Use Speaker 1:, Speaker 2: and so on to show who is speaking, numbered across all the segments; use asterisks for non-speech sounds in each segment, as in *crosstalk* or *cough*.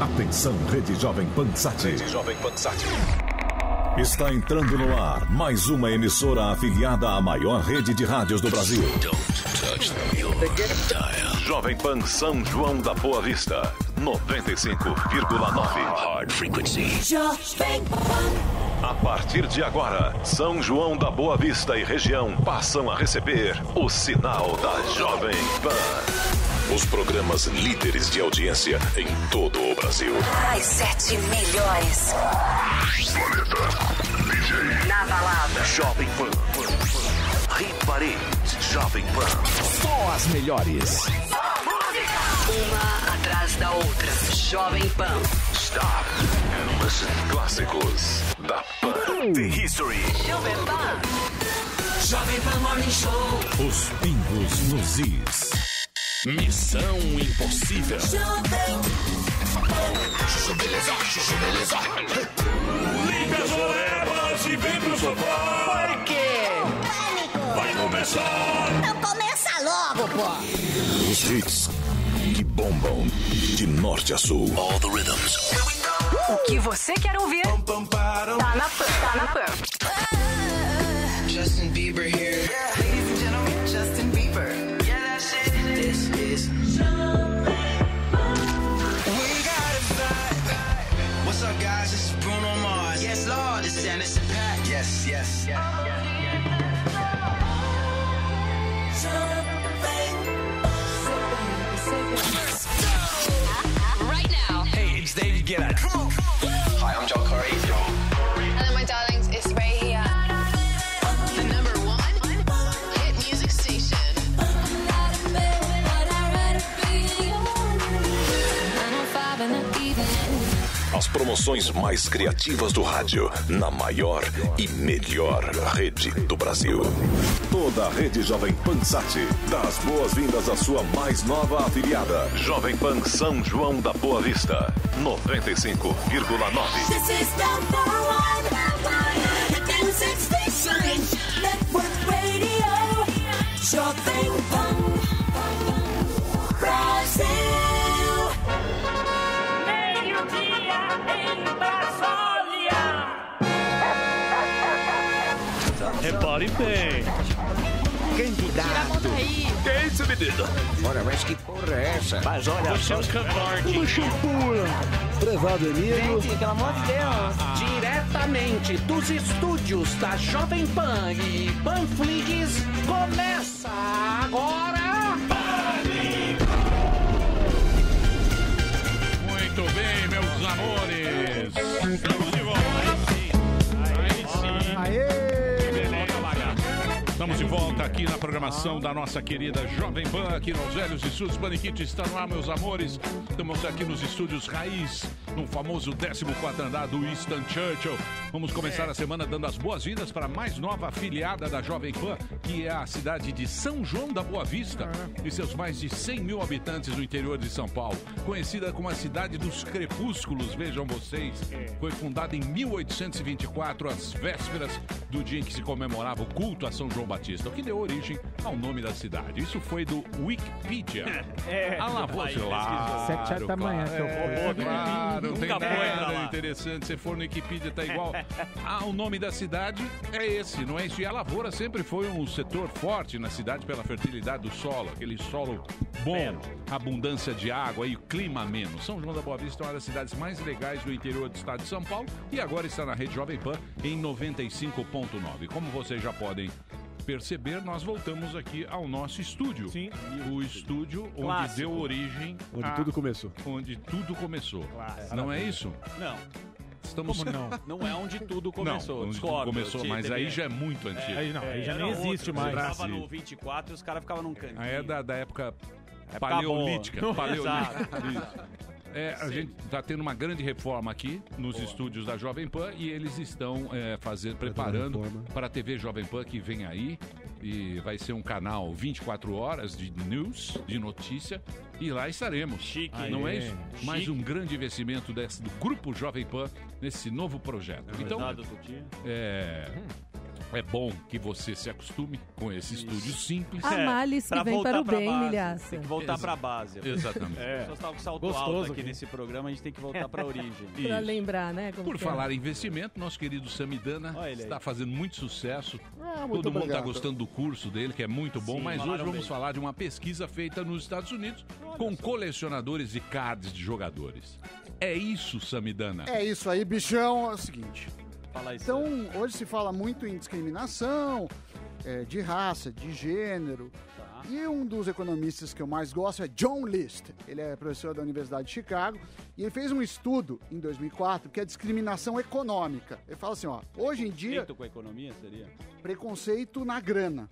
Speaker 1: Atenção, Rede Jovem Pansat.
Speaker 2: Rede Jovem Pansat.
Speaker 1: Está entrando no ar mais uma emissora afiliada à maior rede de rádios do Brasil. Jovem Pan São João da Boa Vista, 95,9. Hard Frequency.
Speaker 3: Jovem Pan.
Speaker 1: A partir de agora, São João da Boa Vista e região passam a receber o sinal da Jovem Pan. Os programas líderes de audiência em todo o Brasil.
Speaker 3: As sete melhores. Na balada.
Speaker 4: Jovem Pan. Hit Parade. Jovem Pan.
Speaker 5: Só as melhores.
Speaker 3: Uma atrás da outra. Jovem Pan.
Speaker 4: Stop and listen.
Speaker 1: Clássicos da Pan.
Speaker 4: The History.
Speaker 3: Jovem Pan. Jovem Pan Morning Show.
Speaker 1: Os pingos nos is. Missão impossível.
Speaker 3: Jovem
Speaker 6: Limpe as orelhas e vem pro sofá. Por quê? Vai começar.
Speaker 7: Então começa logo, pô!
Speaker 1: Os hits que bombam de norte a sul.
Speaker 4: All the rhythms.
Speaker 3: O que você quer ouvir? Tá na Pan. Tá na Pan.
Speaker 8: Justin Bieber here. Ladies and gentlemen, Justin Bieber. Yeah, that shit. This is. We got a vibe. What's up, guys? This is Bruno Mars. Yes, Lord. This is Anderson Paak. Yes, yes, yes.
Speaker 9: Hey, it's David Guetta.
Speaker 8: Hi, I'm John Curry.
Speaker 10: Hello, my darlings. It's Ray here. The number one hit music station.
Speaker 1: As promoções mais criativas do rádio na maior e melhor rede do Brasil. Toda a rede Jovem Pan Sat dá as boas-vindas à sua mais nova afiliada, Jovem Pan São João da Boa Vista, 95,9.
Speaker 7: This is number one. Hit music station. Network radio. Jovem Pan. Brasil.
Speaker 6: Meio-dia em Brasília.
Speaker 2: Reparem bem.
Speaker 11: Candidato.
Speaker 2: Que é isso, menina?
Speaker 11: Ora, mas que porra é essa?
Speaker 5: Mas olha
Speaker 2: Você é
Speaker 5: só,
Speaker 2: um covarde.
Speaker 5: prezado amigo,
Speaker 11: Gente, pelo amor de Deus. Diretamente dos estúdios da Jovem Pan e Panflix, começa agora...
Speaker 6: Muito bem, meus amores. Estamos de volta. Aí sim. Aí sim. Que beleza, lagarto. Estamos de volta aqui na programação da nossa querida Jovem Pan, aqui nos Velhos de Sus. Paniquite está no ar, meus amores. Estamos aqui nos estúdios Raiz, no famoso 14 andar do Winston Churchill. Vamos começar a semana dando as boas-vindas para a mais nova afiliada da Jovem Pan, que é a cidade de São João da Boa Vista e seus mais de 100 mil habitantes no interior de São Paulo. Conhecida como a cidade dos crepúsculos, vejam vocês. Foi fundada em 1824, às vésperas do dia em que se comemorava o culto a São João Batista, o que deu origem ao nome da cidade. Isso foi do Wikipedia. *laughs* É. Alagoas, claro, Sete horas da manhã que eu fui. Claro, não tem
Speaker 9: Nunca foi pra
Speaker 2: nada
Speaker 9: lá.
Speaker 2: interessante. Você for no Wikipedia, tá
Speaker 9: *laughs*
Speaker 2: igual. Ah, o nome da cidade é esse, não é isso? E a lavoura sempre foi um setor forte na cidade pela fertilidade do solo, aquele solo bom, abundância de água e o clima ameno. São João da Boa Vista é uma das cidades mais legais do interior do estado de São Paulo e agora está na rede Jovem Pan em 95.9. Como vocês já podem perceber, nós voltamos aqui ao nosso estúdio. Sim. O estúdio onde
Speaker 9: Clássico.
Speaker 2: deu origem
Speaker 12: Onde
Speaker 2: a-
Speaker 12: tudo começou.
Speaker 2: onde tudo começou.
Speaker 9: Clássico.
Speaker 2: Não é isso?
Speaker 9: Não,
Speaker 2: Estamos não.
Speaker 9: não é onde tudo
Speaker 2: Não,
Speaker 9: começou.
Speaker 2: onde tudo
Speaker 9: discordo,
Speaker 2: começou,
Speaker 9: te-
Speaker 2: mas
Speaker 9: teve-
Speaker 2: aí já é muito antigo.
Speaker 12: Aí não, aí já nem
Speaker 9: É,
Speaker 13: É
Speaker 9: era outro, né?
Speaker 12: existe
Speaker 9: você
Speaker 12: mais.
Speaker 13: né?
Speaker 9: Tava
Speaker 2: Brasil.
Speaker 9: no 24 e os caras ficavam num cantinho.
Speaker 2: Aí é da, da época
Speaker 9: Época
Speaker 2: paleolítica.
Speaker 9: boa. *laughs*
Speaker 2: paleolítica. Isso. É, a gente está tendo uma grande reforma aqui nos estúdios da Jovem Pan e eles estão é, fazendo, preparando
Speaker 12: reforma.
Speaker 2: para a TV Jovem Pan que vem aí e vai ser um canal 24 horas de news, de notícia e lá estaremos.
Speaker 9: Chique.
Speaker 2: Não é
Speaker 12: Aê.
Speaker 2: isso? Mais um grande investimento
Speaker 9: É
Speaker 2: desse, do Grupo Jovem Pan nesse novo projeto. Então,
Speaker 9: Cuidado, Tutinha.
Speaker 2: é, É bom que você se acostume com esse estúdio simples.
Speaker 9: É.
Speaker 10: Há males que vêm para o bem, É.
Speaker 9: milhaça.
Speaker 10: milhaça.
Speaker 9: Tem que voltar
Speaker 2: Exa-
Speaker 9: pra base.
Speaker 2: Exatamente.
Speaker 9: As pessoas estavam com salto
Speaker 2: Gostoso
Speaker 9: alto aqui
Speaker 2: aqui.
Speaker 9: nesse programa, a gente tem que voltar
Speaker 2: *laughs*
Speaker 9: pra origem.
Speaker 10: Pra lembrar, né? como
Speaker 2: Por
Speaker 10: que é.
Speaker 2: falar em investimento, nosso querido Samidana está fazendo muito sucesso.
Speaker 10: Ah,
Speaker 2: Todo
Speaker 10: muito
Speaker 2: mundo está
Speaker 10: obrigado.
Speaker 2: gostando do curso dele, que é muito bom.
Speaker 8: Sim,
Speaker 2: mas hoje
Speaker 8: falaram
Speaker 2: vamos
Speaker 8: bem.
Speaker 2: falar de uma pesquisa feita nos Estados Unidos com colecionadores de cards de jogadores. É isso, Samidana.
Speaker 13: É isso aí, bichão. É o seguinte. então, hoje se fala muito em discriminação, é, de raça, de gênero.
Speaker 9: Tá.
Speaker 13: E um dos economistas que eu mais gosto é John List. Ele é professor da Universidade de Chicago e ele fez um estudo em 2004 que é discriminação econômica. Ele fala assim, ó, hoje em dia
Speaker 9: Feito com a economia, seria?
Speaker 13: preconceito na grana.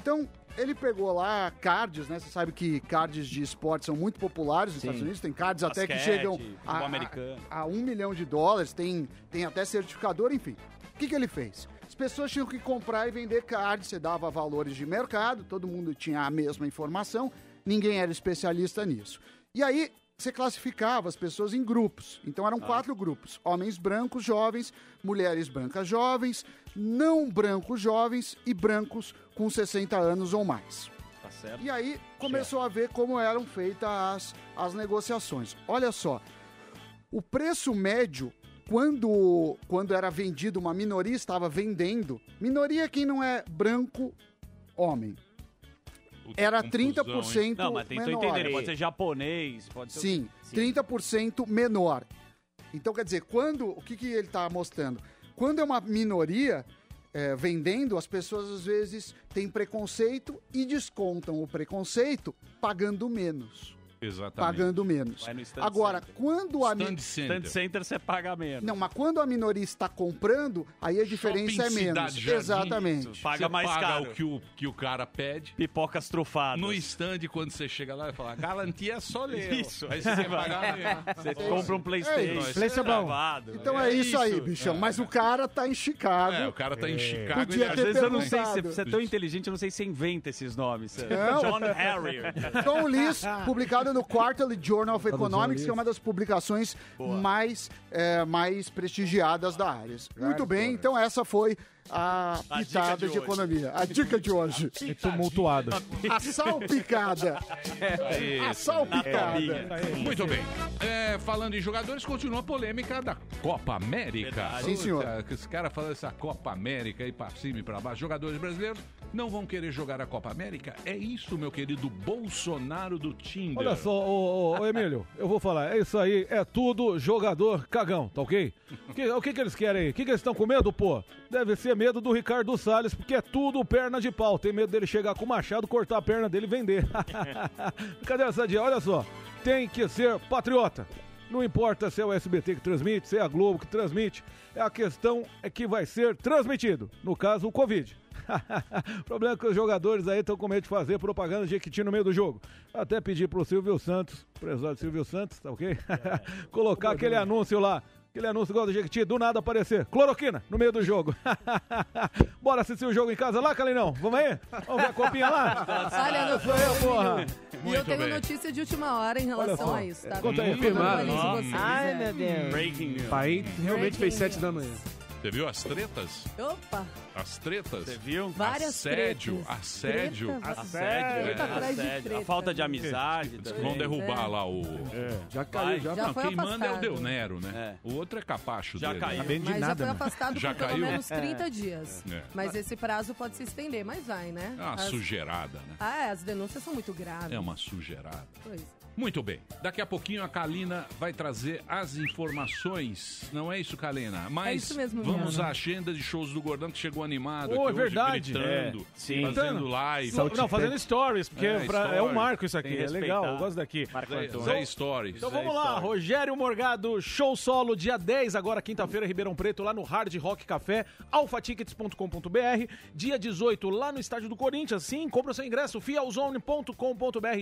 Speaker 13: Então, ele pegou lá cards, né? Você sabe que cards de esporte são muito populares nos
Speaker 9: Sim.
Speaker 13: Estados Unidos. Tem cards até que
Speaker 9: Basquete,
Speaker 13: chegam
Speaker 9: futebol
Speaker 13: a,
Speaker 9: americano.
Speaker 13: a, a um milhão de dólares, tem, tem até certificador, enfim. O que, que ele fez? As pessoas tinham que comprar e vender cards, você dava valores de mercado, todo mundo tinha a mesma informação, ninguém era especialista nisso. E aí, você classificava as pessoas em grupos. Então eram quatro grupos: homens brancos jovens, mulheres brancas jovens, não brancos jovens e brancos com 60 anos ou mais.
Speaker 9: Tá certo?
Speaker 13: E aí começou a ver como eram feitas as, as negociações. Olha só, o preço médio quando, quando era vendido, uma minoria estava vendendo, minoria é quem não é branco homem. Era 30%
Speaker 9: Não, mas tentou
Speaker 13: menor.
Speaker 9: entender. Pode ser japonês, pode ser...
Speaker 13: Sim, 30% menor. Então, quer dizer, quando. O que, que ele está mostrando? Quando é uma minoria é, vendendo, as pessoas às vezes têm preconceito e descontam o preconceito pagando menos.
Speaker 2: Exatamente.
Speaker 13: Pagando menos.
Speaker 9: Vai no stand
Speaker 13: Agora, quando a mi-
Speaker 9: Stand center. Stand center você paga menos.
Speaker 13: Não, mas quando a minoria está comprando, aí a diferença é menos. Exatamente.
Speaker 2: Você paga o que o, que o cara pede.
Speaker 9: Pipocas trufadas.
Speaker 2: No stand, quando você chega lá, vai falar, garantia é só ler.
Speaker 9: Isso.
Speaker 2: Aí você
Speaker 9: *laughs* Você
Speaker 2: vai pagar né?
Speaker 9: vai- você compra um PlayStation.
Speaker 13: É isso.
Speaker 9: Isso é
Speaker 13: Playstation é bom.
Speaker 9: travado.
Speaker 13: Então é,
Speaker 9: É
Speaker 13: isso, aí,
Speaker 9: isso.
Speaker 13: bichão. Mas o cara tá em Chicago.
Speaker 9: É,
Speaker 2: o cara tá em Chicago.
Speaker 13: Podia
Speaker 9: Às
Speaker 13: ter
Speaker 9: vezes eu não sei se
Speaker 13: perguntado.
Speaker 9: você é tão inteligente, eu não sei se você inventa esses nomes.
Speaker 13: Não.
Speaker 9: John Harrier.
Speaker 13: Tom Liss, publicado no Quarterly Journal of
Speaker 9: Tá no John
Speaker 13: Economics,
Speaker 9: List.
Speaker 13: que é uma das publicações mais, é, mais prestigiadas da área. Muito bem, então essa foi a
Speaker 6: A dica
Speaker 13: pitada
Speaker 6: de
Speaker 13: de,
Speaker 6: hoje.
Speaker 13: economia. A dica de hoje.
Speaker 6: E tumultuada.
Speaker 13: A salpicada.
Speaker 2: Aí.
Speaker 13: A salpicada.
Speaker 2: Muito bem. É, falando em jogadores, continua a polêmica da Copa América.
Speaker 13: Verdade. Sim, senhor.
Speaker 2: Puta, que Os caras falando essa Copa América aí pra cima e pra baixo. Jogadores brasileiros não vão querer jogar a Copa América. É isso, meu querido Bolsonaro do Tinder.
Speaker 6: Olha só, ô, ô, ô, Emílio, eu vou falar. É isso aí, é tudo jogador cagão, tá ok? Que- o que, que eles querem aí? O que, que eles estão com medo, pô? Deve ser medo do Ricardo Salles, porque é tudo perna de pau. Tem medo dele chegar com o machado, cortar a perna dele e vender. *laughs* Brincadeira sadia, olha só. Tem que ser patriota. Não importa se é o SBT que transmite, se é a Globo que transmite, a questão é que vai ser transmitido. No caso, o Covid. *laughs* o problema é que os jogadores aí estão com medo de fazer propaganda de Jequiti no meio do jogo. Até pedir pro Silvio Santos, empresário Silvio Santos, tá ok? *laughs* Colocar aquele anúncio lá. Aquele anúncio igual do Jequiti, do nada aparecer. Cloroquina no meio do jogo. *laughs* Bora assistir o jogo em casa lá, Calinão? Vamos aí? Vamos ver a copinha lá?
Speaker 10: *laughs* Olha,
Speaker 6: Isso aí, porra.
Speaker 10: E eu tenho notícia de última hora em relação
Speaker 6: só.
Speaker 10: a isso,
Speaker 2: é,
Speaker 10: tá?
Speaker 6: Conta aí,
Speaker 10: Eu
Speaker 6: confirmado.
Speaker 10: atualizo
Speaker 6: Ó.
Speaker 10: vocês,
Speaker 6: Ai,
Speaker 10: é.
Speaker 6: meu Deus.
Speaker 2: Breaking news.
Speaker 6: Pai,
Speaker 10: realmente fez sete
Speaker 6: da manhã.
Speaker 2: Você viu as tretas?
Speaker 10: Opa!
Speaker 2: As tretas? Você
Speaker 9: viu?
Speaker 10: Várias
Speaker 2: assédio,
Speaker 10: tretas.
Speaker 2: assédio,
Speaker 10: Treta,
Speaker 2: assédio,
Speaker 10: treta atrás de
Speaker 9: é. A falta de amizade. também.
Speaker 2: Vão derrubar lá o.
Speaker 6: Já
Speaker 9: caiu, já- Já
Speaker 2: Não,
Speaker 9: foi
Speaker 2: quem manda é o
Speaker 10: afastado.
Speaker 2: Deonero, né? O outro é capacho
Speaker 9: Já
Speaker 2: dele.
Speaker 9: caiu.
Speaker 2: Né?
Speaker 10: Mas já foi afastado
Speaker 2: Já
Speaker 10: por pelo
Speaker 2: caiu?
Speaker 10: menos 30 dias.
Speaker 2: É.
Speaker 10: Mas esse prazo pode se estender, mas vai, né?
Speaker 2: É uma
Speaker 10: As-
Speaker 2: sujeirada, né?
Speaker 10: Ah, é, as denúncias são muito graves.
Speaker 2: É uma sujeirada.
Speaker 10: Pois.
Speaker 2: Muito bem. Daqui a pouquinho a Kalina vai trazer as informações. Não é isso, Kalina? Mas
Speaker 10: É isso mesmo,
Speaker 2: vamos
Speaker 10: Viana.
Speaker 2: à agenda de shows do Gordão que chegou animado.
Speaker 6: Pô,
Speaker 2: aqui
Speaker 6: é
Speaker 2: hoje,
Speaker 6: verdade.
Speaker 2: Gritando,
Speaker 6: É. Sim.
Speaker 2: Fazendo
Speaker 6: Gritando.
Speaker 2: live.
Speaker 6: Não, não, fazendo stories, porque pra- é, um
Speaker 2: stories.
Speaker 6: marco isso
Speaker 2: Tem
Speaker 6: aqui.
Speaker 2: que
Speaker 6: É legal,
Speaker 2: respeitar.
Speaker 6: eu gosto daqui.
Speaker 2: Zé,
Speaker 6: Então-
Speaker 2: Zé Stories.
Speaker 6: Então vamos lá, Rogério Morgado, show solo, dia 10, agora quinta-feira, Ribeirão Preto, lá no Hard Rock Café, alfatickets.com.br, dia 18, lá no estádio do Corinthians, sim, compra o seu ingresso, fialzone.com.br,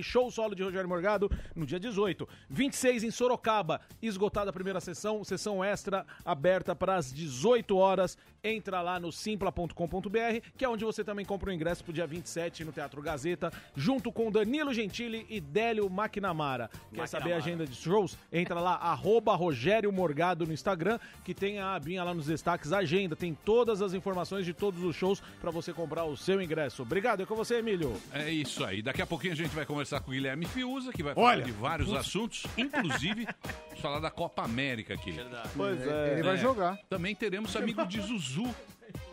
Speaker 6: show solo de Rogério Morgado, no dia 18. 26 em Sorocaba, esgotada a primeira sessão, sessão extra aberta para as 18
Speaker 14: 18 horas. Entra lá no simpla.com.br, que é onde você também compra o ingresso pro dia 27 no Teatro Gazeta, junto com Danilo Gentili e Délio McNamara. Quer saber a
Speaker 9: McNamara.
Speaker 14: agenda de shows? Entra lá, arroba Rogério Morgado no Instagram, que tem a abinha lá nos destaques, agenda, tem todas as informações de todos os shows pra você comprar o seu ingresso. Obrigado, é com você, Emílio.
Speaker 2: É isso aí. Daqui a pouquinho a gente vai conversar com o Guilherme Fiuza, que vai
Speaker 14: Olha,
Speaker 2: falar de vários
Speaker 14: putz.
Speaker 2: assuntos,
Speaker 6: *laughs*
Speaker 2: inclusive vamos falar da Copa América aqui. Verdade.
Speaker 13: Pois é. Ele vai jogar.
Speaker 2: Também teremos amigo de Zuzu.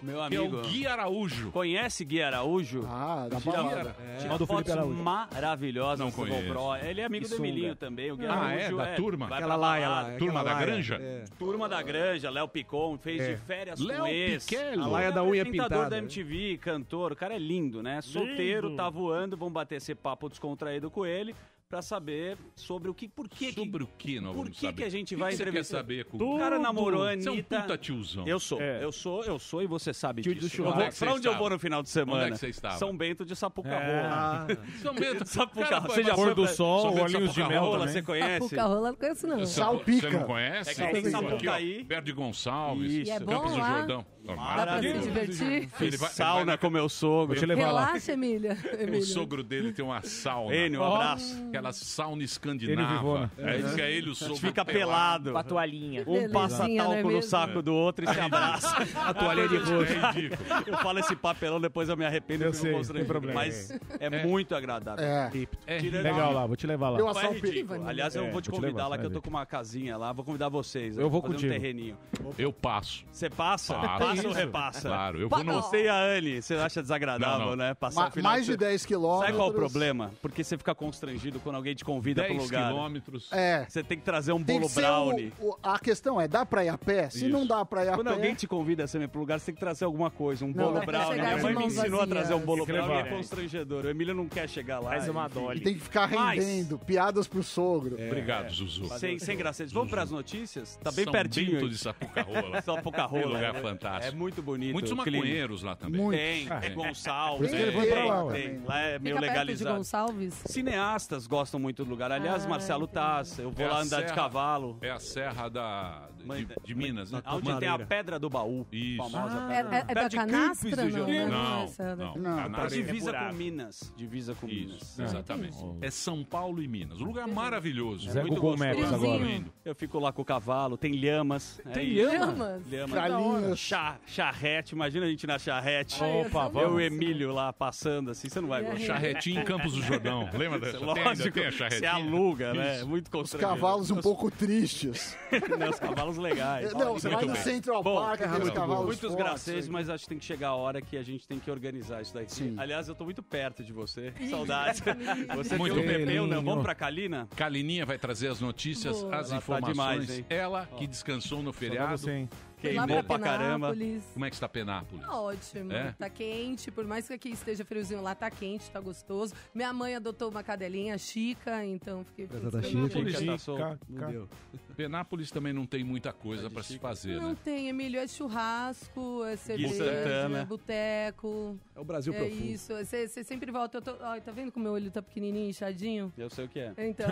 Speaker 9: Meu
Speaker 2: Que é
Speaker 9: amigo.
Speaker 2: o Gui Araújo.
Speaker 9: Conhece Gui Araújo?
Speaker 13: Ah,
Speaker 2: da balada. É.
Speaker 9: Tira
Speaker 2: Irmão do Felipe
Speaker 9: fotos
Speaker 2: Araújo.
Speaker 9: maravilhosas
Speaker 2: Não
Speaker 9: do Google
Speaker 2: conheço.
Speaker 9: Pro. Ele é amigo
Speaker 2: E
Speaker 9: do
Speaker 2: sunga.
Speaker 9: Emilinho também. O Gui
Speaker 2: Ah,
Speaker 9: Araújo,
Speaker 2: é? Da turma?
Speaker 9: vai
Speaker 2: Aquela
Speaker 9: pra
Speaker 2: lá, ela-
Speaker 9: balada.
Speaker 2: Turma aquela da lá, Granja? é.
Speaker 9: Turma da Granja, Léo Picon, fez
Speaker 14: É.
Speaker 9: de férias
Speaker 14: Léo
Speaker 9: com ex.
Speaker 14: Pichello. A laia da unha
Speaker 9: apresentador
Speaker 14: pintada,
Speaker 9: da
Speaker 14: né?
Speaker 9: MTV, cantor. O cara é lindo, né? Solteiro, tá voando. Vamos bater esse papo descontraído com ele pra saber sobre o que, por que... Sobre
Speaker 2: o que nós
Speaker 9: Por
Speaker 2: vamos
Speaker 9: que
Speaker 2: saber?
Speaker 9: que a gente
Speaker 2: O que
Speaker 9: vai
Speaker 2: que você quer
Speaker 9: entrevistar?
Speaker 2: saber, Cuca?
Speaker 9: O cara
Speaker 2: Tudo.
Speaker 9: namorou a
Speaker 2: Você é
Speaker 9: Anitta.
Speaker 2: um puta tiozão.
Speaker 9: Eu sou,
Speaker 2: É.
Speaker 9: eu sou, eu sou e você sabe
Speaker 2: Tio do
Speaker 9: disso. eu
Speaker 2: churrasco.
Speaker 9: vou,
Speaker 2: Onde é que
Speaker 9: pra
Speaker 2: você
Speaker 9: onde eu
Speaker 2: estava?
Speaker 9: vou no final de semana?
Speaker 2: Onde é que você estava?
Speaker 9: São Bento de Sapucarola.
Speaker 2: É. São Bento-
Speaker 9: Sapucarola.
Speaker 2: Cara,
Speaker 9: Você já
Speaker 2: Pôr
Speaker 9: foi
Speaker 2: do
Speaker 9: pra-
Speaker 2: Sol,
Speaker 9: São Bento
Speaker 2: Olhinhos de Mel
Speaker 9: Sapucarola,
Speaker 2: também.
Speaker 9: Você
Speaker 10: Ah,
Speaker 9: conhece?
Speaker 10: Sapucarola não conheço, não.
Speaker 2: Você não conhece?
Speaker 9: É que tem Sapucaí.
Speaker 2: Aqui, ó, Perto de Gonçalves,
Speaker 9: Isso.
Speaker 10: E é
Speaker 2: Campos
Speaker 10: bom
Speaker 2: do
Speaker 10: lá?
Speaker 2: Jordão.
Speaker 10: Dá pra se divertir?
Speaker 9: Fiz sauna com meu sogro.
Speaker 2: Vou te levar lá.
Speaker 10: Relaxa, Emília.
Speaker 2: O
Speaker 10: Emília.
Speaker 2: sogro dele tem uma sauna.
Speaker 9: Enio, um
Speaker 2: Ó.
Speaker 9: abraço.
Speaker 2: Aquela sauna
Speaker 9: Enio
Speaker 2: escandinava. É
Speaker 9: Vivona.
Speaker 2: Aí fica ele e o
Speaker 9: A gente
Speaker 2: sogro
Speaker 9: fica pelado. Com a
Speaker 5: toalhinha.
Speaker 9: Um passa
Speaker 5: Belezinha,
Speaker 2: né
Speaker 5: não é
Speaker 9: talco no
Speaker 5: mesmo?
Speaker 9: saco do outro e se abraça.
Speaker 5: A toalha de rosto.
Speaker 9: É ridículo. Eu falo esse papelão, depois eu me arrependo. Eu sei, não tem
Speaker 14: problema.
Speaker 9: Mas é, muito agradável.
Speaker 14: É.
Speaker 9: É.
Speaker 14: Legal lá, vou te levar lá.
Speaker 9: Não, é ridículo. Aliás, eu
Speaker 14: É,
Speaker 9: vou te
Speaker 14: vou te
Speaker 9: convidar
Speaker 14: levar,
Speaker 9: lá, que eu tô
Speaker 14: maravilha.
Speaker 9: com uma casinha lá. Vou convidar vocês.
Speaker 14: Eu vou
Speaker 9: fazer
Speaker 14: contigo.
Speaker 9: um terreninho.
Speaker 2: Eu passo.
Speaker 9: Você passa?
Speaker 2: Passo.
Speaker 9: Passa ou
Speaker 2: Isso.
Speaker 9: repassa?
Speaker 2: Claro, eu vou no-
Speaker 9: Você e a Anne, você acha desagradável,
Speaker 2: Não, não.
Speaker 9: né? Passar
Speaker 13: Ma-
Speaker 9: o final
Speaker 13: mais de 10 quilômetros.
Speaker 9: Sabe qual é o problema? Porque você fica constrangido quando alguém te convida pro
Speaker 13: 10
Speaker 9: lugar.
Speaker 13: quilômetros. É.
Speaker 9: Você tem que trazer um
Speaker 13: Tem
Speaker 9: bolo
Speaker 13: que ser o-
Speaker 9: brownie.
Speaker 13: o- a questão é, dá pra ir a pé? Se
Speaker 9: Isso.
Speaker 13: não dá pra ir a
Speaker 9: Quando
Speaker 13: pé...
Speaker 9: alguém te convida sempre pro lugar, você tem que trazer alguma coisa, um
Speaker 13: Não,
Speaker 9: bolo
Speaker 13: é pra
Speaker 9: brownie.
Speaker 13: chegar
Speaker 9: Minha
Speaker 13: de
Speaker 9: mãe me
Speaker 13: mãos
Speaker 9: ensinou a
Speaker 13: vazias.
Speaker 9: trazer um bolo
Speaker 13: Tem que
Speaker 9: brownie, é
Speaker 13: levar.
Speaker 9: constrangedor. O Emílio não quer chegar lá.
Speaker 13: Faz uma
Speaker 9: enfim.
Speaker 13: Tem que ficar rendendo, piadas pro sogro.
Speaker 9: É.
Speaker 2: Obrigado, Zuzu.
Speaker 9: Sem, sem graça. Vamos para as notícias? Tá bem
Speaker 2: São
Speaker 9: pertinho.
Speaker 2: Bento
Speaker 9: aí.
Speaker 2: de
Speaker 9: *laughs*
Speaker 2: Sapucarola.
Speaker 9: Sapucarola.
Speaker 2: Que lugar
Speaker 9: é,
Speaker 2: fantástico.
Speaker 9: É muito bonito.
Speaker 2: Muitos
Speaker 9: o clima.
Speaker 2: maconheiros lá também.
Speaker 9: Muito.
Speaker 2: Muitos.
Speaker 9: Tem,
Speaker 2: Ah, é.
Speaker 9: tem
Speaker 2: Por
Speaker 9: Gonçalves.
Speaker 2: isso que ele
Speaker 9: tem,
Speaker 2: foi pra lá, ué.
Speaker 9: tem. Lá é meio
Speaker 10: Fica perto de
Speaker 9: legalizado.
Speaker 10: Gonçalves.
Speaker 9: Cineastas gostam muito do lugar. Aliás,
Speaker 10: Ah,
Speaker 9: Marcelo Taz, eu vou
Speaker 2: É
Speaker 9: lá
Speaker 2: a
Speaker 9: andar de
Speaker 2: serra-
Speaker 9: cavalo.
Speaker 2: É a Serra da, de, de Minas, né?
Speaker 9: Onde tem a Pedra do Baú.
Speaker 2: Isso.
Speaker 9: Famosa
Speaker 10: É, é- é da
Speaker 9: Perto de Campos
Speaker 10: canastra,
Speaker 9: do
Speaker 10: não, né?
Speaker 9: Jordão.
Speaker 2: Não,
Speaker 10: Essa, né?
Speaker 2: não.
Speaker 9: Tá
Speaker 2: Canário
Speaker 9: divisa
Speaker 2: é
Speaker 9: com
Speaker 2: buraco.
Speaker 9: Minas. Divisa com Minas.
Speaker 2: Isso, exatamente.
Speaker 9: Hum. Uhum.
Speaker 2: É São Paulo e Minas. Um lugar maravilhoso.
Speaker 9: É muito
Speaker 2: gostoso.
Speaker 9: gostoso.
Speaker 2: Lindo.
Speaker 9: Eu fico lá com o cavalo, tem lhamas. né?
Speaker 2: Tem
Speaker 9: isso.
Speaker 2: lhamas?
Speaker 9: Lhamas.
Speaker 2: Galinhas.
Speaker 9: Chá- charrete, imagina a gente na charrete.
Speaker 2: Ai, Opa, eu sou
Speaker 9: Eu e o
Speaker 2: vamos.
Speaker 9: Emílio lá passando assim, você não vai
Speaker 2: E a
Speaker 9: gostar.
Speaker 2: Charretinha é em Campos do
Speaker 9: *laughs*
Speaker 2: Jordão, lembra dessa? Tem ainda,
Speaker 9: Lógico,
Speaker 2: tem a
Speaker 9: você
Speaker 2: charretinha?
Speaker 9: aluga, né?
Speaker 2: Isso.
Speaker 9: Muito
Speaker 13: Os
Speaker 9: constrangedor.
Speaker 13: cavalos um pouco tristes.
Speaker 9: *laughs*
Speaker 13: É,
Speaker 9: Não, os cavalos legais.
Speaker 13: Não, você vai
Speaker 9: Muito
Speaker 13: no
Speaker 9: bem.
Speaker 13: Central
Speaker 9: Bom,
Speaker 13: Park, tem os
Speaker 9: muito bom.
Speaker 13: cavalos
Speaker 9: Muitos
Speaker 13: fortes.
Speaker 9: gracejos, mas acho que tem que chegar a hora que a gente tem que organizar isso daqui. Aliás, eu tô muito perto de você.
Speaker 2: Ih, *laughs*
Speaker 9: Saudades.
Speaker 2: Calina.
Speaker 9: Você
Speaker 2: Muito
Speaker 9: tem um
Speaker 2: bem.
Speaker 9: bebê ou não?
Speaker 2: Calina.
Speaker 9: Vamos pra Kalina?
Speaker 2: Calininha vai trazer as notícias,
Speaker 9: Boa.
Speaker 2: as
Speaker 9: Ela tá
Speaker 2: informações.
Speaker 9: demais, hein?
Speaker 2: Ela que descansou no feriado.
Speaker 9: você, hein?
Speaker 10: Foi lá
Speaker 2: Queimou
Speaker 10: pra
Speaker 2: pra caramba.
Speaker 10: Penápolis.
Speaker 2: Como é que está Penápolis?
Speaker 10: Tá ótimo,
Speaker 2: É?
Speaker 10: tá quente, por mais que aqui esteja friozinho lá, tá quente, tá gostoso. Minha mãe adotou uma cadelinha chica, então fiquei feliz.
Speaker 2: Penápolis também não tem muita
Speaker 9: Tá
Speaker 2: coisa para se fazer,
Speaker 10: Não
Speaker 2: né?
Speaker 10: tem, Emílio, é churrasco, é cerveja,
Speaker 2: Santana.
Speaker 10: é boteco. É
Speaker 2: o Brasil
Speaker 10: é
Speaker 2: profundo.
Speaker 10: isso, você você sempre volta. Eu tô, ó, tá vendo que o meu olho tá pequenininho, inchadinho?
Speaker 9: Eu sei o que é. *laughs*
Speaker 10: Então,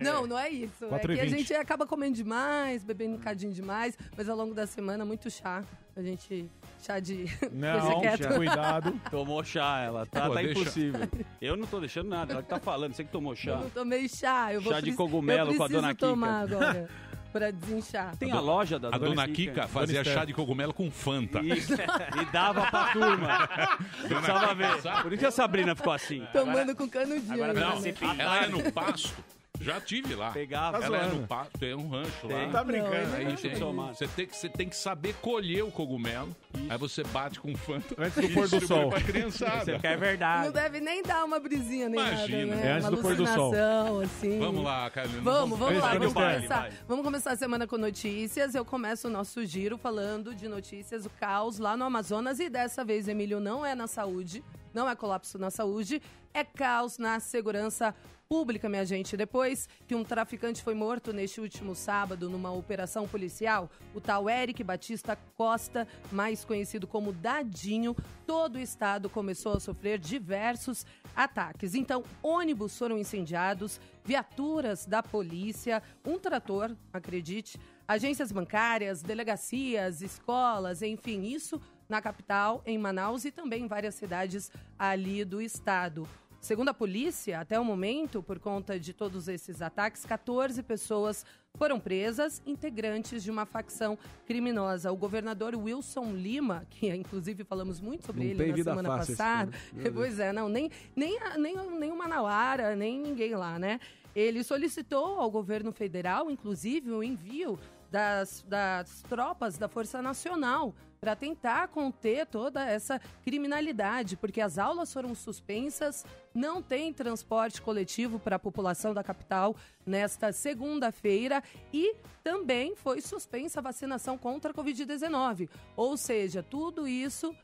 Speaker 10: não, não é isso. É
Speaker 9: Quatro e
Speaker 10: que a
Speaker 9: vinte.
Speaker 10: gente acaba comendo demais, bebendo um cadinho demais, mas ao longo da semana, muito chá. A gente, chá de... *laughs* deixa quieto.
Speaker 9: *laughs* Tomou chá, ela tá,
Speaker 10: Pô,
Speaker 9: tá
Speaker 10: deixa.
Speaker 9: impossível. Eu não tô deixando nada, ela que tá falando, você que tomou
Speaker 10: Eu
Speaker 9: chá.
Speaker 10: não tomei chá. Eu vou
Speaker 9: Chá de
Speaker 10: preci-
Speaker 9: cogumelo
Speaker 10: eu
Speaker 9: com a dona
Speaker 10: preciso tomar
Speaker 9: Kika.
Speaker 10: agora pra desinchar.
Speaker 9: Tem a
Speaker 10: tá
Speaker 9: loja da
Speaker 2: A dona Kika fazia chá de cogumelo com Fanta.
Speaker 9: Isso. E dava pra turma.
Speaker 2: *laughs* Dona
Speaker 9: Precisava
Speaker 2: Kika
Speaker 9: ver.
Speaker 2: sabe?
Speaker 9: Por isso que a Sabrina ficou assim.
Speaker 10: Tomando com canudinho.
Speaker 9: agora
Speaker 10: né?
Speaker 9: dá
Speaker 2: Não,
Speaker 9: uma CPI.
Speaker 2: ela é no pasto. Já tive lá.
Speaker 9: Pegava.
Speaker 2: Ela é
Speaker 9: Tá
Speaker 2: no
Speaker 9: zoando.
Speaker 2: pasto, tem um rancho
Speaker 9: Tem.
Speaker 2: lá.
Speaker 9: Tá brincando. Não,
Speaker 2: Aí
Speaker 9: ele não
Speaker 2: tem-
Speaker 9: tem.
Speaker 2: você, tem que, você tem que saber colher o cogumelo. Aí você bate com o fanta.
Speaker 6: Antes do pôr do
Speaker 2: distribui
Speaker 6: sol.
Speaker 2: Pra criançada.
Speaker 6: Isso é que é
Speaker 10: Não deve nem dar uma brisinha nem
Speaker 2: Imagina.
Speaker 10: nada, né?
Speaker 2: É antes
Speaker 10: uma
Speaker 2: do pôr do sol.
Speaker 10: alucinação, assim.
Speaker 2: Vamos lá, Carolina.
Speaker 10: Vamos, vamos lá,
Speaker 2: Antes do
Speaker 10: vamos
Speaker 2: baile,
Speaker 10: começar.
Speaker 2: vai.
Speaker 10: Vamos começar a semana com notícias. Eu começo o nosso giro falando de notícias, o caos lá no Amazonas. E dessa vez, Emílio, não é na saúde, não é colapso na saúde, é caos na segurança pública, minha gente. Depois que um traficante foi morto neste último sábado numa operação policial, o tal Eric Batista Costa, mais conhecido como Dadinho, todo o estado começou a sofrer diversos ataques. Então, ônibus foram incendiados, viaturas da polícia, um trator, acredite, agências bancárias, delegacias, escolas, enfim, isso na capital, em Manaus e também em várias cidades ali do estado. Segundo a polícia, até o momento, por conta de todos esses ataques, 14 pessoas foram presas, integrantes de uma facção criminosa. O governador Wilson Lima, que inclusive falamos muito sobre
Speaker 6: Não
Speaker 10: ele
Speaker 6: tem
Speaker 10: na
Speaker 6: vida
Speaker 10: semana
Speaker 6: fácil esse
Speaker 10: passada. *laughs*
Speaker 6: cara. Meu Deus.
Speaker 10: Pois é, não, nem, nem, a- nem, o- nem o Manauara, nem ninguém lá, né? Ele solicitou ao governo federal, inclusive, o envio das, das tropas da Força Nacional para tentar conter toda essa criminalidade, porque as aulas foram suspensas, não tem transporte coletivo para a população da capital nesta segunda-feira e também foi suspensa a vacinação contra a Covid-19. Ou seja, tudo isso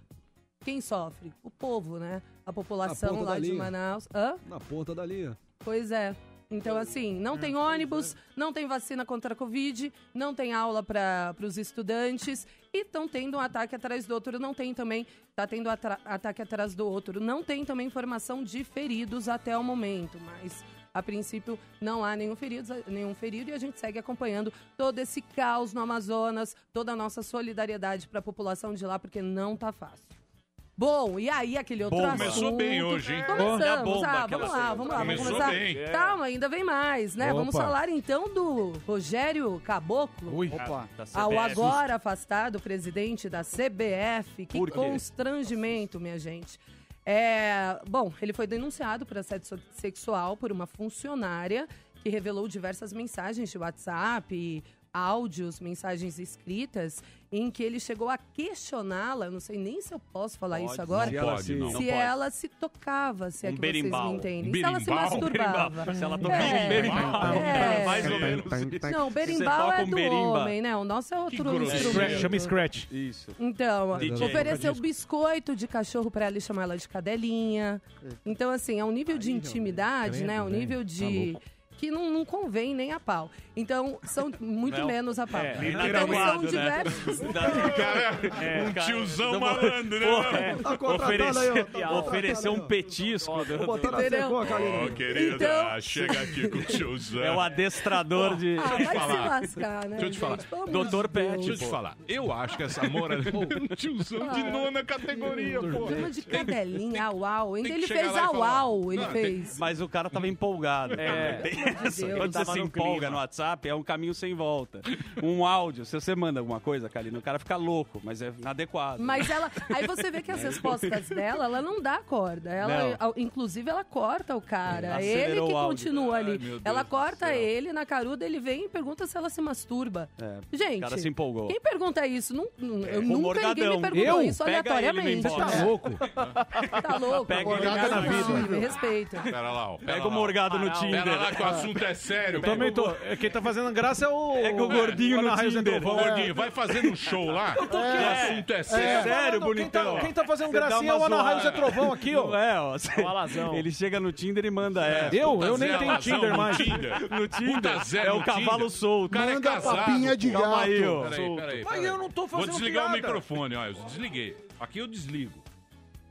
Speaker 10: quem sofre? O povo, né? A
Speaker 6: Na
Speaker 10: população
Speaker 6: ponta
Speaker 10: lá
Speaker 6: da
Speaker 10: de
Speaker 6: linha.
Speaker 10: Manaus. Hã?
Speaker 6: Na ponta da linha.
Speaker 10: Pois é. Então, assim,
Speaker 6: É.
Speaker 10: não tem ônibus, não tem vacina contra a Covid, não tem aula para os estudantes e estão tendo um ataque atrás do outro. Não tem também, tá tendo atra- ataque atrás do outro. Não tem também informação de feridos até o momento, mas a princípio não há nenhum ferido, nenhum ferido e a gente segue acompanhando todo esse caos no Amazonas, toda a nossa solidariedade para a população de lá, porque não tá fácil. Bom, e aí aquele outro
Speaker 8: Bom,
Speaker 10: assunto.
Speaker 8: começou bem hoje, hein?
Speaker 10: Começamos,
Speaker 8: Da bomba
Speaker 10: ah,
Speaker 8: tá aquela
Speaker 10: vamos lá,
Speaker 8: cena.
Speaker 10: vamos lá, vamos
Speaker 8: Começou
Speaker 10: começar.
Speaker 8: bem.
Speaker 10: Calma, ainda vem mais, né? Vamos
Speaker 8: Opa.
Speaker 10: falar então do Rogério Caboclo.
Speaker 8: Opa.
Speaker 10: Ao agora afastado presidente da CBF, que
Speaker 8: Por quê?
Speaker 10: constrangimento, minha gente. É, bom, ele foi denunciado por assédio so- sexual por uma funcionária que revelou diversas mensagens de WhatsApp, áudios, mensagens escritas, em que ele chegou a questioná-la. Não sei nem se eu posso falar
Speaker 8: Pode,
Speaker 10: isso agora.
Speaker 8: não Se ela pode,
Speaker 10: se
Speaker 8: se- não. Não pode.
Speaker 10: ela se tocava, se é
Speaker 8: Um
Speaker 10: que vocês
Speaker 8: berimbau.
Speaker 10: me entendem.
Speaker 8: Um
Speaker 10: se ela se
Speaker 8: berimbau?
Speaker 10: masturbava.
Speaker 8: Berimbau. Se ela tocava um berimbau.
Speaker 10: É.
Speaker 8: Mais ou menos isso.
Speaker 10: Não, o berimbau
Speaker 8: Você toca
Speaker 10: é
Speaker 8: um
Speaker 10: do
Speaker 8: berimba.
Speaker 10: homem, né? O nosso é outro instrumento.
Speaker 14: Chama Scratch.
Speaker 9: Isso.
Speaker 10: Então,
Speaker 14: DJ.
Speaker 10: ofereceu biscoito de cachorro pra ela e chamar ela de cadelinha. Então, assim, é um nível de intimidade,
Speaker 14: credo,
Speaker 10: né? É um
Speaker 14: velho.
Speaker 10: nível
Speaker 14: Tá
Speaker 10: de.
Speaker 14: louco.
Speaker 10: que não, não convém nem a pau. Então, são muito
Speaker 8: Não.
Speaker 10: menos a pau.
Speaker 8: É,
Speaker 10: então, são
Speaker 8: literalmente.
Speaker 10: diversos.
Speaker 9: É,
Speaker 8: Cara, um
Speaker 9: cara, é.
Speaker 8: tiozão
Speaker 9: então,
Speaker 8: malandro, né?
Speaker 9: Pô, oferecer, oferecer é, um petisco. do-
Speaker 8: botando
Speaker 9: do-
Speaker 8: a secou, Kalina. Ó, querida,
Speaker 9: Então-
Speaker 8: chega aqui com o tiozão.
Speaker 9: É o adestrador de...
Speaker 10: Ah, vai se lascar, né?
Speaker 8: Deixa eu te falar.
Speaker 10: gente? Pelo amor de
Speaker 9: Doutor Pet.
Speaker 8: Deixa eu te falar. Eu acho que
Speaker 9: *laughs*
Speaker 8: essa mora. Um tiozão *laughs* de
Speaker 10: Ah.
Speaker 8: nona categoria, pô.
Speaker 10: Chama de cadelinha, au au. Ainda
Speaker 8: que
Speaker 10: ele
Speaker 8: chegar
Speaker 10: fez
Speaker 8: lá e
Speaker 10: au
Speaker 8: falar,
Speaker 10: au, ele
Speaker 9: Não, tem-
Speaker 10: fez.
Speaker 9: Mas o cara tava empolgado.
Speaker 10: É.
Speaker 9: Tem
Speaker 10: Pelo amor de
Speaker 9: essa.
Speaker 10: Deus.
Speaker 9: Quando você
Speaker 10: Tava
Speaker 9: se
Speaker 10: no
Speaker 9: empolga
Speaker 10: clima.
Speaker 9: no WhatsApp, é um caminho sem volta. Um áudio, se você manda alguma coisa, Kalina, o cara fica louco, mas é inadequado. *laughs*
Speaker 10: Mas ela. Aí você vê que as respostas dela, ela não dá corda. Ela,
Speaker 9: É. Não.
Speaker 10: ao- inclusive, ela corta o cara.
Speaker 9: É.
Speaker 10: ele
Speaker 9: Acelerou
Speaker 10: que
Speaker 9: o áudio.
Speaker 10: continua
Speaker 9: Ai,
Speaker 10: ali.
Speaker 9: meu Deus
Speaker 10: ela
Speaker 9: do
Speaker 10: corta ele na caruda, ele vem e pergunta se ela se masturba.
Speaker 9: É,
Speaker 10: Gente.
Speaker 9: O cara se empolgou. É,
Speaker 10: Quem pergunta isso? Não, não- eu nunca ninguém
Speaker 9: Morgadão.
Speaker 10: me perguntou
Speaker 9: Eu?
Speaker 10: isso
Speaker 9: Pega
Speaker 10: aleatoriamente.
Speaker 9: ele no inbox. Você tá
Speaker 6: louco?
Speaker 10: tá louco.
Speaker 9: Pega ele
Speaker 10: Morgado
Speaker 9: na
Speaker 10: não,
Speaker 9: vida.
Speaker 10: Me respeita.
Speaker 8: Pera lá, ó.
Speaker 9: Pega o morgado no Tinder.
Speaker 8: Pera lá que o assunto é sério.
Speaker 6: Eu também tô. é, Quem tá fazendo graça é o. É
Speaker 9: o gordinho no Tinder.
Speaker 8: Ô, Gordinho, vai fazendo um show lá. O assunto é sério.
Speaker 6: Quem tá, quem tá fazendo
Speaker 9: Você dá
Speaker 6: gracinha é o
Speaker 9: uma
Speaker 6: Ana Raio Zé
Speaker 9: zoada.
Speaker 6: Trovão aqui, ó.
Speaker 9: Não É, ó. Cê-
Speaker 6: alazão. É.
Speaker 9: Ele chega no Tinder e manda essa.
Speaker 6: Eu? Eu nem tenho Tinder mais.
Speaker 9: No Tinder.
Speaker 8: Puta Zé
Speaker 9: é
Speaker 8: no
Speaker 9: o cavalo
Speaker 8: Tinder.
Speaker 9: solto.
Speaker 8: O cara é Manda casado, papinha de pô.
Speaker 9: Calma
Speaker 8: gato.
Speaker 9: aí, ó.
Speaker 8: Peraí, peraí,
Speaker 6: Mas
Speaker 8: peraí.
Speaker 6: eu não tô
Speaker 8: Vou
Speaker 6: fazendo
Speaker 8: desligar o
Speaker 6: piada.
Speaker 8: microfone, ó. Eu desliguei. Aqui eu desligo.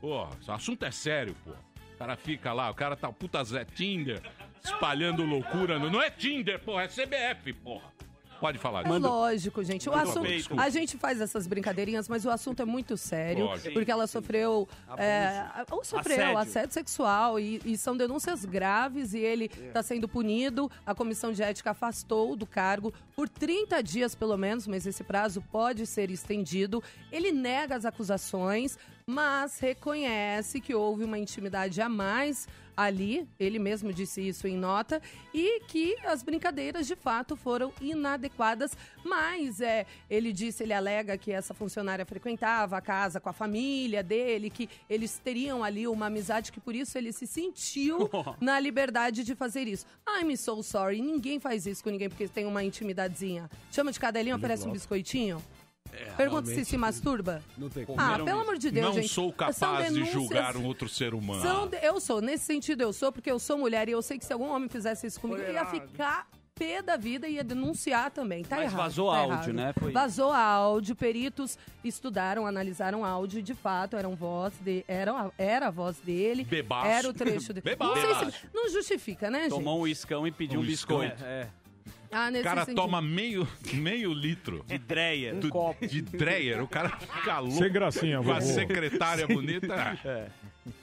Speaker 8: Porra, o assunto é sério, pô. O cara fica lá, o cara tá puta Zé Tinder, espalhando loucura. Não não é Tinder, porra, é CBF, porra. Pode falar.
Speaker 10: É lógico, gente. O
Speaker 8: um Manda
Speaker 10: assunto,
Speaker 8: um beijo, desculpa.
Speaker 10: a gente faz essas brincadeirinhas, mas o assunto é muito sério.
Speaker 8: Lógico.
Speaker 10: Porque ela sofreu.
Speaker 8: Abuso.
Speaker 10: é, ou sofreu assédio,
Speaker 8: Assédio.
Speaker 10: sexual e, e são denúncias graves e ele
Speaker 8: É.
Speaker 10: está sendo punido. A comissão de ética afastou do cargo por 30 dias, pelo menos, mas esse prazo pode ser estendido. Ele nega as acusações, mas reconhece que houve uma intimidade a mais ali, ele mesmo disse isso em nota, e que as brincadeiras de fato foram inadequadas, mas é, ele disse, ele alega que essa funcionária frequentava a casa com a família dele, que eles teriam ali uma amizade que por isso ele se sentiu na liberdade de fazer isso. I'm so sorry, ninguém faz isso com ninguém porque tem uma intimidadezinha. Chama de cadelinha, oferece um biscoitinho. Pergunta se
Speaker 2: realmente
Speaker 10: se masturba.
Speaker 6: Não tem
Speaker 10: Ah, pelo amor de Deus,
Speaker 2: Não
Speaker 10: gente.
Speaker 2: sou
Speaker 10: São
Speaker 2: capaz de
Speaker 10: denúncias-
Speaker 2: julgar um outro ser humano.
Speaker 9: Ah.
Speaker 10: São de- Eu sou, nesse sentido eu sou, porque eu sou mulher e eu sei que se algum homem fizesse isso comigo,
Speaker 2: Foi
Speaker 10: eu ia
Speaker 2: errado.
Speaker 10: ficar pé da vida e ia denunciar também. Tá
Speaker 9: Mas
Speaker 10: errado.
Speaker 9: vazou
Speaker 10: tá
Speaker 9: áudio,
Speaker 10: errado.
Speaker 9: né? Foi-
Speaker 10: Vazou áudio, peritos estudaram, analisaram áudio e de fato eram voz de... eram a- era a voz dele.
Speaker 9: Bebaço.
Speaker 10: Era o trecho dele.
Speaker 9: *laughs* Bebaço.
Speaker 10: Não, sei se... não justifica, né, gente?
Speaker 9: Tomou um iscão e pediu um,
Speaker 2: Um iscão.
Speaker 9: biscoito. É.
Speaker 10: Ah, nesse
Speaker 2: O cara
Speaker 10: sentido.
Speaker 2: toma meio, *laughs* meio litro. De
Speaker 9: dreyer.
Speaker 2: Do, De dreyer. O cara fica louco.
Speaker 6: Sem gracinha,
Speaker 2: Com a
Speaker 6: vovô.
Speaker 2: secretária
Speaker 6: Sim.
Speaker 2: bonita.
Speaker 6: É.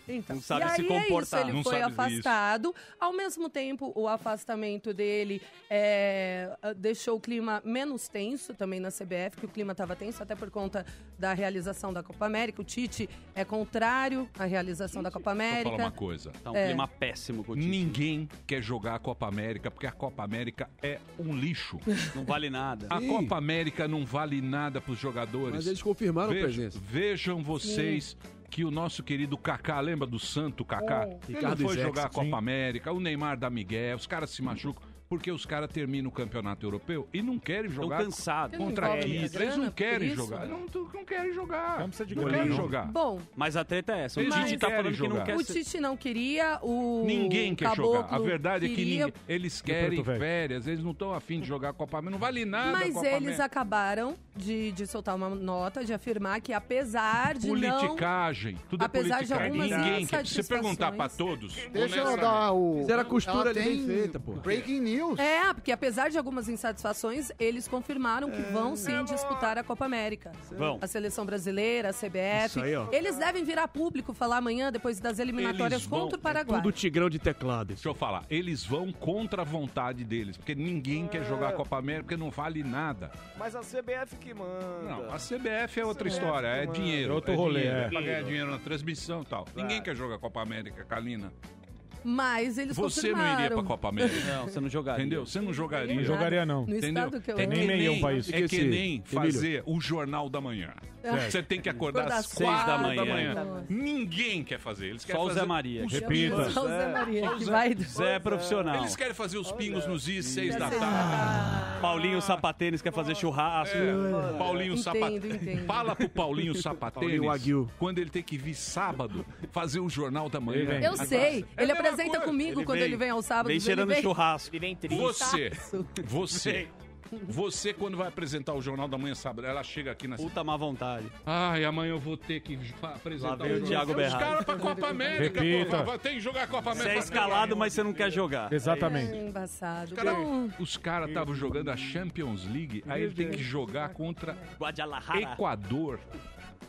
Speaker 10: Então,
Speaker 2: Não sabe
Speaker 10: e
Speaker 2: se
Speaker 10: aí
Speaker 2: comportar.
Speaker 10: É isso, ele
Speaker 2: Não
Speaker 10: foi
Speaker 2: sabe disso.
Speaker 10: afastado. Ao mesmo tempo, o afastamento dele é, deixou o clima menos tenso também na CBF, que o clima estava tenso, até por conta da realização da Copa América. O Tite é contrário à realização da Copa
Speaker 2: Vou
Speaker 10: América.
Speaker 2: falar uma coisa.
Speaker 10: Tá um É. clima
Speaker 9: péssimo com
Speaker 2: Ninguém quer jogar a Copa América, porque a Copa América é um lixo.
Speaker 9: *laughs* Não vale nada.
Speaker 2: A
Speaker 9: Sim.
Speaker 2: Copa América não vale nada pros jogadores.
Speaker 9: Mas eles confirmaram a
Speaker 2: Vejam-
Speaker 9: presença.
Speaker 2: Vejam vocês que o nosso querido Kaká, lembra do Santo Kaká?
Speaker 5: Oh.
Speaker 2: Ele não
Speaker 5: Ricardo
Speaker 2: foi
Speaker 5: Zexi,
Speaker 2: jogar a Copa
Speaker 5: sim.
Speaker 2: América, o Neymar da Miguel, os caras se machucam. Porque os caras terminam o campeonato europeu e não querem jogar
Speaker 9: cansados.
Speaker 2: contra
Speaker 9: Eles não
Speaker 2: eles.
Speaker 9: envolvem
Speaker 2: Eles não
Speaker 9: grana por
Speaker 2: querem
Speaker 9: isso,
Speaker 2: jogar.
Speaker 9: né?
Speaker 2: Não, não querem jogar. Não precisa de
Speaker 9: goleiro,
Speaker 2: querem
Speaker 9: não.
Speaker 2: jogar.
Speaker 10: Bom,
Speaker 9: Mas a treta é essa. O
Speaker 2: Eles
Speaker 9: Tite
Speaker 2: não
Speaker 9: tá
Speaker 2: querem
Speaker 9: falando que não
Speaker 2: jogar.
Speaker 9: quer
Speaker 10: O
Speaker 9: ser-
Speaker 10: Tite não queria, o
Speaker 2: Ninguém quer jogar. A
Speaker 10: Caboclo
Speaker 2: verdade é que
Speaker 10: queria,
Speaker 2: ninguém- eles
Speaker 6: Porto
Speaker 2: querem
Speaker 6: Velho.
Speaker 2: férias, eles não estão afim de jogar a Copa América. Não vale nada a
Speaker 10: Mas
Speaker 2: Copa
Speaker 10: eles
Speaker 2: América.
Speaker 10: acabaram de, de soltar uma nota, de afirmar que apesar de não...
Speaker 2: Politicagem, tudo é
Speaker 10: Apesar de
Speaker 2: politicagem.
Speaker 10: algumas
Speaker 2: Ninguém quer. Se você
Speaker 10: insatisfações. né?
Speaker 2: perguntar pra todos,
Speaker 13: Deixa eu
Speaker 2: honestamente,
Speaker 13: dar o.
Speaker 2: Fizeram a costura
Speaker 13: Ela
Speaker 2: ali bem
Speaker 13: tem
Speaker 2: feita, pô.
Speaker 13: Breaking news.
Speaker 10: É, porque apesar de algumas insatisfações, eles confirmaram
Speaker 2: É.
Speaker 10: que vão sim disputar a Copa América.
Speaker 13: Vão.
Speaker 10: A seleção brasileira, a CBF.
Speaker 5: Isso aí, ó.
Speaker 10: Eles devem virar público falar amanhã, depois das eliminatórias
Speaker 2: Eles vão- é
Speaker 10: contra o Paraguai.
Speaker 2: Tudo
Speaker 5: Tigrão de teclado.
Speaker 2: Deixa eu falar, eles vão contra a vontade deles, porque ninguém quer jogar a Copa América, porque não vale nada.
Speaker 15: Mas a CBF que manda.
Speaker 2: Não, *laughs* a CBF é outra
Speaker 15: CBF
Speaker 2: história, é
Speaker 15: que manda.
Speaker 2: dinheiro.
Speaker 6: É outro rolê,
Speaker 2: dinheiro,
Speaker 6: é.
Speaker 2: pra ganhar dinheiro na transmissão e tal.
Speaker 13: É.
Speaker 2: Ninguém quer jogar a Copa América, Kalina.
Speaker 10: Mas eles
Speaker 2: Você não
Speaker 10: confirmaram.
Speaker 2: iria pra
Speaker 10: *laughs*
Speaker 2: Copa América.
Speaker 9: Não, você não jogaria.
Speaker 2: Entendeu? Você não jogaria.
Speaker 6: Não jogaria, não. No
Speaker 2: Entendeu?
Speaker 10: estado que eu
Speaker 2: é
Speaker 10: ando.
Speaker 2: que
Speaker 10: Nem
Speaker 2: nem,
Speaker 10: um país.
Speaker 2: é que
Speaker 6: Esqueci.
Speaker 2: nem fazer o Jornal da Manhã.
Speaker 10: Certo.
Speaker 2: Você tem que acordar
Speaker 10: Acordar
Speaker 2: às
Speaker 10: às
Speaker 2: seis da
Speaker 10: quatro
Speaker 2: manhã.
Speaker 10: da manhã.
Speaker 2: Ninguém quer fazer. Eles
Speaker 9: Só
Speaker 2: querem
Speaker 9: o Zé
Speaker 2: fazer
Speaker 9: Maria.
Speaker 2: os
Speaker 9: Repita.
Speaker 2: pingos.
Speaker 9: Só o Zé
Speaker 10: Maria,
Speaker 2: Só o
Speaker 10: que vai-
Speaker 9: Zé é profissional.
Speaker 2: Eles querem fazer os pingos nos is, seis da
Speaker 10: seis da
Speaker 2: tarde.
Speaker 9: Paulinho Sapatênis quer fazer churrasco.
Speaker 2: É, Paulinho
Speaker 10: Entendo,
Speaker 2: Sapatênis.
Speaker 10: entendo.
Speaker 2: Fala pro *laughs* Paulinho
Speaker 9: Paulinho
Speaker 2: Sapatênis quando ele tem que vir sábado fazer o Jornal da Manhã.
Speaker 10: Eu
Speaker 2: Agora,
Speaker 10: sei.
Speaker 2: é
Speaker 10: ele
Speaker 2: a mesma
Speaker 10: apresenta
Speaker 2: coisa.
Speaker 10: comigo quando ele vem ao sábado.
Speaker 2: Você, você, você quando vai apresentar o Jornal da Manhã sábado, ela chega aqui na...
Speaker 9: Puta má vontade.
Speaker 2: Ai, amanhã eu vou ter que fa- apresentar
Speaker 9: Lá vem o
Speaker 2: Jornal.
Speaker 9: Thiago
Speaker 2: Os
Speaker 9: Berardi.
Speaker 2: caras pra Copa América,
Speaker 9: Repita.
Speaker 2: pô, vai- tem que jogar a Copa
Speaker 9: Você é
Speaker 2: América.
Speaker 9: escalado, mas você não quer jogar.
Speaker 10: É embaçado.
Speaker 2: Cara,
Speaker 10: Então,
Speaker 2: os caras estavam jogando a Champions League, aí ele tem que jogar contra
Speaker 9: Guadalajara.
Speaker 2: Equador,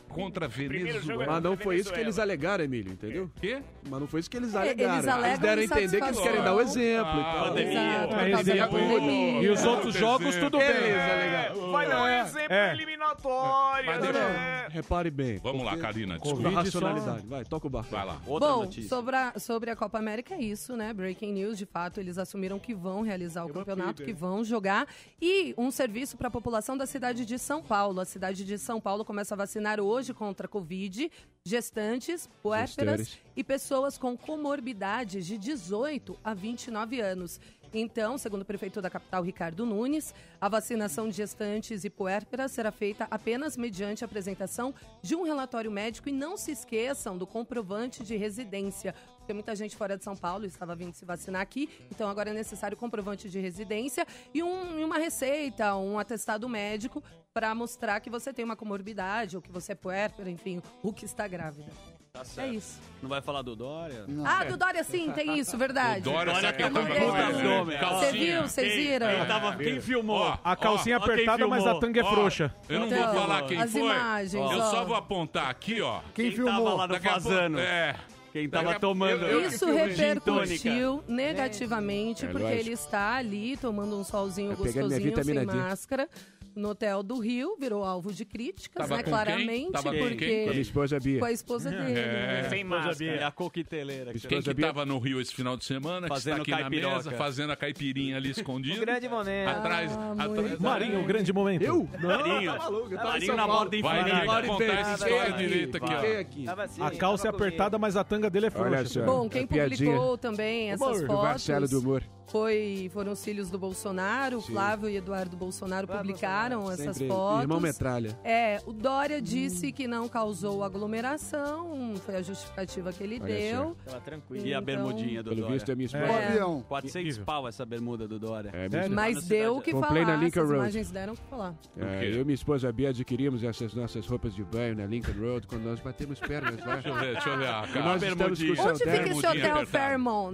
Speaker 2: contra
Speaker 13: é
Speaker 5: é
Speaker 2: Venezuela. É,
Speaker 5: Mas não foi isso que eles alegaram, Emílio, entendeu?
Speaker 2: Quê?
Speaker 5: Mas não foi isso que eles
Speaker 10: É, eles
Speaker 5: alegaram. Eles,
Speaker 10: alegam
Speaker 5: deram a entender que eles
Speaker 10: insatisfação.
Speaker 5: querem dar o exemplo. e
Speaker 2: Ah,
Speaker 5: tal.
Speaker 2: pandemia. Exato,
Speaker 5: Aí
Speaker 2: por causa
Speaker 5: eles
Speaker 2: da
Speaker 5: depois-
Speaker 2: pandemia.
Speaker 5: E os outros
Speaker 2: Por
Speaker 5: jogos,
Speaker 2: exemplo.
Speaker 5: tudo bem.
Speaker 2: Beleza,
Speaker 5: legal.
Speaker 15: Vai dar um
Speaker 5: É,
Speaker 15: exemplo
Speaker 5: é.
Speaker 15: eliminatório.
Speaker 5: Mas deixa- Repare bem.
Speaker 2: Vamos lá, Karina,
Speaker 5: Com
Speaker 2: desculpa.
Speaker 5: racionalidade. Vai, toca o barco. Vai
Speaker 2: lá.
Speaker 10: Bom, sobre a, sobre a Copa América é isso, né? Breaking news, de fato, eles assumiram que vão realizar o campeonato, que vão jogar. E um serviço para a população da cidade de São Paulo. A cidade de São Paulo começa a vacinar hoje contra a Covid gestantes, puérperas
Speaker 16: Gesteiras.
Speaker 10: e pessoas com comorbidades de 18 a 29 anos. Então, segundo o prefeito da capital, Ricardo Nunes, a vacinação de gestantes e puérperas será feita apenas mediante a apresentação de um relatório médico e não se esqueçam do comprovante de residência. Tem muita gente fora de São Paulo estava vindo se vacinar aqui, então agora é necessário comprovante de residência e um- e uma receita, um atestado médico para mostrar que você tem uma comorbidade ou que você é puérpera, enfim, o que está grávida.
Speaker 9: Tá certo.
Speaker 10: É isso.
Speaker 9: Não vai falar do Dória?
Speaker 10: Ah, do Dória sim, tem isso, verdade.
Speaker 9: é. O Dória, sabe quem
Speaker 10: Eu mandei
Speaker 9: tava com
Speaker 10: pra
Speaker 9: ele,
Speaker 10: você.
Speaker 9: né?
Speaker 10: Você
Speaker 9: Calcinha.
Speaker 10: viu? Vocês
Speaker 9: Quem-
Speaker 10: viram?
Speaker 9: quem tava- quem filmou?
Speaker 6: A calcinha apertada, mas a tanga é frouxa.
Speaker 2: Eu não
Speaker 10: Então,
Speaker 2: vou falar quem
Speaker 10: as
Speaker 2: foi.
Speaker 10: imagens,
Speaker 2: eu
Speaker 10: ó.
Speaker 2: só vou apontar aqui, ó.
Speaker 9: Quem Quem tava filmou? lá no
Speaker 2: Daqui a pouco-
Speaker 9: Fazano.
Speaker 2: É.
Speaker 9: Quem
Speaker 2: Daqui
Speaker 9: tava
Speaker 2: a-
Speaker 9: tomando-
Speaker 2: eu- eu-
Speaker 10: Isso
Speaker 2: eu-
Speaker 10: repercutiu né, negativamente,
Speaker 2: É
Speaker 10: porque
Speaker 2: lógico.
Speaker 10: ele está ali tomando um solzinho
Speaker 5: Vai pegar minha
Speaker 10: gostosinho, sem
Speaker 5: vitamina D.
Speaker 10: máscara, no hotel do Rio, virou alvo de críticas, né?
Speaker 5: Tava com quem?
Speaker 10: Claramente,
Speaker 5: Tava com
Speaker 10: porque.
Speaker 5: quem? Ah, Com a minha esposa, Bia.
Speaker 10: Com a esposa dele.
Speaker 2: É.
Speaker 10: né?
Speaker 2: Sem máscara.
Speaker 9: É a coqueteleira. que
Speaker 2: Quem
Speaker 9: você-
Speaker 2: que tava no Rio esse final de semana,
Speaker 9: Fazendo
Speaker 2: que está aqui
Speaker 9: caipiroca.
Speaker 2: na mesa, fazendo a caipirinha ali escondida.
Speaker 6: *laughs*
Speaker 9: Um grande momento.
Speaker 2: Atrás,
Speaker 9: Ah,
Speaker 2: atrás.
Speaker 14: um
Speaker 6: Marinho, o grande momento. Eu?
Speaker 9: Marinho.
Speaker 6: tá
Speaker 9: Marinho na borda
Speaker 2: Vai,
Speaker 9: infinita.
Speaker 2: Marinho, conta essa história direita aqui, ó.
Speaker 6: Vai. A calça é apertada, mas a tanga dele é
Speaker 5: Olha só.
Speaker 6: frouxa.
Speaker 10: Bom, quem publicou também essas
Speaker 5: O
Speaker 10: fotos.
Speaker 5: Marcelo do Humor.
Speaker 10: Foi, foram os filhos do Bolsonaro,
Speaker 15: Sim.
Speaker 10: Flávio e Eduardo Bolsonaro publicaram essas
Speaker 15: Sempre
Speaker 10: fotos.
Speaker 15: Irmão metralha.
Speaker 10: É, o Dória disse que não causou aglomeração, foi a justificativa que ele
Speaker 15: Olha
Speaker 10: deu.
Speaker 15: só.
Speaker 7: Tava tranquilo.
Speaker 9: E a
Speaker 10: Então-
Speaker 9: bermudinha do
Speaker 15: Pelo
Speaker 9: Dória.
Speaker 15: visto, é minha esposa. É,
Speaker 10: É.
Speaker 9: É.
Speaker 10: Avião.
Speaker 9: 400 pau essa bermuda do Dória. É,
Speaker 15: mesmo?
Speaker 10: Mas deu o que
Speaker 15: Comprei
Speaker 10: falar,
Speaker 15: na Lincoln
Speaker 10: essas
Speaker 15: Road.
Speaker 10: imagens deram o que falar.
Speaker 15: É, eu e minha esposa Bia adquirimos essas nossas roupas de banho na Lincoln Road quando nós batemos pernas lá.
Speaker 2: Deixa eu ver, deixa eu ver a
Speaker 15: E
Speaker 2: cara.
Speaker 15: Nós estamos
Speaker 2: Bermudinha.
Speaker 15: com
Speaker 10: Onde
Speaker 15: saudade.
Speaker 10: fica esse hotel Fairmont?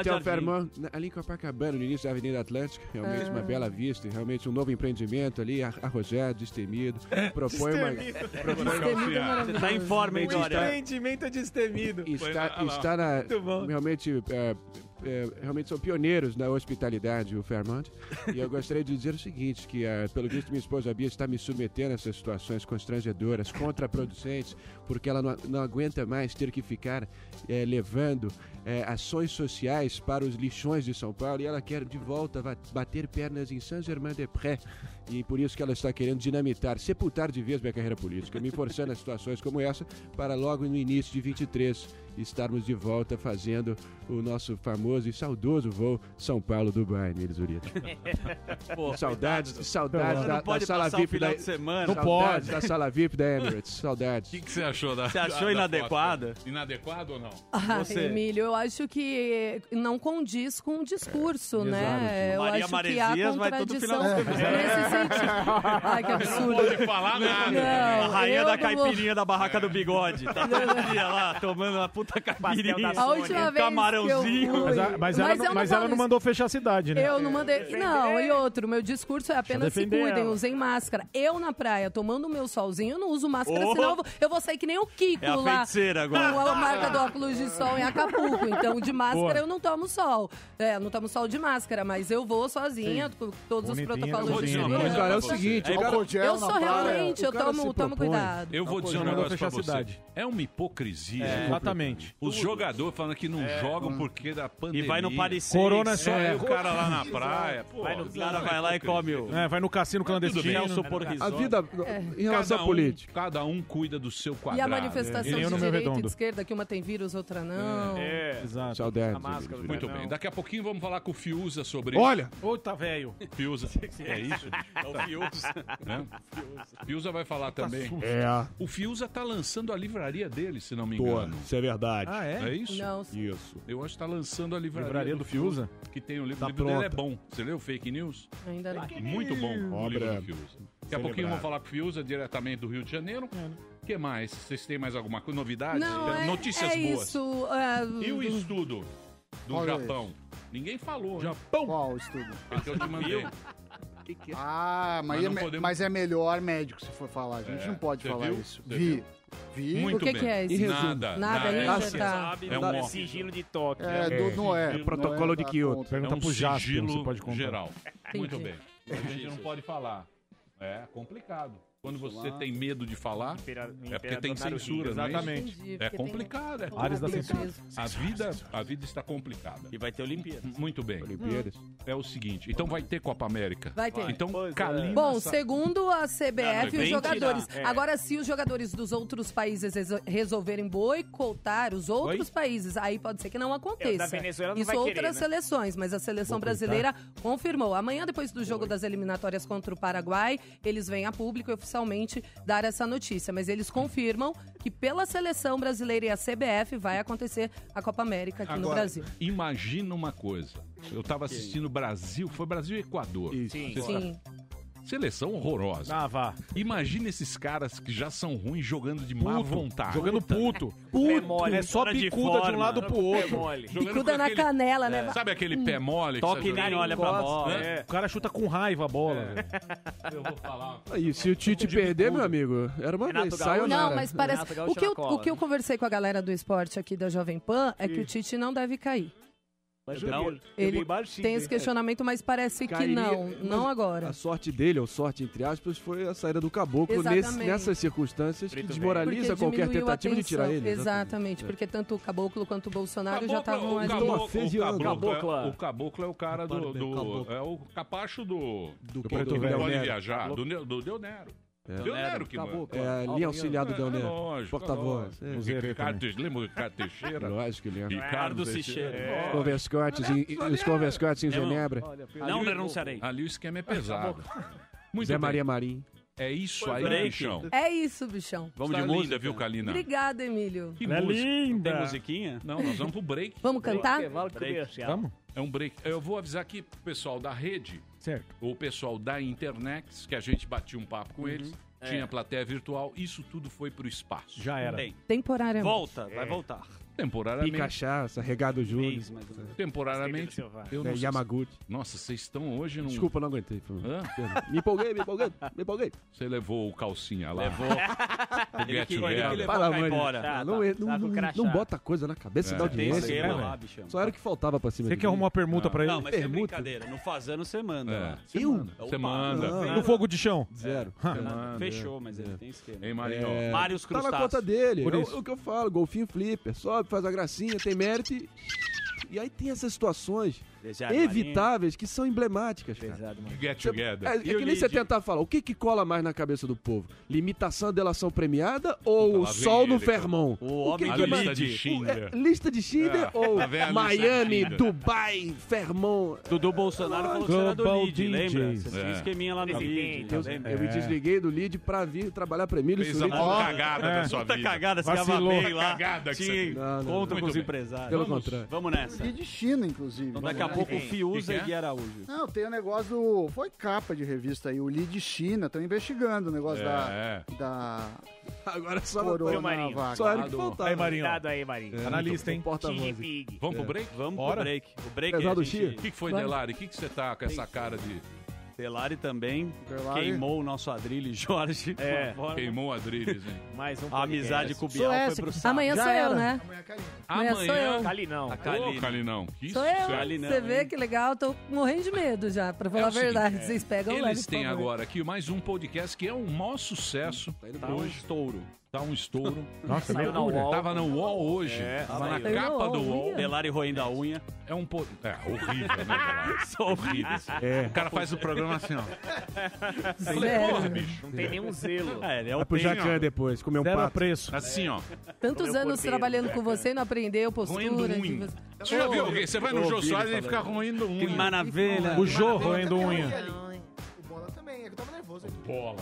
Speaker 15: Hotel Fairmont, na- ali em Copacabana, no início da Avenida Atlântica. Realmente
Speaker 10: Ah.
Speaker 15: uma bela vista, e realmente um novo empreendimento ali, ar- arrojado, destemido.
Speaker 10: É,
Speaker 15: Propõe uma.
Speaker 17: Destemido.
Speaker 15: propõe-
Speaker 17: Destemido é maravilhoso. Você tá em forma, hein,
Speaker 15: Está-
Speaker 17: Dória? Empreendimento destemido.
Speaker 15: Está, está na, realmente, é, é, realmente são pioneiros na hospitalidade, o Fairmont. E eu gostaria de dizer o seguinte, que é, pelo visto minha esposa Bia está me submetendo a essas situações constrangedoras, contraproducentes, porque ela não, não aguenta mais ter que ficar é, levando é, ações sociais para os lixões de São Paulo e ela quer de volta va- bater pernas em Saint-Germain-des-Prés. E por isso que ela está querendo dinamitar, sepultar de vez minha carreira política, me forçando a situações como essa para logo no início de 23 estarmos de volta fazendo o nosso famoso e saudoso voo São Paulo Dubai, Nils Zurita.
Speaker 9: Pô,
Speaker 15: saudades, saudades
Speaker 9: Não
Speaker 15: da,
Speaker 9: pode
Speaker 15: da sala
Speaker 9: passar o
Speaker 15: VIP
Speaker 9: final
Speaker 15: da
Speaker 9: de semana.
Speaker 15: Não
Speaker 9: Não
Speaker 15: saudades
Speaker 9: pode.
Speaker 15: da sala VIP da Emirates, saudades.
Speaker 2: O que, que você achou da.
Speaker 9: Você achou
Speaker 2: da
Speaker 9: inadequada?
Speaker 2: foto? Inadequado ou não?
Speaker 10: Ah,
Speaker 2: Você-
Speaker 10: Emílio, eu acho que não condiz com o discurso, né? Eu acho
Speaker 2: Maria
Speaker 10: que há
Speaker 2: Maresias vai todo
Speaker 10: contradição
Speaker 2: final de semana.
Speaker 10: nesse
Speaker 2: *laughs*
Speaker 10: sentido. Ai, que absurdo. Não pode
Speaker 2: falar
Speaker 9: a rainha da caipirinha
Speaker 10: da
Speaker 9: da barraca do bigode. Tá todo dia lá tomando uma puta caipirinha.
Speaker 10: da A Sônia. última
Speaker 9: um
Speaker 10: vez que eu
Speaker 9: camarãozinho.
Speaker 10: fui-
Speaker 6: Mas,
Speaker 5: ah,
Speaker 6: a- mas ela,
Speaker 10: Mas é
Speaker 6: não,
Speaker 10: eu não
Speaker 6: mas
Speaker 10: falo
Speaker 6: ela não
Speaker 10: isso.
Speaker 6: mandou fechar a cidade, né?
Speaker 10: Eu não mandei. Não, e outro, meu discurso é apenas se
Speaker 6: defender
Speaker 10: cuidem,
Speaker 6: ela.
Speaker 10: usem máscara. Eu na praia, tomando o meu solzinho, eu não uso máscara,
Speaker 9: Oh.
Speaker 10: senão eu vou, eu vou sair que nem o Kiko
Speaker 9: É a
Speaker 10: lá.
Speaker 9: feiticeira agora.
Speaker 10: Com a marca do óculos de sol em Acapulco. Então, de máscara
Speaker 9: Boa.
Speaker 10: eu não tomo sol. É, eu não tomo sol de máscara, mas eu vou sozinha,
Speaker 15: Sim.
Speaker 10: com todos os
Speaker 15: Bonitinha,
Speaker 2: né?
Speaker 10: protocolos de
Speaker 15: bonitinha.
Speaker 10: segurança.
Speaker 15: Mas, cara, é o seguinte, o álcool gel
Speaker 10: Eu
Speaker 15: na
Speaker 10: sou
Speaker 15: praia,
Speaker 10: realmente,
Speaker 15: o
Speaker 10: eu
Speaker 15: cara se
Speaker 10: tomo, tomo
Speaker 15: propõe.
Speaker 10: cuidado.
Speaker 2: Eu vou dizer um
Speaker 6: Não,
Speaker 2: negócio
Speaker 6: fechar
Speaker 2: pra
Speaker 6: a
Speaker 2: você.
Speaker 6: cidade.
Speaker 2: É uma hipocrisia.
Speaker 6: É,
Speaker 2: isso.
Speaker 6: exatamente.
Speaker 2: Os jogadores falando que não jogam porque da pandemia.
Speaker 9: vai no Paris
Speaker 6: Corona é
Speaker 2: só
Speaker 6: só-
Speaker 2: é,
Speaker 6: é.
Speaker 2: o cara lá na praia. Pô,
Speaker 9: Vai no- o cara vai lá e come o-
Speaker 6: É, vai no cassino
Speaker 2: Tudo bem.
Speaker 6: clandestino.
Speaker 15: A vida
Speaker 10: É.
Speaker 15: em relação à
Speaker 2: Cada
Speaker 6: *laughs*
Speaker 2: um-
Speaker 15: política.
Speaker 2: Cada um cuida do seu quadrado. É,
Speaker 10: E a manifestação
Speaker 2: Eu
Speaker 10: de direita
Speaker 2: no meu
Speaker 10: e de
Speaker 2: redondo.
Speaker 10: esquerda, que uma tem vírus, outra não.
Speaker 2: É.
Speaker 6: Exato.
Speaker 15: Saudades.
Speaker 2: Muito bem. Daqui a pouquinho vamos falar com o Fiuza sobre
Speaker 6: Olha!
Speaker 2: isso.
Speaker 6: Puta, velho.
Speaker 2: Fiuza. É isso? É o Fiuza.
Speaker 6: Né?
Speaker 2: Fiuza vai falar
Speaker 10: Tá
Speaker 2: também.
Speaker 6: tá sujo.
Speaker 18: É.
Speaker 2: O Fiuza tá lançando a livraria dele, se não me
Speaker 18: Tô,
Speaker 2: engano.
Speaker 18: isso é verdade.
Speaker 2: Ah, é? É isso? Não.
Speaker 18: Isso.
Speaker 2: Eu acho que tá lançando a livraria,
Speaker 18: Livraria do Fiuza?
Speaker 2: Que tem o livro,
Speaker 18: Tá
Speaker 2: o livro dele é
Speaker 18: pronta.
Speaker 2: bom. Você leu Fake News?
Speaker 10: Ainda não.
Speaker 2: Muito bom o livro
Speaker 18: Obra
Speaker 2: do Fiuza. Daqui a pouquinho vamos falar com o Fiuza diretamente do Rio de Janeiro. O que mais? Vocês têm mais alguma co- novidade?
Speaker 10: É. Não, é,
Speaker 2: Notícias
Speaker 10: é
Speaker 2: boas.
Speaker 10: isso. é,
Speaker 2: E o
Speaker 10: do-
Speaker 2: estudo do
Speaker 13: Qual é
Speaker 2: Japão? Ninguém falou. Japão.
Speaker 13: Qual estudo?
Speaker 2: Eu te mandei.
Speaker 9: é?
Speaker 13: Ah, mas,
Speaker 2: Mas não
Speaker 13: é, me-
Speaker 2: podemos-
Speaker 13: mas é melhor médico se for falar. A gente
Speaker 2: É.
Speaker 13: não pode
Speaker 2: Você
Speaker 13: falar
Speaker 2: viu?
Speaker 13: isso.
Speaker 2: Você
Speaker 13: vi.
Speaker 2: viu?
Speaker 13: Vi.
Speaker 2: Muito O que bem. que é isso?
Speaker 13: Em resumo.
Speaker 2: Nada, Nada, nada.
Speaker 13: Ah,
Speaker 2: isso
Speaker 13: sim.
Speaker 2: tá- É um
Speaker 13: Nada.
Speaker 2: off.
Speaker 7: Sigilo de toque.
Speaker 16: né?
Speaker 13: É, do- não é. Não é da conta.
Speaker 2: É um sigilo geral.
Speaker 7: Entendi.
Speaker 2: Muito bem. A gente não pode falar. É complicado. Quando você tem medo de falar, é porque tem
Speaker 7: Imperador Naruto.
Speaker 2: censura, não é isso?
Speaker 7: Exatamente. Entendi,
Speaker 2: É
Speaker 7: porque tem- um
Speaker 2: complicado. É
Speaker 7: Áreas da
Speaker 2: complicado.
Speaker 7: censura.
Speaker 2: A vida, a vida está complicada. E vai ter Olimpíadas. Muito bem.
Speaker 10: Olimpíadas.
Speaker 2: É o seguinte, então vai ter Copa América.
Speaker 10: Vai ter.
Speaker 2: Então, Kalina...
Speaker 10: Bom,
Speaker 2: Sa-
Speaker 10: segundo a CBF,
Speaker 2: Não,
Speaker 10: os
Speaker 2: vem
Speaker 10: jogadores.
Speaker 2: tirar, é.
Speaker 10: Agora, se os jogadores dos outros países reso- resolverem boicotar os outros países, aí pode ser que não aconteça.
Speaker 7: É, o da Venezuela não
Speaker 10: Isso
Speaker 7: vai querer,
Speaker 10: outras
Speaker 7: né?
Speaker 10: seleções, mas a seleção brasileira confirmou. Amanhã, depois do jogo das eliminatórias contra o Paraguai, eles vêm a público e oficialmente dar essa notícia. Mas eles confirmam que pela seleção brasileira e a CBF vai acontecer a Copa América aqui no
Speaker 2: Agora,
Speaker 10: Brasil.
Speaker 2: Imagina uma coisa. Eu tava assistindo Brasil, foi Brasil e Equador.
Speaker 10: Sim.
Speaker 2: Sexta-
Speaker 10: Sim.
Speaker 2: Seleção horrorosa.
Speaker 6: Ah, vá.
Speaker 2: Imagina esses caras que já são ruins jogando de má
Speaker 6: Puto.
Speaker 2: vontade.
Speaker 6: Jogando puto.
Speaker 2: Puto.
Speaker 6: mole. É só Fora de picuda de um forma. lado pro outro.
Speaker 2: Pé mole. Jogando
Speaker 10: Picuda
Speaker 2: com
Speaker 10: na canela, né?
Speaker 2: Sabe aquele pé mole? que
Speaker 6: Toque
Speaker 2: você joga?
Speaker 6: nem olha pra
Speaker 2: Encosta,
Speaker 6: bola. é.
Speaker 2: né?
Speaker 6: O cara chuta com raiva a bola. velho.
Speaker 2: Eu vou falar.
Speaker 15: Aí, se o Tite perder, meu amigo, era uma
Speaker 6: Renato
Speaker 15: vez,
Speaker 6: Gaúcho.
Speaker 15: saiu
Speaker 10: Não, mas
Speaker 15: Ah,
Speaker 10: parece.
Speaker 6: Renato Gaúcho
Speaker 10: O que, eu,
Speaker 6: na cola,
Speaker 10: o que eu
Speaker 6: né?
Speaker 10: conversei com a galera do esporte aqui da Jovem Pan é que o Tite não deve cair.
Speaker 15: Mas
Speaker 16: Então,
Speaker 10: Não,
Speaker 13: é.
Speaker 10: Ele tem esse questionamento, mas parece que não. Não agora.
Speaker 15: A sorte dele, ou sorte entre aspas, foi a saída do caboclo nesse,
Speaker 10: Exatamente.
Speaker 15: nessas circunstâncias que
Speaker 10: Porque
Speaker 15: desmoraliza qualquer
Speaker 10: diminuiu a
Speaker 15: tentativa de tirar
Speaker 10: tensão.
Speaker 15: ele. É.
Speaker 10: Exatamente, porque tanto o Caboclo quanto o Bolsonaro já estavam
Speaker 2: o
Speaker 10: ali.
Speaker 2: caboclo, o
Speaker 15: Afegiando.
Speaker 2: caboclo, é,
Speaker 15: Cabocla.
Speaker 2: o caboclo é o cara do, do- é o capacho do do,
Speaker 15: Preto
Speaker 2: do
Speaker 15: Velho.
Speaker 2: pode
Speaker 15: Nero.
Speaker 2: viajar do, Ne- do Leonero. Deonero que manda.
Speaker 5: Acabou, É, linha auxiliar do Deonero.
Speaker 2: É, lógico,
Speaker 5: Porta-voz.
Speaker 2: lógico. Ricardo Teixeira, Lembra o Ricardo Teixeira?
Speaker 5: Lógico que lembro.
Speaker 2: Ricardo Teixeira. É.
Speaker 5: Converscotes em, os converscotes em Genebra.
Speaker 2: Ali o- Ali o esquema é pesado. Muito
Speaker 5: Zé
Speaker 2: bem.
Speaker 5: Maria Marim.
Speaker 2: É isso aí,
Speaker 5: Break.
Speaker 2: bichão.
Speaker 10: É isso, bichão.
Speaker 2: Vamos
Speaker 15: Tá
Speaker 2: de música, viu, Kalina?
Speaker 10: Obrigada, Emílio.
Speaker 2: Que música. Tem musiquinha? Não, nós vamos pro break.
Speaker 10: Vamos cantar?
Speaker 2: Vamos? É um break. Eu vou avisar aqui pro pessoal da rede.
Speaker 6: Certo.
Speaker 2: O pessoal da internet, que a gente batia um papo com
Speaker 9: Uhum.
Speaker 2: eles.
Speaker 9: É.
Speaker 2: Tinha plateia virtual. Isso tudo foi pro espaço.
Speaker 6: Já
Speaker 9: era. Bem.
Speaker 10: Temporariamente.
Speaker 9: Volta, vai voltar.
Speaker 2: é Temporariamente.
Speaker 5: Picachaça, regado Júlio.
Speaker 2: Temporariamente. Eu não
Speaker 5: É,
Speaker 2: sei-
Speaker 5: Yamaguchi.
Speaker 2: Nossa, vocês estão hoje num...
Speaker 5: Desculpa, não aguentei. por favor.
Speaker 2: Hã?
Speaker 5: Me empolguei, me empolguei, me empolguei.
Speaker 2: Você levou o calcinha lá. *laughs*
Speaker 5: Levou.
Speaker 2: Ele que- ele que levou
Speaker 5: Pelo
Speaker 2: a
Speaker 5: amor de Deus.
Speaker 2: caipora.
Speaker 5: Ah,
Speaker 2: Tá,
Speaker 5: não,
Speaker 2: tá,
Speaker 5: não-
Speaker 2: tá com
Speaker 5: não-
Speaker 2: crachá.
Speaker 5: não bota coisa na cabeça
Speaker 2: É.
Speaker 5: da
Speaker 2: Tem
Speaker 5: audiência.
Speaker 9: esquema
Speaker 5: né,
Speaker 9: lá,
Speaker 5: velho?
Speaker 9: bichão.
Speaker 5: Só era o que faltava pra cima. de mim.
Speaker 9: Não, mas é
Speaker 5: Permuta?
Speaker 9: brincadeira. No Fazano você manda.
Speaker 5: É.
Speaker 9: lá.
Speaker 5: Eu?
Speaker 9: Opa.
Speaker 5: Você manda.
Speaker 9: Não,
Speaker 5: No
Speaker 9: não.
Speaker 5: fogo de chão? Zero.
Speaker 9: É.
Speaker 5: Você manda.
Speaker 9: Fechou, mas ele
Speaker 5: É.
Speaker 9: tem esquema.
Speaker 2: Hein,
Speaker 5: É,
Speaker 9: Marius
Speaker 5: Tá na
Speaker 9: Crustáceos.
Speaker 5: conta dele.
Speaker 9: Por
Speaker 5: É o-
Speaker 9: isso.
Speaker 5: o que eu falo, golfinho flipper. Sobe, faz a gracinha, tem mérito. e- E aí tem essas situações
Speaker 9: Deseado,
Speaker 5: evitáveis que são emblemáticas, cara.
Speaker 2: Get together.
Speaker 5: É, é que nem você tentar falar, o que que cola mais na cabeça do povo? Limitação à delação premiada ou o
Speaker 2: lá vem
Speaker 5: sol no
Speaker 2: ele,
Speaker 5: Fermão?
Speaker 2: cara. O
Speaker 5: que
Speaker 2: homem
Speaker 5: que
Speaker 2: do
Speaker 5: mais-
Speaker 2: lead.
Speaker 5: o- é,
Speaker 2: Schindler.
Speaker 5: lista de Schindler
Speaker 2: É,
Speaker 5: ou
Speaker 2: lá vem a lista de
Speaker 5: Miami,
Speaker 2: Schindler.
Speaker 5: Dubai, Fermão?
Speaker 9: Dudu Bolsonaro falou que você era do lead, lembra? Você
Speaker 2: É.
Speaker 9: tinha um esqueminha lá no tá lead.
Speaker 5: Eu, eu me desliguei do lead pra vir trabalhar pra Emílio
Speaker 2: Fez a
Speaker 5: Surita.
Speaker 2: maior cagada
Speaker 6: é.
Speaker 2: da sua
Speaker 9: Puta
Speaker 2: vida.
Speaker 9: cagada, você
Speaker 5: Vacilou.
Speaker 9: tava bem lá.
Speaker 2: Cagada que você
Speaker 9: Tinha
Speaker 2: fez. Não, não,
Speaker 9: encontro
Speaker 2: não.
Speaker 9: com os
Speaker 2: Muito bem.
Speaker 9: empresários.
Speaker 5: Pelo
Speaker 9: vamos,
Speaker 5: contrário.
Speaker 9: Vamos nessa.
Speaker 13: E de China, inclusive.
Speaker 9: Então daqui a pouco o Fiuza
Speaker 2: é?
Speaker 9: e Araújo.
Speaker 13: Não, tem o negócio do. Foi capa de revista aí, o Lead China. Estão investigando o negócio
Speaker 2: É.
Speaker 13: da. da.
Speaker 5: Agora
Speaker 13: só Corona,
Speaker 16: Viu, Marinho?
Speaker 13: vaca.
Speaker 16: Só era o
Speaker 13: Ah,
Speaker 16: que
Speaker 13: do-
Speaker 16: faltava. Aí, Marinho. Cuidado aí, Marinho. É,
Speaker 2: Analista,
Speaker 13: um
Speaker 2: hein?
Speaker 16: Porta-voz. Guinea pig.
Speaker 2: Vamos pro
Speaker 16: É.
Speaker 2: break?
Speaker 9: Vamos
Speaker 2: Bora.
Speaker 9: pro break. O break
Speaker 2: Apesar
Speaker 9: é,
Speaker 2: do
Speaker 9: gente-
Speaker 2: Chia. O que que foi,
Speaker 9: Vamos.
Speaker 2: Delari? O que que você tá com essa cara de...
Speaker 9: Delari também
Speaker 2: Delari.
Speaker 9: queimou o nosso Adrilho Jorge.
Speaker 2: É.
Speaker 9: Bora.
Speaker 2: Queimou a Adriles, hein?
Speaker 16: Mais um
Speaker 9: A amizade
Speaker 16: podcast.
Speaker 9: com o Bial foi pro saco.
Speaker 10: Amanhã sou eu, né?
Speaker 2: Amanhã...
Speaker 10: sou eu.
Speaker 16: Calinão.
Speaker 2: A
Speaker 9: Tá
Speaker 2: Kaline. Ô, Kalinão. Que
Speaker 10: Sou eu.
Speaker 2: sucesso.
Speaker 10: Você vê que legal, tô morrendo de medo já, pra falar
Speaker 2: É
Speaker 10: a
Speaker 2: o seguinte,
Speaker 10: verdade.
Speaker 2: é,
Speaker 10: Vocês pegam
Speaker 2: Eles
Speaker 10: leve, por
Speaker 2: têm
Speaker 10: favor.
Speaker 2: agora aqui mais um podcast que é um maior sucesso.
Speaker 9: Tá um estouro.
Speaker 2: Tá um estouro.
Speaker 9: Nossa, Saiu na loucura. UOL.
Speaker 2: Tava no UOL hoje.
Speaker 9: É,
Speaker 2: tava
Speaker 9: saiu.
Speaker 2: na
Speaker 9: Saiu na
Speaker 2: capa do
Speaker 9: UOL,
Speaker 2: UOL.
Speaker 9: olha. Delari roendo a unha.
Speaker 2: É um po... É, horrível, né,
Speaker 9: *laughs*
Speaker 2: Delari? horrível.
Speaker 6: É.
Speaker 2: O cara faz o programa assim, ó. Falei,
Speaker 16: Zero.
Speaker 2: porra, bicho.
Speaker 16: Não tem nenhum zelo.
Speaker 9: É, ele é
Speaker 5: Vai pro Jacan um depois, comer um
Speaker 2: Zero
Speaker 5: pato.
Speaker 2: preço. Assim, ó.
Speaker 10: Tantos
Speaker 2: Comeu
Speaker 10: anos
Speaker 2: cordeiro,
Speaker 10: trabalhando
Speaker 2: né,
Speaker 10: com você e não aprendeu postura.
Speaker 2: Roendo
Speaker 10: de
Speaker 2: unha.
Speaker 10: você.
Speaker 2: Você já viu alguém? Você vai no
Speaker 9: Eu
Speaker 2: Jô
Speaker 9: ouvi
Speaker 2: Soares e
Speaker 9: ele
Speaker 2: ele fica
Speaker 9: falando.
Speaker 2: roendo unha.
Speaker 9: Que maravilha.
Speaker 2: O
Speaker 9: Jô
Speaker 2: roendo
Speaker 7: O Bola também, é que eu tava nervoso aqui.
Speaker 2: Bola.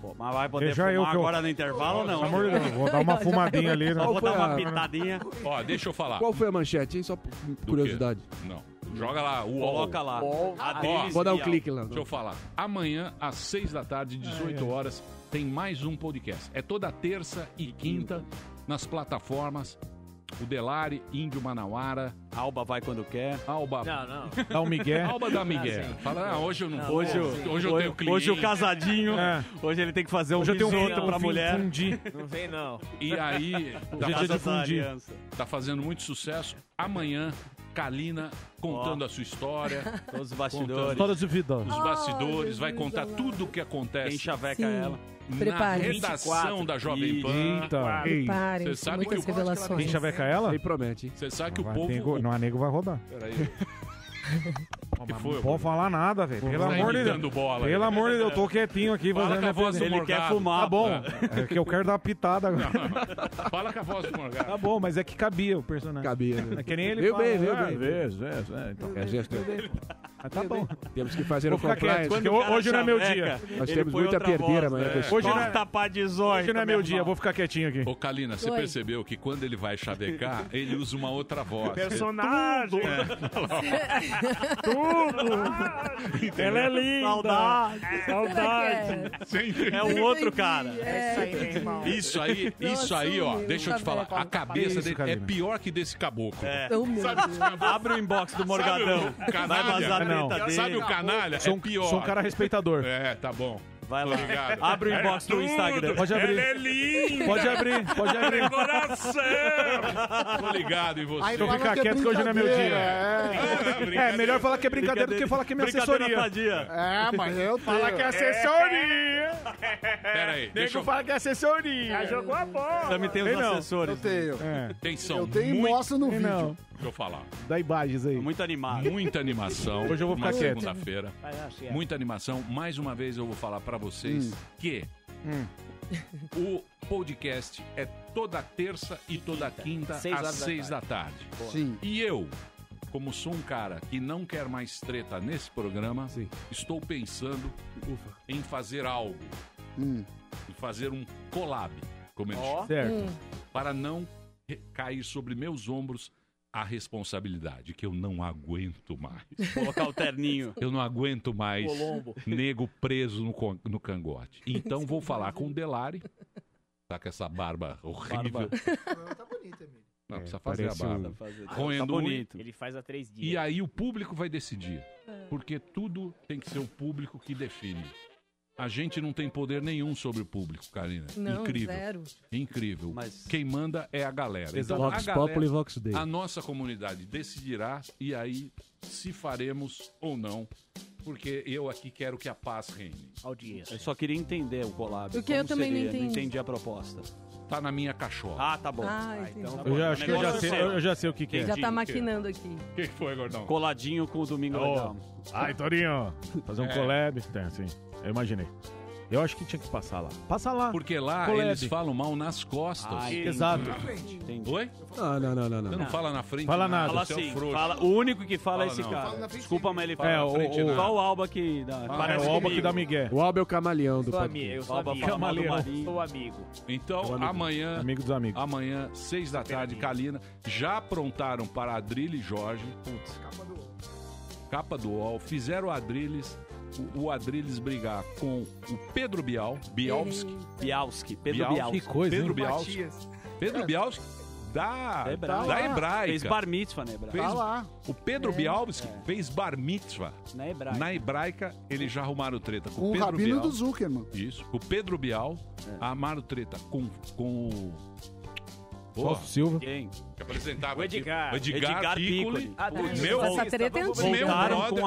Speaker 9: Pô, Mas vai poder
Speaker 6: Deixa
Speaker 9: fumar
Speaker 6: eu é que eu-
Speaker 9: agora no intervalo ou não?
Speaker 6: Pelo amor de Deus, vou dar uma fumadinha ali, né?
Speaker 9: Vou
Speaker 6: Qual
Speaker 9: dar
Speaker 6: foi
Speaker 9: uma
Speaker 6: a-
Speaker 9: pitadinha.
Speaker 2: Ó, deixa eu falar.
Speaker 5: Qual foi a manchete, hein? Só por curiosidade.
Speaker 2: Não. Joga lá, o
Speaker 9: Coloca lá.
Speaker 2: Ó,
Speaker 9: Adriles
Speaker 5: Vou dar um
Speaker 9: Bial.
Speaker 5: clique lá.
Speaker 2: Deixa eu falar. Amanhã, às seis da tarde, 18 horas, tem mais um podcast. É toda terça e quinta nas plataformas. O Delari, Índio Manauara.
Speaker 9: Alba vai quando quer.
Speaker 2: Alba.
Speaker 16: Não, não.
Speaker 2: Dá
Speaker 9: um migué.
Speaker 2: Alba dá migué.
Speaker 9: *laughs* Ah, sim.
Speaker 2: Fala, ah, hoje eu não, vou.
Speaker 9: Hoje,
Speaker 2: hoje,
Speaker 9: o-
Speaker 2: eu tenho cliente.
Speaker 9: Hoje o casadinho,
Speaker 2: É.
Speaker 9: hoje ele tem que fazer um
Speaker 2: Hoje eu tenho um
Speaker 9: risoto
Speaker 2: fim-
Speaker 9: pra
Speaker 2: um
Speaker 9: mulher.
Speaker 2: fundi.
Speaker 16: Não tem, não.
Speaker 2: E *laughs* aí,
Speaker 9: Hoje é dia de
Speaker 2: fazendo-
Speaker 9: fundir.
Speaker 2: tá fazendo muito sucesso. Amanhã, Kalina contando a
Speaker 1: *laughs*
Speaker 2: sua história.
Speaker 9: Todos
Speaker 2: Contando
Speaker 9: os bastidores.
Speaker 6: Todas as vidas.
Speaker 2: Os bastidores, vai
Speaker 9: Ai, Jesus
Speaker 2: contar
Speaker 9: amado.
Speaker 2: tudo o que acontece.
Speaker 9: Quem chaveca Sim. ela.
Speaker 2: Na
Speaker 9: Prepare-se.
Speaker 2: redação da Jovem Pan.
Speaker 6: Eita.
Speaker 2: Prepare-se, Você sabe muitas que o- revelações.
Speaker 6: Quem chaveca ela?
Speaker 5: Ele promete.
Speaker 2: Você sabe que o
Speaker 6: Não,
Speaker 2: povo...
Speaker 6: vai, nego, não, a nego vai roubar. *laughs*
Speaker 2: Peraí.
Speaker 6: Não,
Speaker 2: que
Speaker 6: mas
Speaker 2: foi,
Speaker 6: não pode falar nada, velho. Pelo
Speaker 2: Tá
Speaker 6: amor de
Speaker 2: imitando
Speaker 6: Deus.
Speaker 2: bola aí.
Speaker 6: Pelo amor de Deus, eu tô quietinho aqui.
Speaker 2: Fala
Speaker 6: fazendo
Speaker 2: com a
Speaker 6: minha
Speaker 2: voz do
Speaker 6: presença.
Speaker 2: Ele quer Morgado. fumar.
Speaker 6: Tá bom. É que eu quero dar uma pitada agora.
Speaker 2: Fala com a voz do Morgado.
Speaker 6: Tá bom, mas é que cabia o personagem.
Speaker 5: Cabia, né?
Speaker 6: É que nem ele
Speaker 5: Viu
Speaker 6: fala,
Speaker 5: bem, viu
Speaker 6: ah,
Speaker 5: bem.
Speaker 6: vez, vez, é, então.
Speaker 5: É gesto.
Speaker 6: Mas tá bom.
Speaker 5: Temos que fazer
Speaker 6: Vou
Speaker 5: um
Speaker 6: ficar
Speaker 5: compliance.
Speaker 6: quieto, porque ho- hoje não é meu dia.
Speaker 5: Nós temos muito a perder
Speaker 2: né?
Speaker 5: amanhã. com esse
Speaker 6: Hoje não
Speaker 5: time.
Speaker 6: é, hoje não é meu dia, eu vou ficar quietinho aqui.
Speaker 2: Ô, Kalina, você
Speaker 6: Oi.
Speaker 2: percebeu que quando ele vai chavecar, ele usa uma outra voz. *laughs*
Speaker 16: Personagem.
Speaker 2: Tudo.
Speaker 16: Ela é linda. Saudade.
Speaker 2: Saudade.
Speaker 9: É o outro cara.
Speaker 16: É isso aí, meu irmão.
Speaker 2: Isso aí,
Speaker 16: Não
Speaker 2: isso aí, ó.
Speaker 16: assumiu,
Speaker 2: Deixa eu te
Speaker 16: tá
Speaker 2: falar.
Speaker 16: vendo?
Speaker 2: A cabeça
Speaker 9: Isso,
Speaker 2: dele é
Speaker 9: Kalina.
Speaker 2: pior que desse caboclo.
Speaker 9: É.
Speaker 2: Sabe esse caboclo?
Speaker 9: Abre o inbox do Morgadão.
Speaker 2: Sabe o
Speaker 9: Vai
Speaker 2: canalha?
Speaker 9: vazar a
Speaker 2: Não.
Speaker 9: treta dele.
Speaker 2: Sabe o canalha?
Speaker 6: Sou
Speaker 2: é
Speaker 6: um-
Speaker 2: pior.
Speaker 6: sou um cara respeitador.
Speaker 2: É, tá bom.
Speaker 9: Vai
Speaker 2: lá. Obrigado.
Speaker 9: Abre o inbox
Speaker 2: Ela é
Speaker 9: do Instagram.
Speaker 2: tudo.
Speaker 9: Pode abrir.
Speaker 2: Ela é linda.
Speaker 6: Pode abrir, pode abrir.
Speaker 2: Ela é coração. Tô ligado em você.
Speaker 6: Se eu ficar quieto, que hoje não é meu dia.
Speaker 2: Tá
Speaker 6: É, melhor falar que é brincadeira do que falar que é minha assessoria.
Speaker 13: É, mas eu tenho.
Speaker 6: *laughs* Fala que é assessoria.
Speaker 2: Pera aí. Deixa eu...
Speaker 6: que é assessoria.
Speaker 16: Já jogou a bola.
Speaker 9: Também tem os
Speaker 6: Tem não.
Speaker 9: assessores.
Speaker 13: Eu tenho.
Speaker 2: Atenção.
Speaker 13: Eu tenho e
Speaker 2: muito-
Speaker 13: mostro no
Speaker 6: Tem
Speaker 13: vídeo.
Speaker 6: não.
Speaker 2: Deixa eu falar.
Speaker 6: Dá imagens aí.
Speaker 9: Muito animado.
Speaker 2: Muita animação.
Speaker 6: Hoje eu vou
Speaker 2: uma
Speaker 6: ficar quieto.
Speaker 2: segunda-feira.
Speaker 16: Vai lá, chefe.
Speaker 13: Hum.
Speaker 2: Muita animação. Mais uma vez eu vou falar pra vocês que O podcast é toda terça e toda quinta,
Speaker 8: Seis
Speaker 2: às
Speaker 8: horas da
Speaker 2: seis da
Speaker 8: tarde.
Speaker 2: tarde.
Speaker 8: Boa. Sim.
Speaker 2: E eu, como sou um cara que não quer mais treta nesse programa, estou pensando em fazer algo, em fazer um collab, como eles
Speaker 8: Ó.
Speaker 2: chamam.
Speaker 8: Hum. Certo. Hum.
Speaker 2: Para não re- cair sobre meus ombros a responsabilidade que eu não aguento mais.
Speaker 9: Colocar o terninho.
Speaker 2: Eu não aguento mais
Speaker 9: Colombo.
Speaker 2: nego preso no, con- no cangote. Então vou falar com o Delari. Tá com essa barba horrível.
Speaker 14: É,
Speaker 2: Não, precisa fazer a
Speaker 5: parece
Speaker 2: barba.
Speaker 5: um- Fazer.
Speaker 14: Tá
Speaker 2: Roendo um-
Speaker 1: Ele faz há três dias.
Speaker 2: E aí o público vai decidir. Porque tudo tem que ser o público que define. A gente não tem poder nenhum sobre o público, Karina.
Speaker 10: Não,
Speaker 2: Incrível.
Speaker 10: zero.
Speaker 2: Incrível. Quem manda é a galera.
Speaker 14: Exato.
Speaker 2: a
Speaker 14: Vox
Speaker 2: galera-
Speaker 14: Populi, Vox Dei.
Speaker 2: A nossa comunidade decidirá e aí se faremos ou não. Porque eu aqui quero que a paz reine.
Speaker 9: Eu só queria entender o collab.
Speaker 2: O que eu
Speaker 9: Como
Speaker 2: também não
Speaker 9: seria?
Speaker 2: entendi.
Speaker 9: entendi a proposta.
Speaker 2: Tá na minha cachola.
Speaker 9: Ah, tá bom.
Speaker 10: Ah, entendi.
Speaker 9: então-
Speaker 14: Eu já acho que eu já
Speaker 9: Negócio
Speaker 14: sei-
Speaker 9: seu.
Speaker 14: eu já sei o que que é.
Speaker 10: Já
Speaker 9: Entendi.
Speaker 10: tá maquinando aqui.
Speaker 2: O que foi, gordão?
Speaker 9: Coladinho com o Domingo
Speaker 14: é. Ô.
Speaker 9: Legal.
Speaker 14: Ai, Torinho. Fazer um
Speaker 9: É.
Speaker 14: collab. Tem, sim. Eu imaginei. Eu acho que tinha que passar lá. Passa lá.
Speaker 2: Porque lá
Speaker 14: Collab.
Speaker 2: eles falam mal nas costas.
Speaker 14: Ah, exato.
Speaker 2: Oi?
Speaker 5: Não, não, não, não.
Speaker 2: Você não fala na frente.
Speaker 14: Fala nada.
Speaker 9: Fala
Speaker 2: você é um
Speaker 9: assim,
Speaker 2: frouxo.
Speaker 9: fala- o único que fala,
Speaker 2: Fala
Speaker 9: é esse
Speaker 2: não. Fala
Speaker 9: cara.
Speaker 2: na
Speaker 9: Desculpa, mas ele
Speaker 2: Fala
Speaker 9: fala.
Speaker 2: na frente,
Speaker 9: o,
Speaker 2: não.
Speaker 9: o, só o Alba que dá.
Speaker 5: Ah,
Speaker 2: Fala
Speaker 9: parece
Speaker 2: na frente.
Speaker 9: comigo.
Speaker 14: migué.
Speaker 5: O Alba é o camaleão do
Speaker 1: Sou
Speaker 5: podcast.
Speaker 1: amigo, eu sou
Speaker 9: Fala pra
Speaker 1: amigo.
Speaker 9: falar mal do
Speaker 1: Marinho.
Speaker 9: Marinho.
Speaker 1: Sou amigo.
Speaker 2: Então, amanhã. Amanhã, seis da tarde, Kalina. Já aprontaram para Adrilho e Jorge. Putz. Capa do Capa do UOL. Fizeram o Adrilles. o- O Adrilles brigar com o Pedro Bial, Bialski.
Speaker 9: Bialski, Pedro Bialski.
Speaker 2: Que coisa, Pedro
Speaker 9: hein?
Speaker 2: Bialski.
Speaker 9: Matias. É.
Speaker 2: Pedro Bialski da,
Speaker 9: Da Hebraica.
Speaker 2: da Hebraica.
Speaker 9: Fez bar mitzvah na Hebraica.
Speaker 2: Fez-
Speaker 9: Tá lá.
Speaker 2: O Pedro
Speaker 9: É.
Speaker 2: Bialski fez bar mitzvah.
Speaker 9: Na Hebraica.
Speaker 2: Na Hebraica, eles já arrumaram treta com,
Speaker 13: Com
Speaker 2: o
Speaker 13: o
Speaker 2: Pedro
Speaker 13: Rabino
Speaker 2: Bial.
Speaker 13: do Zuckerman.
Speaker 2: Isso. O Pedro Bial,
Speaker 9: É.
Speaker 2: armaram treta com, com o. Porra.
Speaker 14: Fausto Silva.
Speaker 9: Quem?
Speaker 2: Que apresentava
Speaker 9: O
Speaker 2: aqui.
Speaker 9: Edgar.
Speaker 2: O Edgar,
Speaker 9: Edgar
Speaker 2: Piccoli.
Speaker 9: Piccoli. Ah, tá.
Speaker 2: O
Speaker 9: Essa treta é antiga.
Speaker 2: meu
Speaker 9: Voltaram com
Speaker 2: brother-
Speaker 9: um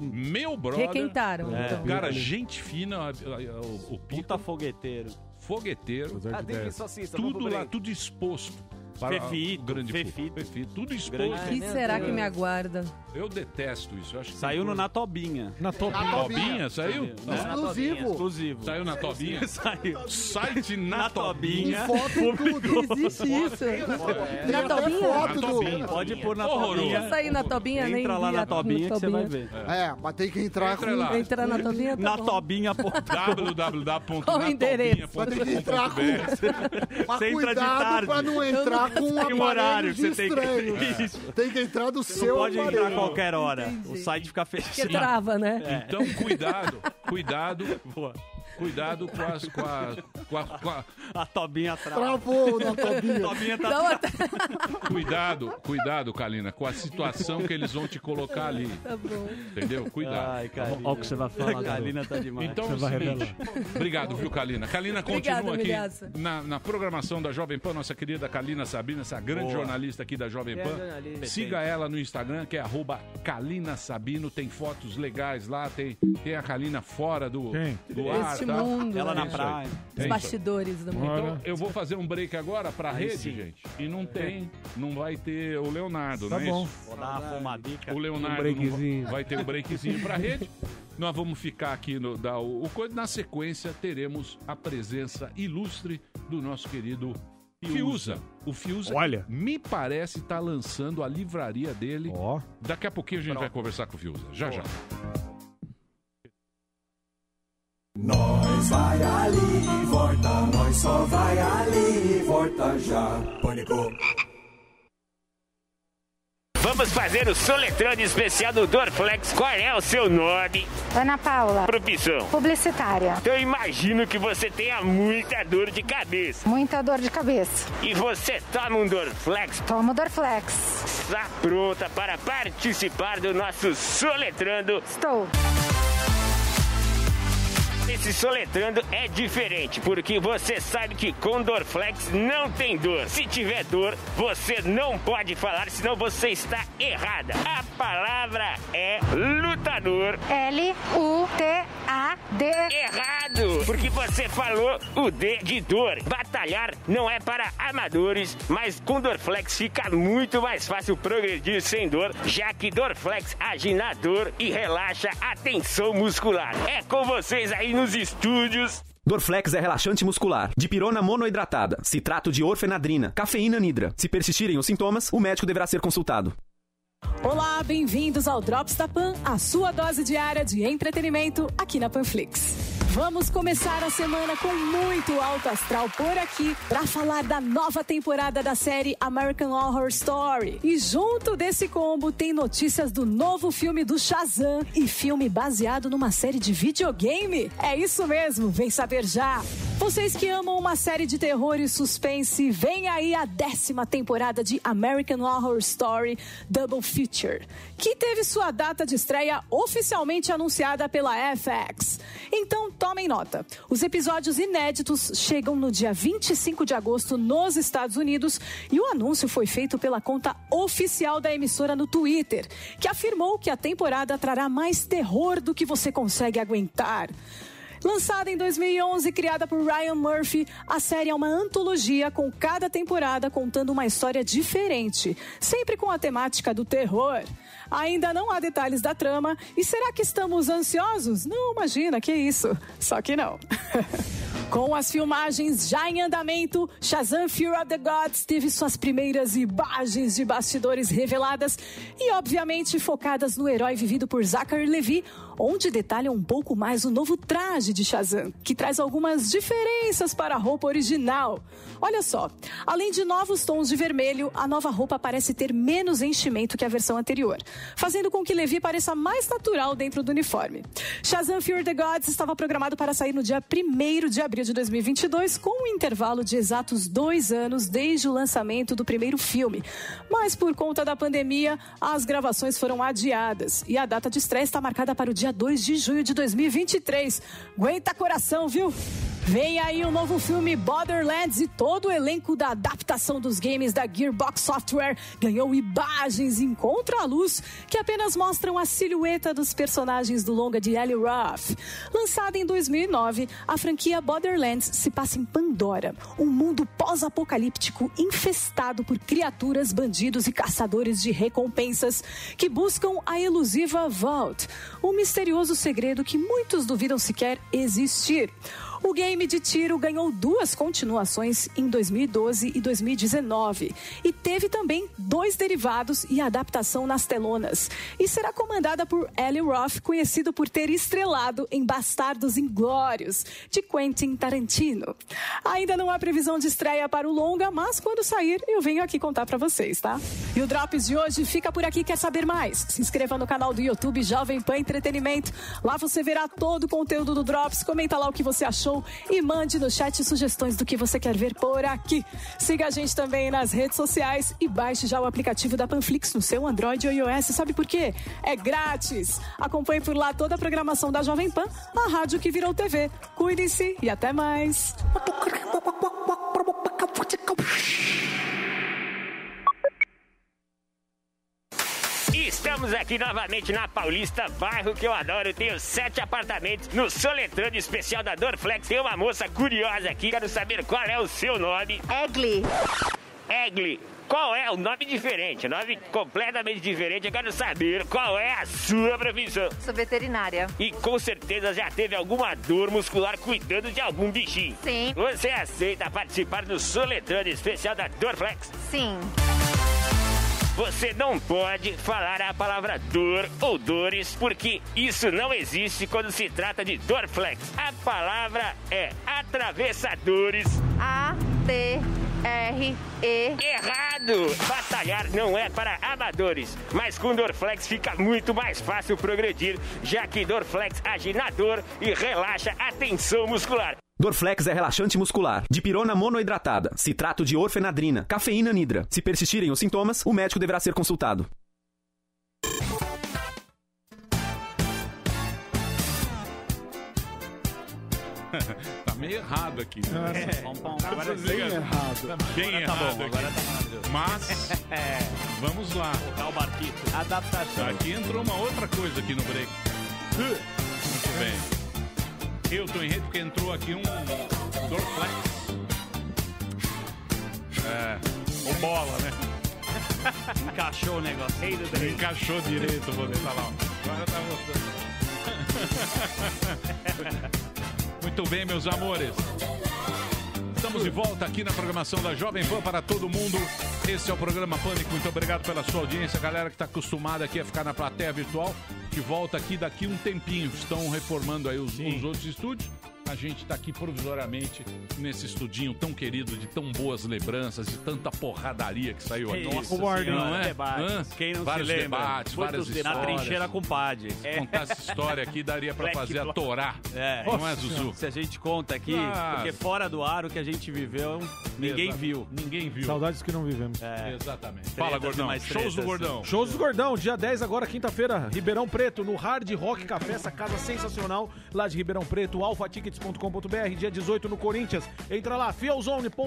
Speaker 2: Não, meu brother.
Speaker 10: Requentaram,
Speaker 2: É.
Speaker 10: então.
Speaker 2: Cara, gente fina, a- a- a- o, o Puta
Speaker 9: fogueteiro.
Speaker 2: Fogueteiro.
Speaker 9: Ah, de dessa. salsicha,
Speaker 2: tudo
Speaker 9: vamos pro
Speaker 2: lá,
Speaker 9: break.
Speaker 2: tudo exposto. Para
Speaker 9: Fefito,
Speaker 2: o grande
Speaker 9: fefito.
Speaker 2: Fefito, Tudo
Speaker 9: Grande é
Speaker 2: exposto.
Speaker 10: O que será que me aguarda?
Speaker 2: Eu detesto isso. eu acho que
Speaker 9: Saiu
Speaker 2: tem
Speaker 9: no
Speaker 2: coisa-
Speaker 9: Na Tobinha.
Speaker 14: Na
Speaker 2: Tobinha. Na Tobinha, saiu?
Speaker 9: Exclusivo. Exclusivo.
Speaker 2: Saiu na Tobinha?
Speaker 9: *laughs* Saiu.
Speaker 2: Site na,
Speaker 9: Na
Speaker 2: Tobinha.
Speaker 9: Tobinha. Com foto e tudo.
Speaker 2: Publicou.
Speaker 9: Existe isso?
Speaker 2: É.
Speaker 10: Na Tobinha?
Speaker 2: Na
Speaker 10: Foto do-
Speaker 2: Tobinha.
Speaker 9: Pode pôr na
Speaker 2: Horroroso.
Speaker 9: Tobinha.
Speaker 10: Eu saí na Tobinha, nem tá
Speaker 9: Entra lá
Speaker 10: vi
Speaker 9: na
Speaker 10: a-
Speaker 9: Tobinha que você vai ver.
Speaker 13: É, mas tem que entrar
Speaker 2: Entra
Speaker 13: com...
Speaker 2: lá.
Speaker 10: Entrar na Tobinha, tá
Speaker 9: Na
Speaker 10: bom.
Speaker 9: Tobinha.
Speaker 13: *laughs*
Speaker 10: Qual o endereço?
Speaker 13: Mas tem que entrar com... Mas
Speaker 9: Você entra de
Speaker 13: cuidado
Speaker 9: tarde.
Speaker 13: pra não
Speaker 9: Eu
Speaker 13: entrar
Speaker 9: não-
Speaker 13: com um
Speaker 9: Tem um
Speaker 13: aparelho
Speaker 9: horário que
Speaker 13: de
Speaker 9: você tem que-
Speaker 13: estranho.
Speaker 9: *laughs* Isso.
Speaker 13: Tem que entrar do
Speaker 9: Você
Speaker 13: seu
Speaker 9: não pode
Speaker 13: aparelho.
Speaker 9: entrar a qualquer hora. O site fica fechado.
Speaker 10: Porque trava,
Speaker 9: É.
Speaker 10: né?
Speaker 2: Então, cuidado, cuidado.
Speaker 9: *laughs*
Speaker 2: Cuidado com as. Com a, com a, com a-
Speaker 9: A Tobinha trava.
Speaker 13: Travou
Speaker 9: *laughs*
Speaker 13: na
Speaker 9: Tobinha. Tobinha tá
Speaker 2: Cuidado, cuidado, Kalina, com a situação que eles vão te colocar ali.
Speaker 10: Tá bom.
Speaker 2: Entendeu? Cuidado. Tá
Speaker 9: Ai, Kalina. Ó o que você vai falar, A Kalina tá demais.
Speaker 2: Então é o
Speaker 9: Você vai
Speaker 2: seguinte. Obrigado, viu, Kalina? Kalina continua
Speaker 10: Obrigada, milhaça.
Speaker 2: aqui na, na programação da Jovem Pan, nossa querida Kalina Sabina, essa grande
Speaker 8: Boa.
Speaker 2: jornalista aqui da Jovem
Speaker 8: Grande
Speaker 2: Pan.
Speaker 8: jornalista.
Speaker 2: Siga ela no Instagram, que é arroba Kalina Sabino. Tem fotos legais lá, tem, tem a Kalina fora do,
Speaker 10: Tem.
Speaker 2: do ar.
Speaker 10: Este
Speaker 2: tá?
Speaker 10: mundo, Ela né? na
Speaker 2: Isso aí.
Speaker 10: praia.
Speaker 2: É
Speaker 10: Os
Speaker 2: isso aí.
Speaker 10: bastidores do
Speaker 2: Então,
Speaker 10: mundo.
Speaker 2: eu vou fazer um break agora pra
Speaker 9: Aí
Speaker 2: rede,
Speaker 9: sim. É.
Speaker 2: gente. E não tem, não vai ter o Leonardo,
Speaker 9: Tá
Speaker 2: não é
Speaker 9: bom.
Speaker 2: isso?
Speaker 9: Vou dar uma fumadica.
Speaker 2: O Leonardo
Speaker 9: Um breakzinho.
Speaker 2: não va- vai ter um breakzinho pra rede. Nós vamos ficar aqui no da o, o coisa na sequência teremos a presença ilustre do nosso querido Fiuza. O Fiuza
Speaker 14: Olha.
Speaker 2: me parece tá lançando a livraria dele. Daqui a pouquinho a gente vai conversar com o Fiuza. Já já.
Speaker 19: Nós vai ali e volta, nós só vai ali e volta já. Pânico.
Speaker 11: Vamos fazer o soletrando especial do Dorflex. Qual é o seu nome?
Speaker 3: Ana Paula,
Speaker 11: Profissão.
Speaker 3: publicitária.
Speaker 11: Eu imagino que você tenha muita dor de cabeça.
Speaker 3: Muita dor de cabeça.
Speaker 11: E você toma um Dorflex.
Speaker 3: Tomo Dorflex.
Speaker 11: Está pronta para participar do nosso soletrando.
Speaker 3: Estou.
Speaker 11: Esse soletrando é diferente, porque você sabe que com Dorflex não tem dor. Se tiver dor, você não pode falar, senão você está errada. A palavra é lutador.
Speaker 3: L-U-T-A-D.
Speaker 11: Errado, porque você falou o D de dor. Batalhar não é para amadores, mas com Dorflex fica muito mais fácil progredir sem dor, já que Dorflex age na dor e relaxa a tensão muscular. É com vocês aí nos estúdios.
Speaker 20: Dorflex é relaxante muscular, dipirona monoidratada, citrato de orfenadrina, cafeína nidra. Se persistirem os sintomas, o médico deverá ser consultado.
Speaker 21: Olá, bem-vindos ao Drops da Pan, a sua dose diária de entretenimento aqui na Panflix. Vamos começar a semana com muito alto astral por aqui para falar da nova temporada da série American Horror Story. E junto desse combo tem notícias do novo filme do Shazam e filme baseado numa série de videogame. É isso mesmo, vem saber já. Vocês que amam uma série de terror e suspense, vem aí a décima temporada de American Horror Story Double Feature, que teve sua data de estreia oficialmente anunciada pela FX. Então tomem nota. Os episódios inéditos chegam no dia 25 de agosto nos Estados Unidos e o anúncio foi feito pela conta oficial da emissora no Twitter, que afirmou que a temporada trará mais terror do que você consegue aguentar. Lançada em 2011 e criada por Ryan Murphy, a série é uma antologia com cada temporada contando uma história diferente, sempre com a temática do terror. Ainda não há detalhes da trama e será que estamos ansiosos? Não, imagina, que isso. Só que não. *laughs* Com as filmagens já em andamento, Shazam Fury of the Gods teve suas primeiras imagens de bastidores reveladas e, obviamente, focadas no herói vivido por Zachary Levi, onde detalha um pouco mais o novo traje de Shazam, que traz algumas diferenças para a roupa original. Olha só, além de novos tons de vermelho, a nova roupa parece ter menos enchimento que a versão anterior, fazendo com que Levi pareça mais natural dentro do uniforme. Shazam Fury of the Gods estava programado para sair no dia 1 de abril de 2022, com um intervalo de exatos dois anos desde o lançamento do primeiro filme. Mas por conta da pandemia, as gravações foram adiadas e a data de estreia está marcada para o dia 2 de junho de 2023. Aguenta coração, viu? Vem aí o novo filme Borderlands e todo o elenco da adaptação dos games da Gearbox Software ganhou imagens em contra-luz que apenas mostram a silhueta dos personagens do longa de Eli Roth. Lançada em 2009, a franquia Borderlands se passa em Pandora, um mundo pós-apocalíptico infestado por criaturas, bandidos e caçadores de recompensas que buscam a elusiva Vault, um misterioso segredo que muitos duvidam sequer existir. O game de tiro ganhou duas continuações em 2012 e 2019 e teve também dois derivados e adaptação nas telonas. E será comandada por Eli Roth, conhecido por ter estrelado em Bastardos Inglórios, de Quentin Tarantino. Ainda não há previsão de estreia para o longa, mas quando sair eu venho aqui contar para vocês, tá? E o Drops de hoje fica por aqui. Quer saber mais? Se inscreva no canal do YouTube Jovem Pan Entretenimento. Lá você verá todo o conteúdo do Drops. Comenta lá o que você achou e mande no chat sugestões do que você quer ver por aqui. Siga a gente também nas redes sociais e baixe já o aplicativo da Panflix no seu Android ou iOS. Sabe por quê? É grátis. Acompanhe por lá toda a programação da Jovem Pan, a rádio que virou TV. Cuidem-se e até mais.
Speaker 11: Estamos aqui novamente na Paulista, bairro que eu adoro. Eu tenho sete apartamentos no Soletrando Especial da Dorflex. Tem uma moça curiosa aqui, quero saber qual é o seu nome.
Speaker 3: Egli.
Speaker 11: Egli, qual é o nome diferente? Nome completamente diferente. Eu quero saber qual é a sua profissão.
Speaker 3: Sou veterinária.
Speaker 11: E com certeza já teve alguma dor muscular cuidando de algum bichinho.
Speaker 3: Sim.
Speaker 11: Você aceita participar do Soletrando Especial da Dorflex?
Speaker 3: Sim.
Speaker 11: Você não pode falar a palavra dor ou dores, porque isso não existe quando se trata de Dorflex. A palavra é atravessadores.
Speaker 3: A, T, R, E.
Speaker 11: Errado! Batalhar não é para amadores, mas com Dorflex fica muito mais fácil progredir, já que Dorflex age na dor e relaxa a tensão muscular.
Speaker 20: Dorflex é relaxante muscular, dipirona monoidratada, citrato de orfenadrina, cafeína nidra. Se persistirem os sintomas, o médico deverá ser consultado.
Speaker 2: *laughs* tá meio errado aqui. Né?
Speaker 8: É.
Speaker 9: um
Speaker 2: Tá
Speaker 8: Agora
Speaker 2: bem
Speaker 8: sim.
Speaker 2: errado.
Speaker 8: Tá bem
Speaker 2: Agora tá
Speaker 8: errado
Speaker 2: bom,
Speaker 8: aqui.
Speaker 2: agora tá maravilhoso. *laughs* É. Mas, vamos lá.
Speaker 9: Tá o barquito. Adaptação.
Speaker 2: Aqui entrou uma outra coisa aqui no break. Muito bem. Eu tô em rede porque entrou aqui um Dorflex. É, ou bola, né?
Speaker 9: Encaixou o negócio.
Speaker 2: Encaixou direito, vou deixar lá. ó. Agora tá voltando. Muito *laughs* Muito bem, meus amores. Estamos de volta aqui na programação da Jovem Pan para todo mundo. Esse é o programa Pânico. Muito obrigado pela sua audiência, galera que está acostumada aqui a ficar na plateia virtual. De volta aqui daqui um tempinho. Estão reformando aí os, os outros estúdios. A gente está aqui provisoriamente nesse estudinho tão querido, de tão boas lembranças, de tanta porradaria que saiu aqui.
Speaker 8: Nossa
Speaker 2: não
Speaker 8: Senhora,
Speaker 2: é?
Speaker 8: debates.
Speaker 2: Hã?
Speaker 8: Quem não
Speaker 2: vários
Speaker 8: se lembra?
Speaker 2: debates,
Speaker 8: Muitos
Speaker 2: várias
Speaker 8: debates.
Speaker 2: histórias.
Speaker 8: Na trincheira com o padre.
Speaker 2: Se Contar essa história aqui daria para
Speaker 8: Black
Speaker 2: fazer a
Speaker 8: Bloc.
Speaker 2: Torá.
Speaker 8: É.
Speaker 2: Não é,
Speaker 8: Nossa
Speaker 2: Zuzu?
Speaker 8: Senhora. Se a gente conta aqui,
Speaker 2: Ah.
Speaker 8: porque fora do ar o que a gente viveu, ninguém
Speaker 2: Exato.
Speaker 8: viu.
Speaker 2: Ninguém viu.
Speaker 6: Saudades que não vivemos.
Speaker 8: É.
Speaker 2: Exatamente.
Speaker 8: Fala, Gordão. Shows do
Speaker 14: assim.
Speaker 8: Gordão.
Speaker 6: Shows do Gordão, dia 10 agora, quinta-feira, Ribeirão Preto, no Hard Rock Café, essa casa sensacional lá de Ribeirão Preto, alfatickets.com.br, dia 18 no Corinthians, entra lá,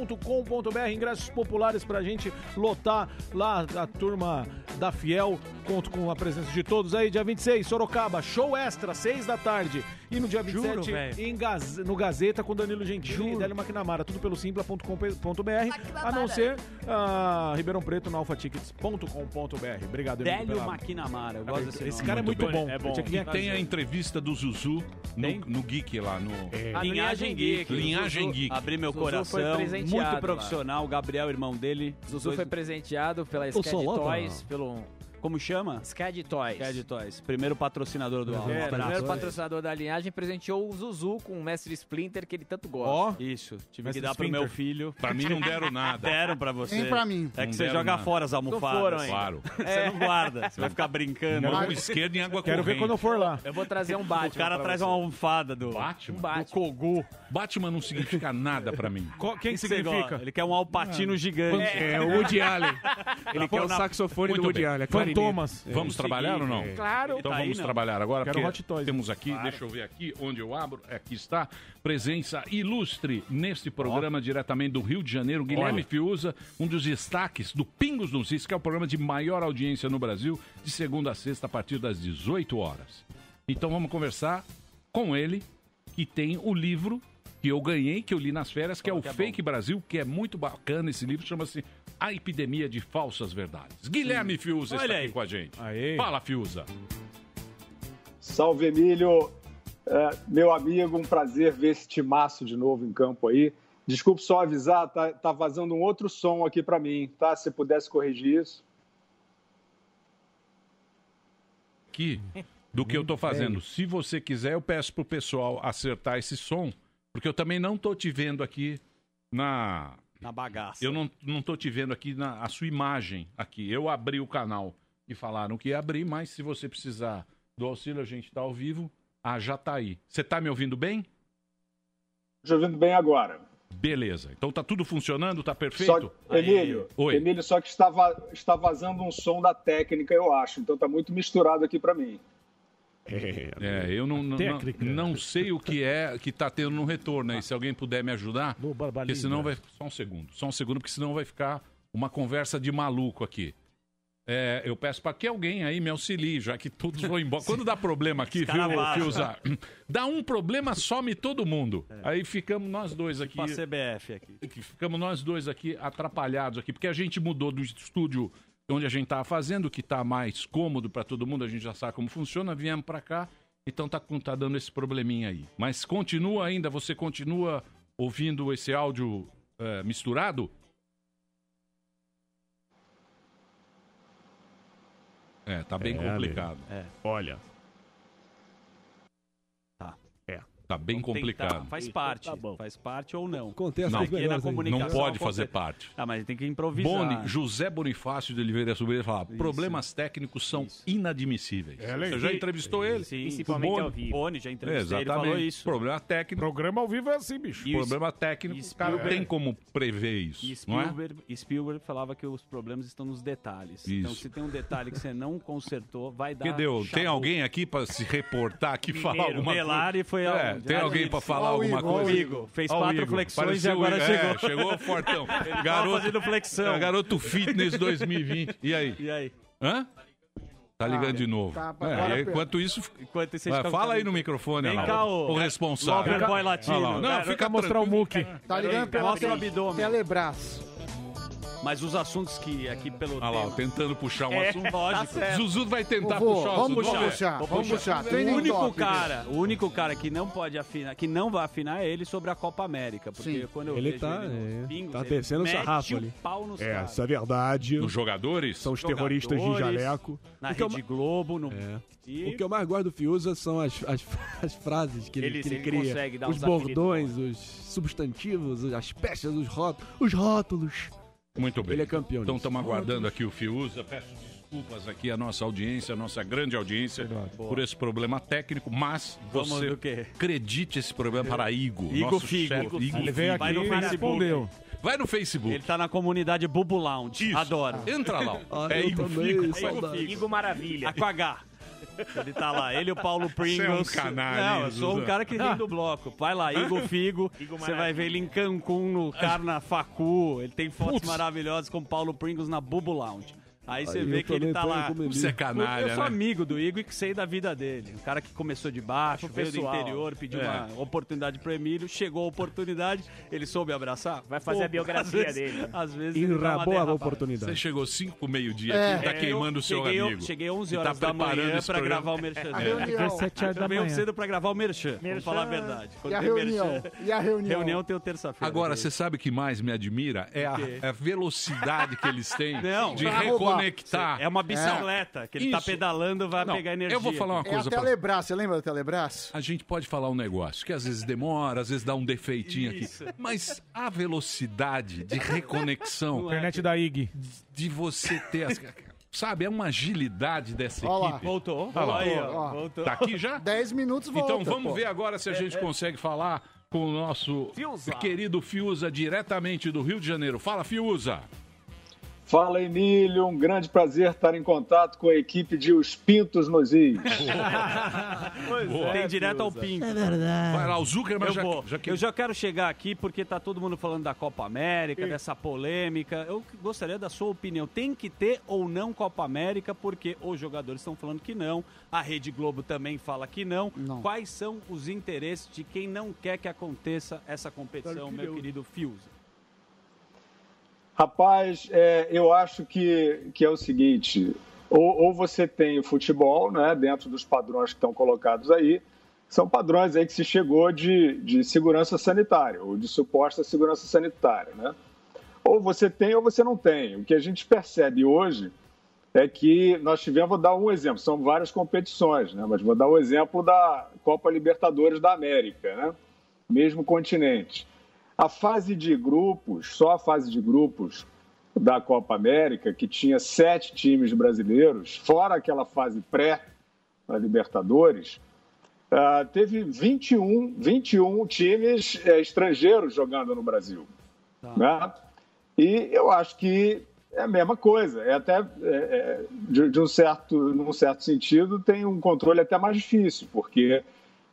Speaker 6: fielzone.com.br, ingressos populares pra gente lotar lá a turma da Fiel, conto com a presença de todos aí, dia 26, Sorocaba, show extra, 6 da tarde, e no dia
Speaker 14: Juro,
Speaker 6: 27,
Speaker 14: velho.
Speaker 6: em Gaz- no Gazeta com Danilo Gentili e Délio Maquinamara, tudo pelo simpla.com.br, a não ser ah, Ribeirão Preto no alfatickets.com.br. Obrigado, Emílio,
Speaker 9: Délio
Speaker 6: pela-
Speaker 9: Maquinamara, eu
Speaker 6: Tá bem,
Speaker 9: gosto desse
Speaker 6: Esse
Speaker 9: nome.
Speaker 6: cara é muito bom.
Speaker 9: É
Speaker 6: Eu
Speaker 9: bom.
Speaker 6: tinha que
Speaker 2: E
Speaker 6: vir
Speaker 2: tem a
Speaker 6: aqui.
Speaker 2: entrevista do Zuzu no, no Geek lá, no...
Speaker 6: É.
Speaker 9: Ah, Linhagem Geek.
Speaker 2: Linhagem
Speaker 9: Zuzu-
Speaker 2: Geek.
Speaker 9: Abri meu
Speaker 22: Zuzu foi
Speaker 9: coração.
Speaker 22: presenteado
Speaker 9: Muito
Speaker 22: lá.
Speaker 9: profissional. O Gabriel, irmão dele.
Speaker 22: Zuzu foi presenteado pela Sked
Speaker 9: Solota,
Speaker 22: Toys,
Speaker 9: não?
Speaker 22: pelo
Speaker 9: Como chama?
Speaker 22: Sked Toys.
Speaker 9: Sked Toys. Primeiro patrocinador do álbum.
Speaker 22: É, o primeiro
Speaker 9: Abraço.
Speaker 22: patrocinador da linhagem presenteou o Zuzu com o Mestre Splinter que ele tanto gosta.
Speaker 9: Ó, isso. Tive
Speaker 22: Mestre
Speaker 9: que dar pro
Speaker 22: Splinter.
Speaker 9: meu filho.
Speaker 22: Pra mim não
Speaker 9: *laughs*
Speaker 22: deram nada.
Speaker 9: Deram pra você.
Speaker 22: Nem pra mim.
Speaker 9: É que
Speaker 22: Não
Speaker 9: você
Speaker 22: deram
Speaker 9: joga
Speaker 22: nada.
Speaker 9: fora as
Speaker 22: Não
Speaker 9: almofadas. É,
Speaker 22: foram ainda.
Speaker 9: *laughs*
Speaker 22: Claro.
Speaker 9: Você não guarda. Você vai ficar brincando.
Speaker 2: Mão esquerda um em água
Speaker 9: Quero ver
Speaker 2: corrente.
Speaker 9: quando eu for
Speaker 6: lá.
Speaker 22: Eu vou trazer um Batman.
Speaker 9: O cara
Speaker 22: pra
Speaker 9: traz
Speaker 22: você.
Speaker 9: uma almofada do
Speaker 2: Batman?
Speaker 9: do Kogu.
Speaker 2: Batman não significa nada pra mim.
Speaker 9: Qual- quem
Speaker 2: O
Speaker 9: que significa?
Speaker 2: gosta?
Speaker 9: Ele quer um Alpatino gigante.
Speaker 2: É, o Woody *laughs* Allen.
Speaker 9: Ele quer o saxofone
Speaker 2: um Muito
Speaker 9: do Woody
Speaker 2: bem.
Speaker 9: Allen, a clarinete.
Speaker 2: Fantomas.
Speaker 9: É.
Speaker 2: Vamos
Speaker 9: Consegui,
Speaker 2: trabalhar ou não?
Speaker 9: é. Claro.
Speaker 2: Então
Speaker 9: Tá aí,
Speaker 2: vamos
Speaker 9: não.
Speaker 2: trabalhar agora,
Speaker 9: Quero
Speaker 2: porque
Speaker 9: Hot Toys.
Speaker 2: temos aqui, deixa eu ver aqui onde eu abro, aqui está, presença ilustre neste programa diretamente do Rio de Janeiro, Guilherme
Speaker 8: Olha.
Speaker 2: Fiuza, um dos destaques do Pingos nos Is, que é o programa de maior audiência no Brasil, de segunda a sexta, a partir das 18 horas. Então vamos conversar com ele, que tem o livro que eu ganhei, que eu li nas férias, que é o
Speaker 8: que é bom.
Speaker 2: Fake Brasil, que é muito bacana esse livro, chama-se A Epidemia de Falsas Verdades. Guilherme Fiuza
Speaker 8: Olha
Speaker 2: está
Speaker 8: aí.
Speaker 2: aqui com a gente. Fala, Fiuza.
Speaker 23: Salve, Emílio. É, meu amigo, um prazer ver esse timaço de novo em campo aí. Desculpe só avisar, tá, tá vazando um outro som aqui para mim, tá? Se pudesse corrigir isso.
Speaker 2: aqui do que eu tô fazendo. Se você quiser, eu peço pro pessoal acertar esse som, porque eu também não tô te vendo aqui na
Speaker 9: na bagaça.
Speaker 2: Eu não, não tô te vendo aqui na a sua imagem aqui. Eu abri o canal e falaram que ia abrir, mas se você precisar do auxílio, a gente tá ao vivo. Ah, já tá aí. Você tá me ouvindo bem?
Speaker 23: Estou ouvindo bem agora.
Speaker 2: Beleza. Então tá tudo funcionando, tá perfeito?
Speaker 23: Só, Emílio,
Speaker 2: Oi.
Speaker 23: Emílio, só que está, va- está vazando um som da técnica, eu acho. Então tá muito misturado aqui para mim.
Speaker 2: É, eu não, não, não,
Speaker 23: técnica.
Speaker 2: não sei o que é que tá tendo no retorno aí. Se alguém puder me ajudar, porque senão vai. Só um segundo, só um segundo, porque senão vai ficar uma conversa de maluco aqui. É, eu peço para que alguém aí me auxilie, já que todos vão embora. Quando dá problema aqui,
Speaker 8: Os cara
Speaker 2: viu,
Speaker 8: vaza.
Speaker 2: Fiuza? Dá um problema, some todo mundo. Aí ficamos nós dois aqui. É
Speaker 9: Pra CBF aqui.
Speaker 2: Que Ficamos nós dois aqui atrapalhados aqui, porque a gente mudou do estúdio onde a gente estava fazendo, que está mais cômodo para todo mundo, a gente já sabe como funciona, viemos para cá, então tá, com- tá dando esse probleminha aí. Mas continua ainda, você continua ouvindo esse áudio eh, misturado? É, tá bem
Speaker 8: É,
Speaker 2: complicado.
Speaker 8: Olha.
Speaker 2: É. Tá bem
Speaker 9: Tem que
Speaker 2: complicado.
Speaker 9: tá- faz parte. Faz parte ou não.
Speaker 2: Acontece com os
Speaker 9: Aqui na
Speaker 2: melhores ainda.
Speaker 9: comunicação
Speaker 2: Não pode
Speaker 9: acontece.
Speaker 2: fazer parte.
Speaker 9: Ah, mas tem que improvisar.
Speaker 2: Boni- José Bonifácio de Oliveira Sobreira fala: problemas técnicos são inadmissíveis. Você já entrevistou ele?
Speaker 9: Sim,
Speaker 2: O Boni-
Speaker 9: Boni já entrevistou
Speaker 2: É,
Speaker 9: ele falou
Speaker 2: exatamente.
Speaker 9: isso.
Speaker 2: Problema técnico.
Speaker 6: Programa ao vivo é assim, bicho.
Speaker 2: Problema técnico, o cara
Speaker 9: Spielberg-
Speaker 2: tem como prever isso,
Speaker 9: E
Speaker 2: não é?
Speaker 9: Spielberg, Spielberg falava que os problemas estão nos detalhes. Então,
Speaker 2: Isso.
Speaker 9: se tem um detalhe que você não consertou, vai dar.
Speaker 2: Que deu? Tem
Speaker 9: chabu.
Speaker 2: alguém aqui pra se reportar aqui, falar
Speaker 9: Mineiro.
Speaker 2: alguma
Speaker 9: Velari
Speaker 2: coisa?
Speaker 9: foi
Speaker 2: é,
Speaker 9: aonde?
Speaker 2: Tem
Speaker 9: Ah,
Speaker 2: alguém
Speaker 9: isso.
Speaker 2: pra falar
Speaker 9: Ó o
Speaker 2: alguma
Speaker 9: Igor, ó o
Speaker 2: coisa?
Speaker 9: Igor. Fez
Speaker 2: Ó o
Speaker 9: quatro flexões
Speaker 2: Pareceu
Speaker 9: e agora
Speaker 2: o Igor. É,
Speaker 9: chegou.
Speaker 2: chegou fortão.
Speaker 9: *laughs* Ele tava
Speaker 2: Garoto,
Speaker 9: fazendo flexão.
Speaker 2: É, garoto fitness 2020. E aí?
Speaker 9: E aí?
Speaker 2: Hã? Tá ligando de novo.
Speaker 9: Tá,
Speaker 2: É,
Speaker 9: agora-
Speaker 2: e enquanto isso,
Speaker 9: Enquanto
Speaker 2: Vai, fala aí no microfone,
Speaker 9: Vem
Speaker 2: Alain.
Speaker 9: cá, ô-
Speaker 2: o responsável.
Speaker 9: Loverboy
Speaker 2: Olha lá,
Speaker 9: latino.
Speaker 2: Não,
Speaker 9: Vai,
Speaker 2: fica
Speaker 9: vai mostrar
Speaker 2: tá tranquilo.
Speaker 9: o muque.
Speaker 13: Tá ligando pela
Speaker 9: Mostra o
Speaker 13: tele-
Speaker 9: abdômen.
Speaker 13: Telebrás.
Speaker 9: Mas os assuntos que aqui pelo
Speaker 2: Olha lá, ó, tentando puxar um
Speaker 9: É,
Speaker 2: assunto.
Speaker 9: *laughs* tá certo.
Speaker 2: Zuzu vai tentar
Speaker 9: Eu vou,
Speaker 2: puxar o
Speaker 9: vamos
Speaker 2: assunto.
Speaker 9: puxar,
Speaker 2: Vou
Speaker 9: vamos puxar.
Speaker 2: Training
Speaker 9: O único
Speaker 2: topics.
Speaker 9: cara, o único cara que não pode afinar, que não vai afinar é ele sobre a Copa América, porque
Speaker 5: Sim.
Speaker 9: quando eu
Speaker 5: Ele
Speaker 9: vejo
Speaker 5: tá,
Speaker 9: ele nos
Speaker 5: é,
Speaker 9: pingos,
Speaker 5: tá
Speaker 9: ele
Speaker 5: descendo o
Speaker 9: mete
Speaker 5: sarrafo
Speaker 9: o
Speaker 5: ali.
Speaker 9: pau nos
Speaker 5: É,
Speaker 9: caras.
Speaker 5: essa é a verdade. Os
Speaker 2: jogadores?
Speaker 5: São os terroristas de
Speaker 9: Jogadores,
Speaker 5: jaleco.
Speaker 9: na
Speaker 5: O que eu
Speaker 9: Rede
Speaker 5: ma-
Speaker 9: Globo, no
Speaker 5: É. O que eu mais gosto do Fiuza são as, as, *laughs* as frases que ele,
Speaker 9: Ele-
Speaker 5: que ele
Speaker 9: ele
Speaker 5: cria.
Speaker 9: consegue dar
Speaker 5: os
Speaker 9: uns
Speaker 5: bordões, os substantivos, as peças, os rótulos. Os rótulos.
Speaker 2: Muito bem.
Speaker 5: Ele é campeão.
Speaker 2: Então
Speaker 5: nisso.
Speaker 2: estamos aguardando aqui o Fiuza. Peço desculpas aqui à nossa audiência, à nossa grande audiência, por esse problema técnico, mas
Speaker 9: Vamos
Speaker 2: você
Speaker 9: do quê?
Speaker 2: acredite esse problema para Igor.
Speaker 9: Igor
Speaker 2: nosso
Speaker 9: Figo.
Speaker 2: chefe, Igor
Speaker 9: Igor Figo. Ele veio
Speaker 2: Figo.
Speaker 9: aqui e respondeu.
Speaker 2: Vai no Facebook.
Speaker 9: Ele tá na comunidade Bubu Lounge. Adoro. É
Speaker 2: Entra lá.
Speaker 9: *laughs*
Speaker 13: Ah,
Speaker 9: Olha,
Speaker 2: É
Speaker 9: Ah, eu
Speaker 2: Igor
Speaker 9: também,
Speaker 2: Figo.
Speaker 9: saudade.
Speaker 2: Igor Figo.
Speaker 11: Igor Maravilha.
Speaker 9: Aquagá. Ele tá lá, ele e o Paulo Pringles.
Speaker 2: Você é um canalha,
Speaker 9: Não, eu
Speaker 2: hein,
Speaker 9: sou um
Speaker 2: Zuzana?
Speaker 9: cara que vem do bloco. Vai lá,
Speaker 11: *laughs*
Speaker 9: Igor Figo.
Speaker 11: Igor
Speaker 9: Você
Speaker 11: Maravilha.
Speaker 9: vai ver ele em Cancún, no Carna Facu. Ele tem fotos
Speaker 11: Putz.
Speaker 9: maravilhosas com o Paulo Pringles na Bubu Lounge. Aí você
Speaker 11: Aí
Speaker 9: vê
Speaker 11: eu
Speaker 9: que ele
Speaker 11: também
Speaker 9: tá
Speaker 11: ponho
Speaker 9: lá.
Speaker 11: como ele. Você é canalha,
Speaker 9: Eu sou
Speaker 11: né?
Speaker 9: amigo do Igor e que sei da vida dele. Um cara que começou de baixo,
Speaker 11: Pro
Speaker 9: veio do
Speaker 11: pessoal.
Speaker 9: interior, pediu
Speaker 11: É.
Speaker 9: uma oportunidade pro Emílio. Chegou a oportunidade, ele soube abraçar. Vai
Speaker 11: fazer a biografia dele.
Speaker 9: Às vezes ele dá uma
Speaker 5: Enrabou a
Speaker 9: derrapada.
Speaker 5: oportunidade.
Speaker 2: Você chegou 5 pro meio-dia
Speaker 9: É.
Speaker 2: aqui, tá
Speaker 9: É,
Speaker 2: queimando
Speaker 9: eu
Speaker 2: o seu
Speaker 9: cheguei- eu
Speaker 2: amigo.
Speaker 9: cheguei 11
Speaker 2: E tá
Speaker 9: horas da manhã
Speaker 2: preparando esse
Speaker 9: pra
Speaker 2: programa.
Speaker 9: gravar o merchan.
Speaker 2: É.
Speaker 9: A reunião.
Speaker 2: É.
Speaker 9: 17 horas da manhã. cedo pra gravar o Merchan. Vamos falar a verdade. Quando
Speaker 13: É. E a
Speaker 9: tem
Speaker 13: reunião?
Speaker 9: merchan-
Speaker 13: E a reunião?
Speaker 9: Reunião tem o terça-feira.
Speaker 2: Agora, você sabe o que mais me admira? É a,
Speaker 9: O quê?
Speaker 2: a velocidade que eles têm
Speaker 9: *laughs* Não,
Speaker 2: de
Speaker 9: pra
Speaker 2: reconectar.
Speaker 9: roubar. É uma bicicleta que ele tá pedalando, vai pegar energia.
Speaker 2: Eu vou falar uma
Speaker 13: É
Speaker 2: coisa
Speaker 13: a
Speaker 2: pra
Speaker 13: Telebrás, você lembra da Telebrás?
Speaker 2: A gente pode falar um negócio que às vezes demora, às vezes dá um defeitinho aqui. Mas a velocidade de
Speaker 9: *laughs*
Speaker 2: reconexão.
Speaker 9: é.
Speaker 24: Internet da IG.
Speaker 2: De você ter as. Sabe, é uma agilidade dessa
Speaker 24: Ó lá.
Speaker 2: equipe.
Speaker 24: Voltou.
Speaker 2: Olha lá.
Speaker 24: Aí, ó, voltou.
Speaker 2: Tá aqui já?
Speaker 13: 10 minutos volta,
Speaker 2: Então vamos
Speaker 13: pô. É,
Speaker 2: ver agora se a
Speaker 10: É,
Speaker 2: gente consegue falar com o nosso
Speaker 13: Fiuza.
Speaker 2: querido Fiuza, diretamente do Rio de Janeiro. Fala, Fiuza.
Speaker 23: Fala, Emílio. Um grande prazer estar em contato com a equipe de Os Pintos nos Is.
Speaker 2: Boa.
Speaker 9: é, Tem direto ao pingo. É
Speaker 2: verdade. Vai lá, o Zuckerman
Speaker 9: eu
Speaker 2: já-
Speaker 9: vou.
Speaker 2: já que-
Speaker 9: Eu já quero chegar aqui porque tá todo mundo falando da Copa América, dessa polêmica. Eu gostaria da sua opinião. Tem que ter ou não Copa América? Porque os jogadores estão falando que não. A Rede Globo também fala que não. Quais são os interesses de quem não quer que aconteça essa competição, meu querido Fiuza?
Speaker 23: Rapaz, é, eu acho que, que é o seguinte: ou, ou você tem o futebol, né, dentro dos padrões que estão colocados aí, são padrões aí que se chegou de, de segurança sanitária, ou de suposta segurança sanitária. Né? Ou você tem ou você não tem. O que a gente percebe hoje é que nós tivemos, vou dar um exemplo, são várias competições, né, mas vou dar o exemplo da Copa Libertadores da América, né? mesmo continente. A fase de grupos, só a fase de grupos da Copa América, que tinha sete times brasileiros, fora aquela fase pré da Libertadores, ah, teve 21, 21 times eh, estrangeiros jogando no Brasil. Né? E eu acho que é a mesma coisa. É até, é, é, de, de um certo, num certo sentido, tem um controle até mais difícil, porque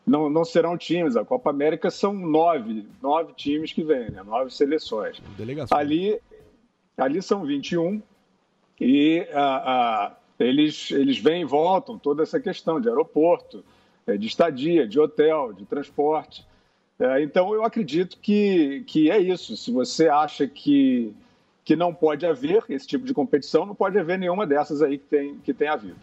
Speaker 23: não, não serão times. A Copa América são nove, nove times que vêm, né? nove seleções.
Speaker 5: Delegação.
Speaker 23: Ali, ali são 21 e ah, ah, eles, eles vêm e voltam toda essa questão de aeroporto, eh, de estadia, de hotel, de transporte. Eh, Então, eu acredito que, que é isso. Se você acha que, que não pode haver esse tipo de competição, não pode haver nenhuma dessas aí que tem, que tem havido.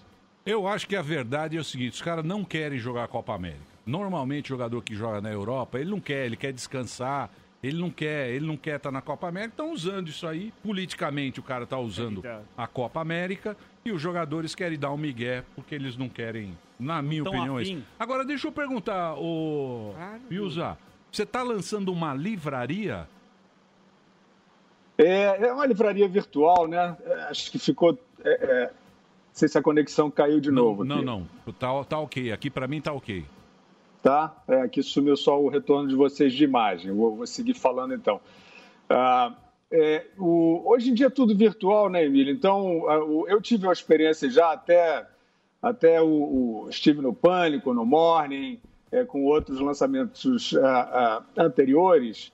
Speaker 2: Eu acho que a verdade é o seguinte: os caras não querem jogar a Copa América. Normalmente, o jogador que joga na Europa, ele não quer, ele quer descansar, ele não quer, ele não quer estar na Copa América. Estão usando isso aí. Politicamente, o cara está usando a Copa América e os jogadores querem dar um migué porque eles não querem, na minha
Speaker 8: tão
Speaker 2: opinião. é
Speaker 8: afim.
Speaker 2: isso. Agora, deixa eu perguntar, o Piusa, você está lançando uma livraria?
Speaker 23: É, é uma livraria virtual, né? É, Acho que ficou. é, é, não sei se a conexão caiu de novo.
Speaker 2: Não,
Speaker 23: aqui,
Speaker 2: não. Tá, tá ok. Aqui para mim tá ok.
Speaker 23: Tá? É, aqui sumiu só o retorno de vocês de imagem. Vou, vou seguir falando então. Ah, é, o- hoje em dia é tudo virtual, né, Emílio? Então, ah, o- eu tive uma experiência já até. Até o, o- estive no Pânico, no Morning, é, com outros lançamentos ah, ah, anteriores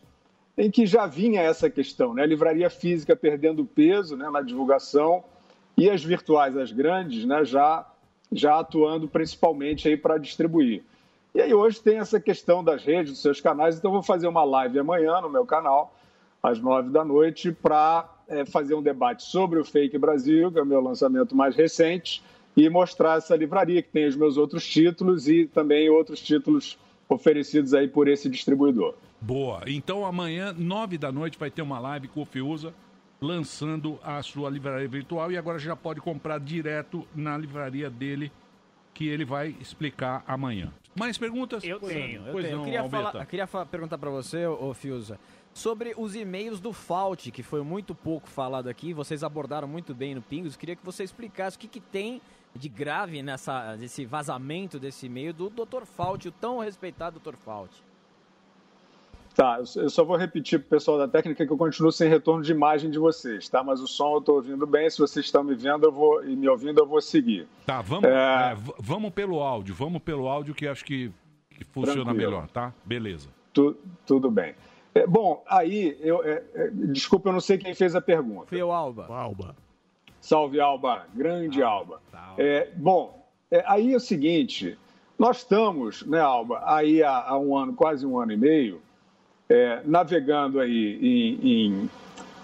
Speaker 23: em que já vinha essa questão, né? A livraria física perdendo peso né, na divulgação e as virtuais, as grandes, né, já, já atuando principalmente aí para distribuir. E aí hoje tem essa questão das redes, dos seus canais, então eu vou fazer uma live amanhã no meu canal, às nove da noite, para é, fazer um debate sobre o Fake Brasil, que é o meu lançamento mais recente, e mostrar essa livraria que tem os meus outros títulos e também outros títulos oferecidos aí por esse distribuidor.
Speaker 2: Boa. Então amanhã, nove da noite, vai ter uma live com o Fiuza lançando a sua livraria virtual e agora já pode comprar direto na livraria dele que ele vai explicar amanhã. Mais perguntas?
Speaker 25: Eu
Speaker 2: Pois
Speaker 25: tenho,
Speaker 2: não,
Speaker 25: eu,
Speaker 2: pois
Speaker 25: tenho.
Speaker 2: não,
Speaker 25: eu queria,
Speaker 2: Alberto.
Speaker 25: falar, eu queria fa- perguntar pra você, ô ô Fiuza, sobre os e-mails do Fault, que foi muito pouco falado aqui, vocês abordaram muito bem no Pingos, queria que você explicasse o que, que tem de grave nessa, nesse vazamento desse e-mail do Dr. Fault, o tão respeitado Dr. Fault.
Speaker 23: Tá, eu só- eu só vou repetir pro pessoal da técnica que eu continuo sem retorno de imagem de vocês, tá? Mas o som eu tô ouvindo bem, se vocês estão me vendo eu vou, e me ouvindo, eu vou seguir.
Speaker 2: Tá, vamos,
Speaker 23: É.
Speaker 2: é, v- vamos pelo áudio, vamos pelo áudio que acho que, que funciona
Speaker 23: Tranquilo.
Speaker 2: melhor, tá? Beleza.
Speaker 23: Tu- tudo bem. É, bom, aí, eu, é, é, desculpa, eu não sei quem fez a pergunta.
Speaker 25: Foi o Alba.
Speaker 23: Alba. Salve, Alba. Grande Alba. É, bom, é, aí é o seguinte, nós estamos, né, Alba, aí há, há um ano, quase um ano e meio, é, navegando aí em, em,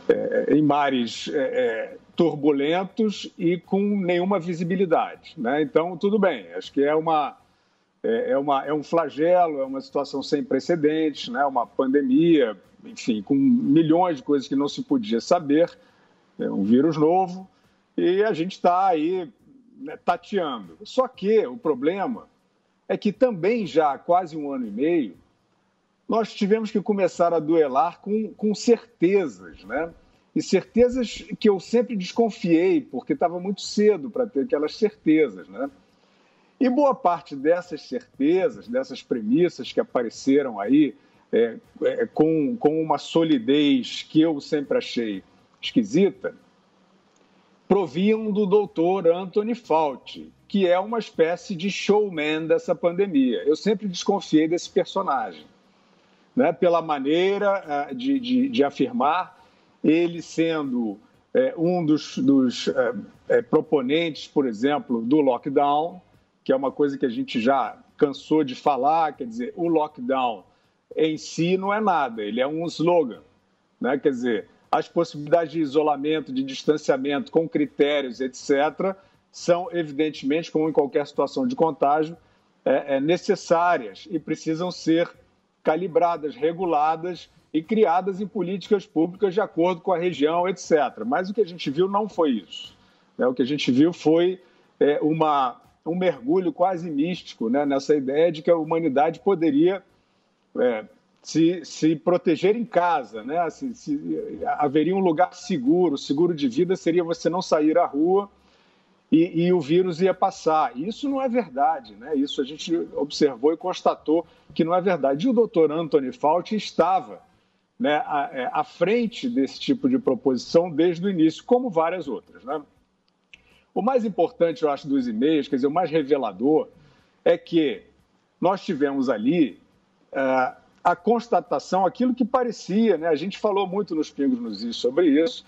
Speaker 23: é, em mares é, é, turbulentos e com nenhuma visibilidade. Né? Então, tudo bem, acho que é uma... É, é uma, é um flagelo, é uma situação sem precedentes, né? uma pandemia, enfim, com milhões de coisas que não se podia saber, é um vírus novo, e a gente está aí né, tateando. Só que o problema é que também já há quase um ano e meio, nós tivemos que começar a duelar com, com certezas, né? E certezas que eu sempre desconfiei, porque estava muito cedo para ter aquelas certezas, né? E boa parte dessas certezas, dessas premissas que apareceram aí, é, é, com, com uma solidez que eu sempre achei esquisita, provinham do doutor Anthony Fauci, que é uma espécie de showman dessa pandemia. Eu sempre desconfiei desse personagem, né? pela maneira ah, de, de, de afirmar, ele sendo eh, um dos, dos eh, eh, proponentes, por exemplo, do lockdown, que é uma coisa que a gente já cansou de falar, quer dizer, o lockdown em si não é nada, ele é um slogan né? Quer dizer, as possibilidades de isolamento, de distanciamento com critérios, etc., são, evidentemente, como em qualquer situação de contágio, é, é, necessárias e precisam ser calibradas, reguladas e criadas em políticas públicas de acordo com a região, etc. Mas o que a gente viu não foi isso. né? O que a gente viu foi é, uma, um mergulho quase místico né? nessa ideia de que a humanidade poderia é, se, se proteger em casa, né? Se, se- haveria um lugar seguro, seguro de vida seria você não sair à rua e, e o vírus ia passar. Isso não é verdade, né? Isso a gente observou e constatou que não é verdade. E o doutor Anthony Fauci estava né, à, é, à frente desse tipo de proposição desde o início, como várias outras, né? O mais importante, eu acho, dos e-mails, quer dizer, o mais revelador, é que nós tivemos ali ah, a constatação, aquilo que parecia, né? a gente falou muito nos Pingos nos Is sobre isso,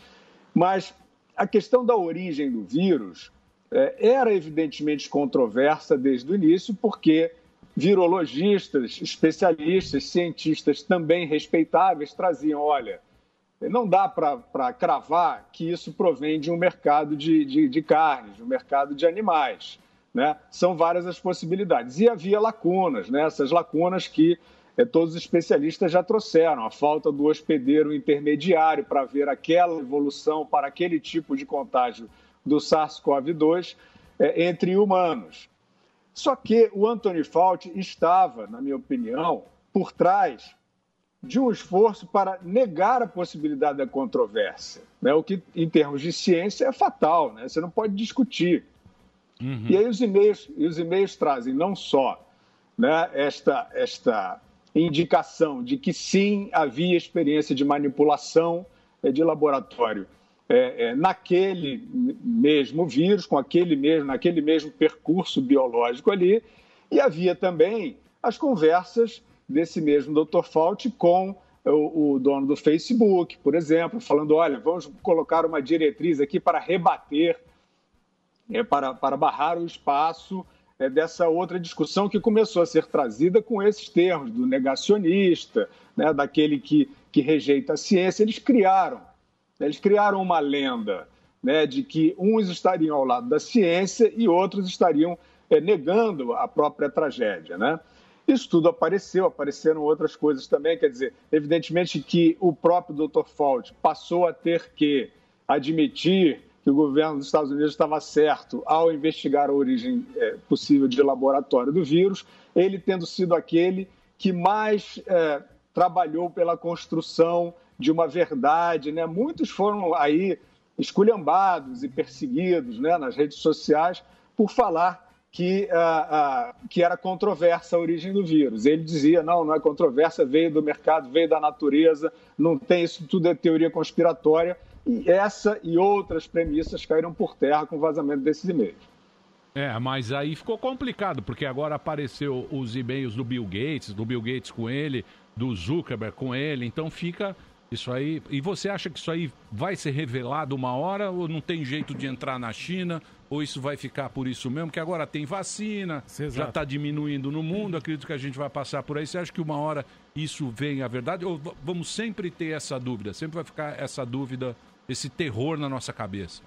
Speaker 23: mas a questão da origem do vírus eh, era evidentemente controversa desde o início, porque virologistas, especialistas, cientistas também respeitáveis traziam, olha, não dá para cravar que isso provém de um mercado de, de, de carnes, de um mercado de animais. Né? São várias as possibilidades. E havia lacunas, né? essas lacunas que eh, todos os especialistas já trouxeram: a falta do hospedeiro intermediário para ver aquela evolução para aquele tipo de contágio do SARS-CoV-2 eh, entre humanos. Só que o Anthony Fauci estava, na minha opinião, por trás de um esforço para negar a possibilidade da controvérsia, né? o que, em termos de ciência, é fatal, né? você não pode discutir. E aí os e-mails, e os e-mails trazem não só né, esta, esta indicação de que sim havia experiência de manipulação eh, de laboratório eh, eh, naquele mesmo vírus, com aquele mesmo, naquele mesmo percurso biológico ali, e havia também as conversas desse mesmo Dr. Fauci com o, o dono do Facebook, por exemplo, falando, olha, vamos colocar uma diretriz aqui para rebater é, para, para barrar o espaço é, dessa outra discussão que começou a ser trazida com esses termos, do negacionista, né, daquele que, que rejeita a ciência. Eles criaram, né, eles criaram uma lenda né, de que uns estariam ao lado da ciência e outros estariam é, negando a própria tragédia. Né? Isso tudo apareceu, apareceram outras coisas também. Quer dizer, evidentemente que o próprio Dr. Fauci passou a ter que admitir que o governo dos Estados Unidos estava certo ao investigar a origem é, possível de laboratório do vírus, ele tendo sido aquele que mais é, trabalhou pela construção de uma verdade. Né? Muitos foram aí esculhambados e perseguidos né, nas redes sociais por falar que, ah, ah, que era controversa a origem do vírus. Ele dizia: não, não é controversa, veio do mercado, veio da natureza, não tem isso, tudo é teoria conspiratória. E essa e outras premissas caíram por terra com o vazamento desses e-mails.
Speaker 8: É, mas aí ficou complicado, porque agora apareceu os e-mails do Bill Gates, do Bill Gates com ele, do Zuckerberg com ele, então fica isso aí. E você acha que isso aí vai ser revelado uma hora ou não tem jeito de entrar na China? Ou isso vai ficar por isso mesmo? Que agora tem vacina, já está diminuindo no mundo, acredito que a gente vai passar por aí. Você acha que uma hora isso vem à verdade? Ou v- vamos sempre ter essa dúvida? Sempre vai ficar essa dúvida, esse terror na nossa cabeça?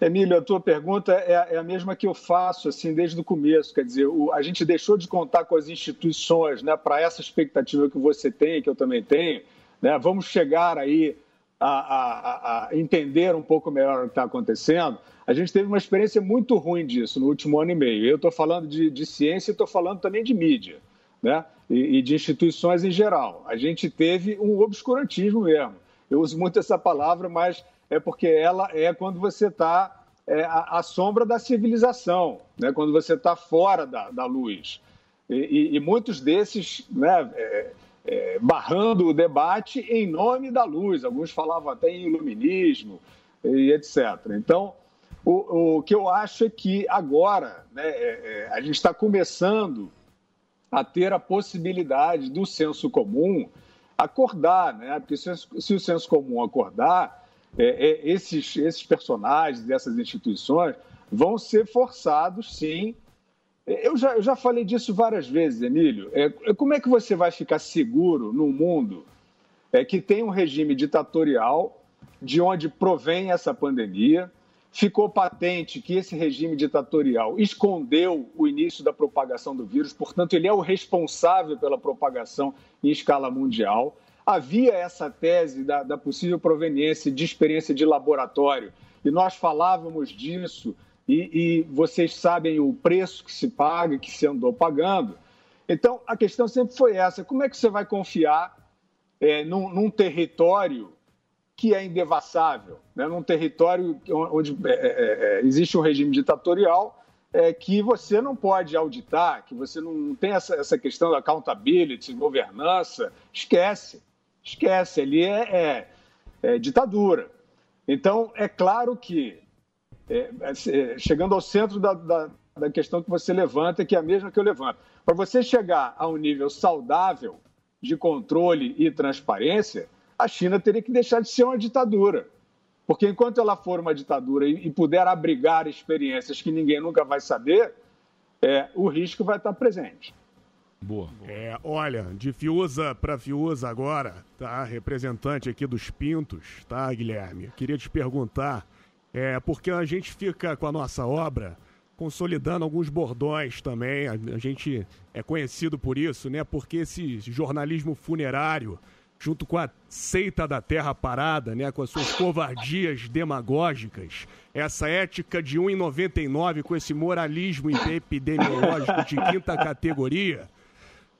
Speaker 23: Emílio, a tua pergunta é, é a mesma que eu faço assim desde o começo. Quer dizer, o- a gente deixou de contar com as instituições né, para essa expectativa que você tem, que eu também tenho. né? Vamos chegar aí a, a- a- a entender um pouco melhor o que está acontecendo. A gente teve uma experiência muito ruim disso no último ano e meio. Eu estou falando de, de ciência e estou falando também de mídia né? e, e de instituições em geral. A gente teve um obscurantismo mesmo. Eu uso muito essa palavra, mas é porque ela é quando você está é, à, à sombra da civilização, né? quando você está fora da, da luz. E, e- e muitos desses né, é, é, barrando o debate em nome da luz. Alguns falavam até em iluminismo e etc. Então, o, o que eu acho é que agora né, é, é, a gente está começando a ter a possibilidade do senso comum acordar, né? Porque se, se o senso comum acordar, é, é, esses, esses personagens dessas instituições vão ser forçados, sim. Eu já, eu já falei disso várias vezes, Emílio. É, é, como é que você vai ficar seguro num mundo é, que tem um regime ditatorial, de onde provém essa pandemia? Ficou patente que esse regime ditatorial escondeu o início da propagação do vírus, portanto, ele é o responsável pela propagação em escala mundial. Havia essa tese da, da possível proveniência de experiência de laboratório, e nós falávamos disso, e- e vocês sabem o preço que se paga, que se andou pagando. Então, a questão sempre foi essa: como é que você vai confiar é, num, num território que é indevassável, né? num território onde é, é, é, existe um regime ditatorial é, que você não pode auditar, que você não tem essa, essa questão da accountability, governança, esquece, esquece, ali é, é- é ditadura. Então, é claro que, é, é, chegando ao centro da, da- da questão que você levanta, que é a mesma que eu levanto, para você chegar a um nível saudável de controle e transparência, a China teria que deixar de ser uma ditadura. Porque enquanto ela for uma ditadura e e puder abrigar experiências que ninguém nunca vai saber, é, o risco vai estar presente.
Speaker 8: Boa.
Speaker 18: É, olha, de Fiuza para Fiuza agora, tá? Representante aqui dos Pintos, tá, Guilherme? Queria te perguntar, é, porque a gente fica com a nossa obra consolidando alguns bordões também, a, a gente é conhecido por isso, né? Porque esse jornalismo funerário, junto com a seita da terra parada, né, com as suas covardias demagógicas, essa ética de 1,99 com esse moralismo epidemiológico de quinta categoria,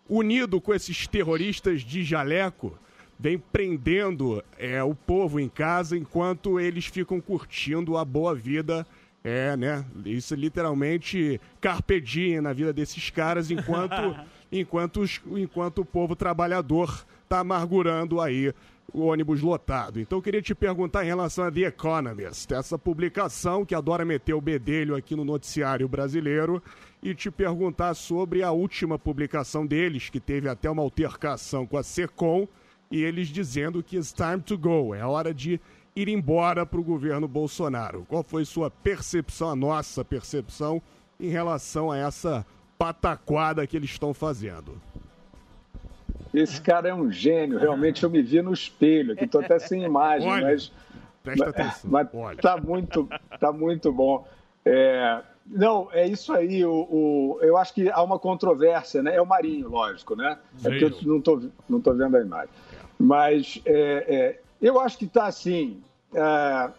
Speaker 18: unido com esses terroristas de jaleco, vem prendendo é, o povo em casa enquanto eles ficam curtindo a boa vida. É, né? Isso é literalmente carpe diem na vida desses caras enquanto enquanto, os- enquanto o povo trabalhador está amargurando aí o ônibus lotado. Então eu queria te perguntar em relação a The Economist, essa publicação que adora meter o bedelho aqui no noticiário brasileiro, e te perguntar sobre a última publicação deles, que teve até uma altercação com a SECOM, e eles dizendo que it's time to go, é hora de ir embora para o governo Bolsonaro. Qual foi sua percepção, a nossa percepção, em relação a essa pataquada que eles estão fazendo.
Speaker 23: Esse cara é um gênio, realmente eu me vi no espelho, aqui estou até sem imagem,
Speaker 18: Olha,
Speaker 23: mas.
Speaker 18: presta
Speaker 23: mas-
Speaker 18: atenção,
Speaker 23: mas tá muito, tá muito bom. É, não, é isso aí. O, o- eu acho que há uma controvérsia, né? É o Marinho, lógico, né? É porque eu
Speaker 26: Sim.
Speaker 23: não estou não tô vendo a imagem. Mas é, é, eu acho que está assim. ah,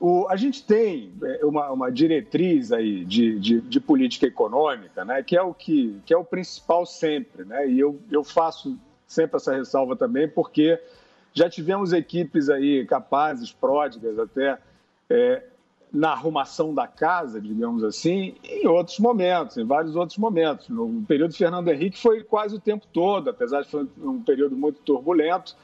Speaker 23: o- a gente tem é, uma, uma diretriz aí de, de- de política econômica, né, que é o que, que é o principal sempre, né, e eu, eu faço sempre essa ressalva também, porque já tivemos equipes aí capazes, pródigas até, é, na arrumação da casa, digamos assim, em outros momentos, em vários outros momentos. No período de Fernando Henrique foi quase o tempo todo, apesar de foi um período muito turbulento,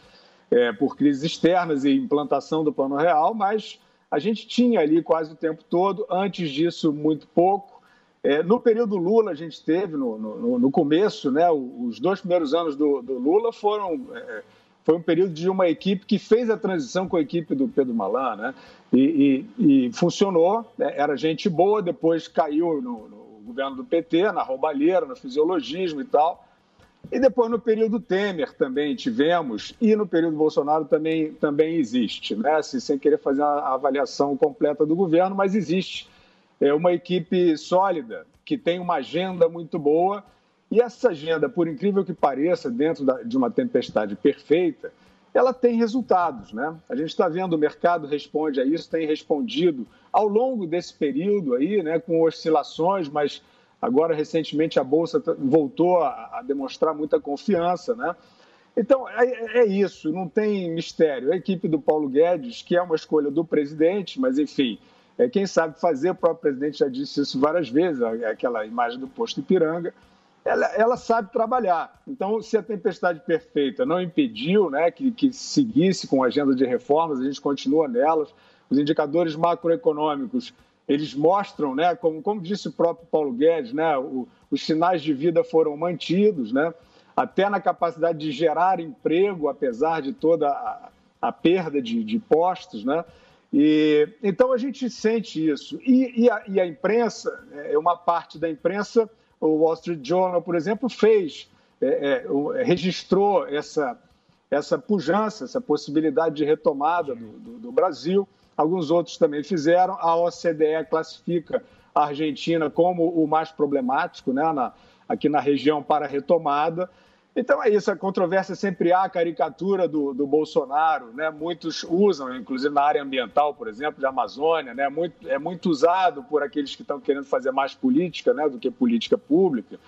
Speaker 23: é, por crises externas e implantação do Plano Real, mas a gente tinha ali quase o tempo todo, antes disso, muito pouco. É, no período Lula, a gente teve, no, no- no começo, né, o- os dois primeiros anos do, do Lula foram. é, foi um período de uma equipe que fez a transição com a equipe do Pedro Malan, né? E, e- e funcionou, né, era gente boa, depois caiu no, no governo do PT, na roubalheira, no fisiologismo e tal. E depois no período Temer também tivemos, e no período Bolsonaro também, também existe, né? Assim, sem querer fazer a avaliação completa do governo, mas existe é uma equipe sólida, que tem uma agenda muito boa, e essa agenda, por incrível que pareça, dentro da- de uma tempestade perfeita, ela tem resultados. Né? A gente está vendo o mercado responde a isso, tem respondido ao longo desse período aí, né, com oscilações, mas agora recentemente a Bolsa t- voltou a, a demonstrar muita confiança. Né? Então, é, é isso, não tem mistério. A equipe do Paulo Guedes, que é uma escolha do presidente, mas enfim, é quem sabe fazer, o próprio presidente já disse isso várias vezes, a- aquela imagem do posto Ipiranga, ela, ela sabe trabalhar. Então, se a tempestade perfeita não impediu né, que, que seguisse com a agenda de reformas, a gente continua nelas, os indicadores macroeconômicos, eles mostram, né, como, como disse o próprio Paulo Guedes, né, o- os sinais de vida foram mantidos, né, até na capacidade de gerar emprego, apesar de toda a, a perda de, de postos, né? E, então a gente sente isso. E, e a, e a imprensa, é, uma parte da imprensa, o Wall Street Journal, por exemplo, fez, é, é, o- registrou essa, essa pujança, essa possibilidade de retomada do, do- do Brasil. Alguns outros também fizeram. A OCDE classifica a Argentina como o mais problemático né, na- aqui na região para retomada. Então é isso, a controvérsia sempre há a caricatura do, do Bolsonaro, né? Muitos usam, inclusive na área ambiental, por exemplo, da Amazônia, né? Muito, é muito usado por aqueles que estão querendo fazer mais política, né? Do que política pública.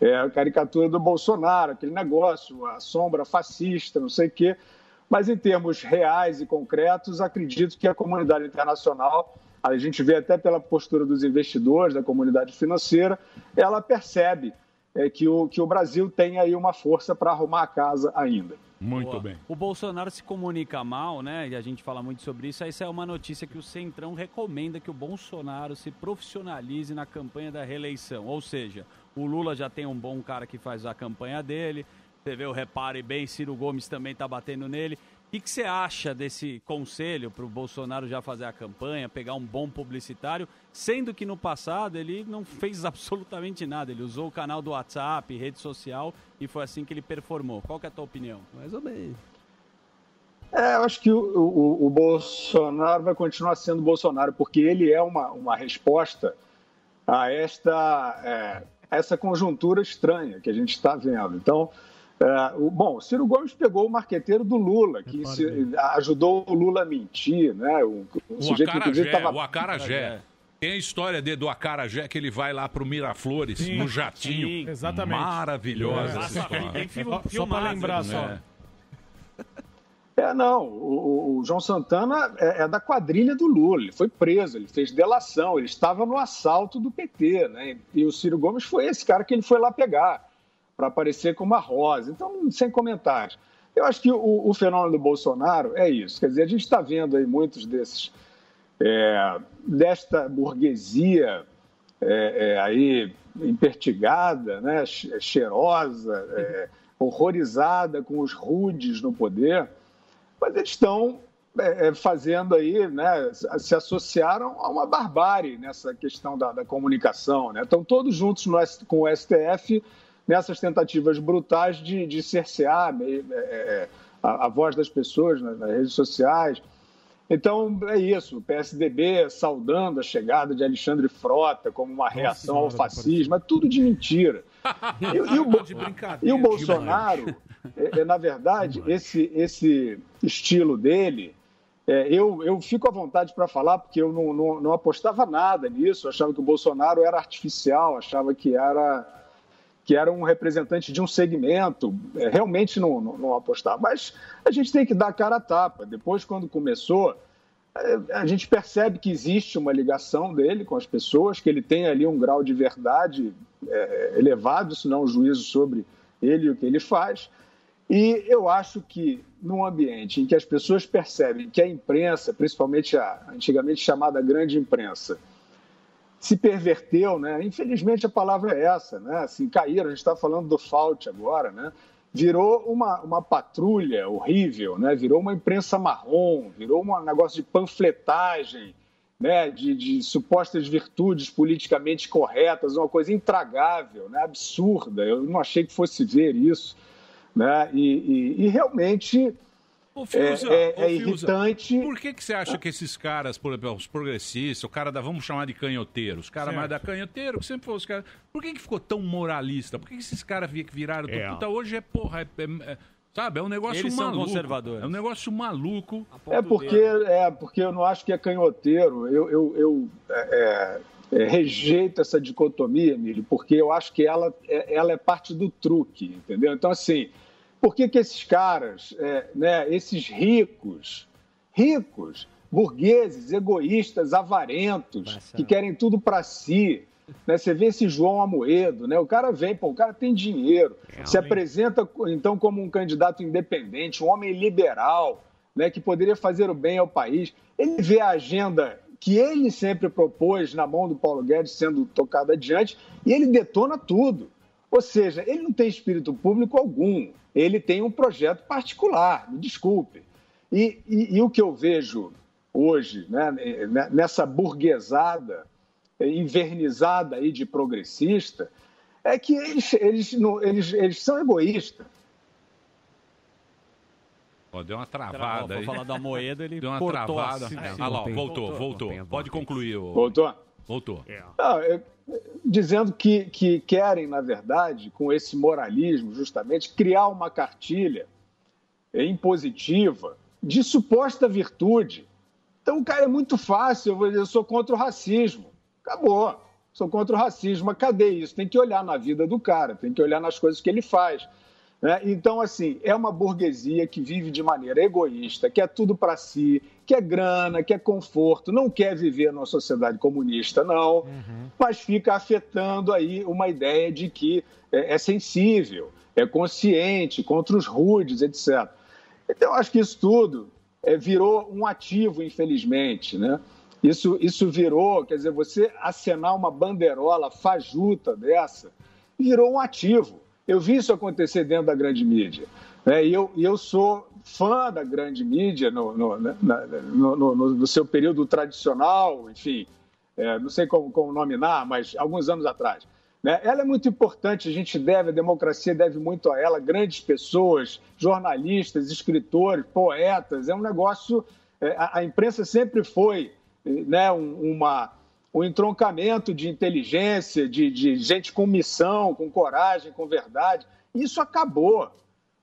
Speaker 23: É a caricatura do Bolsonaro, aquele negócio, a sombra fascista, não sei o quê. Mas em termos reais e concretos, acredito que a comunidade internacional, a gente vê até pela postura dos investidores, da comunidade financeira, ela percebe é, que, o, que o Brasil tem aí uma força para arrumar a casa ainda.
Speaker 2: Muito
Speaker 9: Boa.
Speaker 2: bem.
Speaker 9: O Bolsonaro se comunica mal, né? E a gente fala muito sobre isso. Essa é uma notícia que o Centrão recomenda que o Bolsonaro se profissionalize na campanha da reeleição. Ou seja, o Lula já tem um bom cara que faz a campanha dele. Você vê o repare bem, Ciro Gomes também tá batendo nele. O que que você acha desse conselho para o Bolsonaro já fazer a campanha, pegar um bom publicitário, sendo que no passado ele não fez *laughs* absolutamente nada. Ele usou o canal do WhatsApp, rede social e foi assim que ele performou. Qual que é a tua opinião? Mais ou menos.
Speaker 23: É, eu acho que o, o- o Bolsonaro vai continuar sendo Bolsonaro, porque ele é uma, uma resposta a esta é, a essa conjuntura estranha que a gente está vendo. Então, é, o, bom, o Ciro Gomes pegou o marqueteiro do Lula, que se- ajudou o Lula a mentir, né? O, o
Speaker 2: O
Speaker 23: sujeito que inclusive
Speaker 2: Acarajé,
Speaker 23: estava
Speaker 2: o Acarajé. Tem a história dele do Acarajé que ele vai lá pro Miraflores,
Speaker 24: Sim,
Speaker 2: no jatinho.
Speaker 24: sim, exatamente.
Speaker 2: Maravilhosa
Speaker 24: É.
Speaker 2: essa história.
Speaker 24: Tem fil- Só- só filmado, pra lembrar, né? só.
Speaker 23: É, não. O, o- o João Santana é, é da quadrilha do Lula. Ele foi preso, ele fez delação, ele estava no assalto do PT, né? E o Ciro Gomes foi esse cara que ele foi lá pegar para aparecer com uma rosa. Então, sem comentários. Eu acho que o, o fenômeno do Bolsonaro é isso. Quer dizer, a gente está vendo aí muitos desses é, desta burguesia é, é, aí impertigada, né, che- cheirosa, é, horrorizada com os rudes no poder, mas eles estão é, é, fazendo aí, né, se associaram a uma barbárie nessa questão da, da comunicação. Né? Estão todos juntos no S- com o STF nessas tentativas brutais de, de cercear eh, eh, a, a voz das pessoas nas, nas redes sociais. Então, é isso. O PSDB saudando a chegada de Alexandre Frota como uma reação ao fascismo. É tudo de mentira. E, e o, Bo- e o Bolsonaro, é, é, na verdade, esse, esse estilo dele, é, eu, eu fico à vontade para falar, porque eu não, não, não apostava nada nisso. Eu achava que o Bolsonaro era artificial, achava que era que era um representante de um segmento, é, realmente não, não, não apostar. Mas a gente tem que dar a cara a tapa. Depois, quando começou, é, a gente percebe que existe uma ligação dele com as pessoas, que ele tem ali um grau de verdade é, elevado, se não um juízo sobre ele e o que ele faz. E eu acho que num ambiente em que as pessoas percebem que a imprensa, principalmente a antigamente chamada grande imprensa, se perverteu, né? Infelizmente a palavra é essa, né? Assim, caíram, a gente está falando do Fault agora, né? Virou uma, uma patrulha horrível, né? Virou uma imprensa marrom, virou um negócio de panfletagem, né? De, de supostas virtudes politicamente corretas, uma coisa intragável, né? Absurda. Eu não achei que fosse ver isso, né? E, e- e realmente
Speaker 2: Ô, Fiuza,
Speaker 23: é, é-
Speaker 2: ô,
Speaker 23: é
Speaker 2: Fiuza,
Speaker 23: irritante.
Speaker 2: Por que, que você acha que esses caras, por exemplo, os progressistas, o cara da, vamos chamar de canhoteiro, os caras mais da canhoteiro, que sempre foram os caras. Por que, que ficou tão moralista? Por que, que esses caras vi- que viraram.
Speaker 9: É.
Speaker 2: Puta, hoje é porra. é- é- é- sabe, é um negócio
Speaker 9: Eles são
Speaker 2: maluco.
Speaker 9: conservadores.
Speaker 2: É um negócio maluco.
Speaker 23: É porque, é porque eu não acho que é canhoteiro. Eu, eu, eu, é, é, é, rejeito essa dicotomia, Emílio, porque eu acho que ela é, ela é parte do truque, entendeu? Então, assim, por que, que esses caras, é, né, esses ricos, ricos, burgueses, egoístas, avarentos, que querem tudo para si. Né? Você vê esse João Amoedo, né? o cara vem, pô, o cara tem dinheiro, se apresenta então como um candidato independente, um homem liberal, né? que poderia fazer o bem ao país. Ele vê a agenda que ele sempre propôs na mão do Paulo Guedes sendo tocada adiante e ele detona tudo. Ou seja, ele não tem espírito público algum, ele tem um projeto particular, me desculpe. E, e- e o que eu vejo hoje, né, ne- nessa burguesada eh, invernizada aí de progressista, é que eles, eles, não- eles, eles são egoístas.
Speaker 2: Ó, deu uma
Speaker 9: Travou,
Speaker 2: travada
Speaker 9: foi
Speaker 2: aí.
Speaker 9: falar do Amoedo, ele
Speaker 2: Deu uma
Speaker 9: cortou
Speaker 2: travada.
Speaker 9: assim.
Speaker 2: Olha lá, ó, voltou, voltou. Pode concluir. ô-
Speaker 23: Voltou?
Speaker 2: Voltou.
Speaker 23: Não, eu- Ah, é, dizendo que, que querem, na verdade, com esse moralismo, justamente, criar uma cartilha eh, impositiva de suposta virtude. Então, o cara é muito fácil, eu vou dizer, eu sou contra o racismo. Acabou. Sou contra o racismo. Mas cadê isso? Tem que olhar na vida do cara, tem que olhar nas coisas que ele faz. né? Então, assim, é uma burguesia que vive de maneira egoísta, quer tudo para si, quer grana, quer conforto, não quer viver numa sociedade comunista, não, mas fica afetando aí uma ideia de que é, é sensível, é consciente, contra os rudes, etc. Então, eu acho que isso tudo é, virou um ativo, infelizmente, né? Isso, isso virou, quer dizer, você acenar uma banderola fajuta dessa, virou um ativo. Eu vi isso acontecer dentro da grande mídia. né? E eu, e eu sou fã da grande mídia no, no, na- na- no- no- no- no seu período tradicional, enfim, é, não sei como, como nominar, mas alguns anos atrás. né? Ela é muito importante, a gente deve, a democracia deve muito a ela, grandes pessoas, jornalistas, escritores, poetas, é um negócio. é, a, a imprensa sempre foi eh, né, um- uma, um entroncamento de inteligência, de, de gente com missão, com coragem, com verdade. Isso acabou.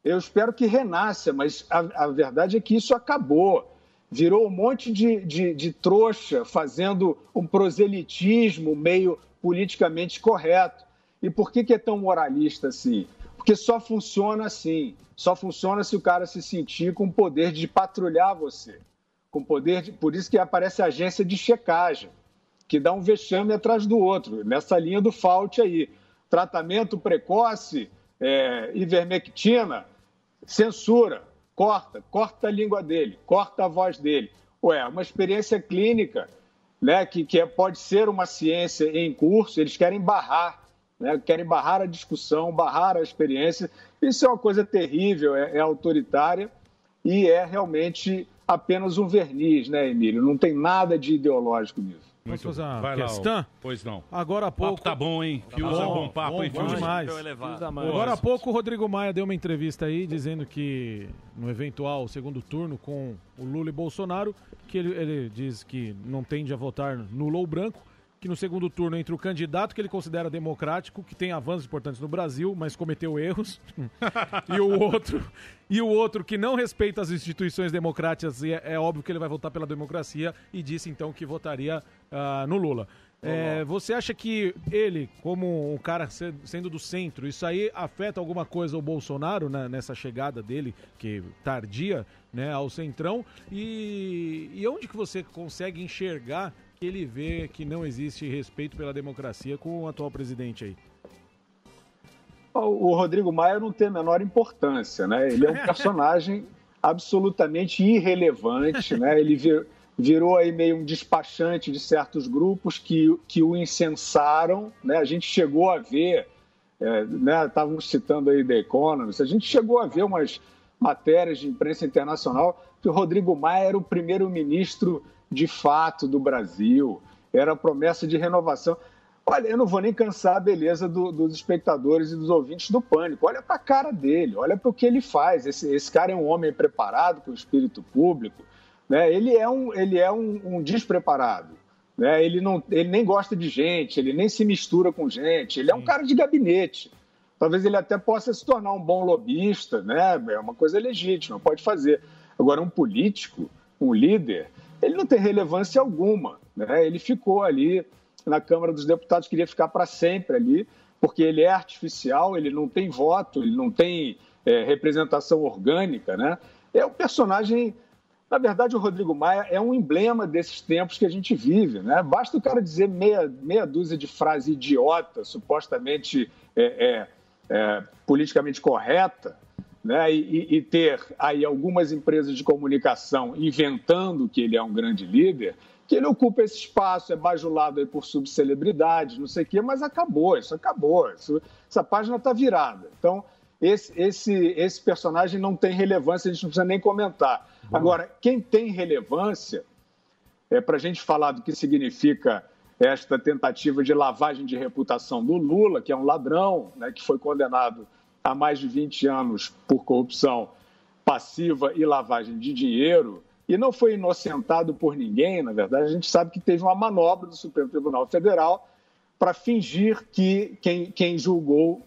Speaker 23: Eu espero que renasça, mas a, a verdade é que isso acabou. Virou um monte de, de, de trouxa fazendo um proselitismo um meio politicamente correto. E por que, que é tão moralista assim? Porque só funciona assim. Só funciona se o cara se sentir com o poder de patrulhar você. Com poder de, por isso que aparece a agência de checagem que dá um vexame atrás do outro, nessa linha do Fault aí. Tratamento precoce, é, ivermectina, censura, corta, corta a língua dele, corta a voz dele. Ué, uma experiência clínica, né, que, que é- pode ser uma ciência em curso, eles querem barrar, né, querem barrar a discussão, barrar a experiência. Isso é uma coisa terrível, é- é autoritária e é realmente apenas um verniz, né, Emílio? Não tem nada de ideológico nisso.
Speaker 6: Posso fazer uma
Speaker 2: Vai lá,
Speaker 6: questão?
Speaker 2: ô. Pois não.
Speaker 6: Agora há pouco.
Speaker 2: tá bom, hein? Fios é bom papo, hein,
Speaker 6: bom
Speaker 2: Fios?
Speaker 6: demais.
Speaker 2: Nível elevado.
Speaker 6: Fios da
Speaker 2: Boa.
Speaker 6: mãe. Agora há pouco o Rodrigo Maia deu uma entrevista aí dizendo que no eventual segundo turno com o Lula e Bolsonaro, que ele, ele diz que não tende a votar nulo ou branco, que no segundo turno entre o candidato que ele considera democrático, que tem avanços importantes no Brasil, mas cometeu erros, *laughs* e o outro e o outro que não respeita as instituições democráticas e é, é óbvio que ele vai votar pela democracia e disse então que votaria ah, no Lula. É, você acha que ele, como um cara se- sendo do centro, isso aí afeta alguma coisa o Bolsonaro né, nessa chegada dele, que tardia, né, ao centrão? E, e onde que você consegue enxergar que ele vê que não existe respeito pela democracia com o atual presidente aí?
Speaker 23: O Rodrigo Maia não tem a menor importância, né? Ele é um personagem absolutamente irrelevante, né? Ele vi- virou aí meio um despachante de certos grupos que, que o incensaram, né? A gente chegou a ver, é, né? Estávamos citando aí The Economist, a gente chegou a ver umas matérias de imprensa internacional que o Rodrigo Maia era o primeiro-ministro de fato do Brasil, era a promessa de renovação. Olha, eu não vou nem cansar a beleza do- dos espectadores e dos ouvintes do Pânico. Olha para a cara dele, olha para o que ele faz. Esse, esse cara é um homem preparado com espírito público. Né? Ele é um, ele é um, um despreparado. Né? Ele, não, ele nem gosta de gente, ele nem se mistura com gente. Ele é um cara de gabinete. Talvez ele até possa se tornar um bom lobista, né? É uma coisa legítima, pode fazer. Agora, um político, um líder, ele não tem relevância alguma. Né? Ele ficou ali na Câmara dos Deputados, queria ficar para sempre ali, porque ele é artificial, ele não tem voto, ele não tem eh, representação orgânica. Né? É um personagem. Na verdade, o Rodrigo Maia é um emblema desses tempos que a gente vive. Né? Basta o cara dizer meia, meia dúzia de frase idiota, supostamente eh, eh, eh, politicamente correta, né, e, e ter aí algumas empresas de comunicação inventando que ele é um grande líder, que ele ocupa esse espaço, é bajulado aí por subcelebridades, não sei o quê, mas acabou, isso acabou, isso- essa página está virada. Então, esse, esse, esse personagem não tem relevância, a gente não precisa nem comentar. Agora, quem tem relevância é, para a gente falar do que significa esta tentativa de lavagem de reputação do Lula, que é um ladrão, né, que foi condenado a mais de 20 anos por corrupção passiva e lavagem de dinheiro, e não foi inocentado por ninguém, na verdade, a gente sabe que teve uma manobra do Supremo Tribunal Federal para fingir que quem, quem julgou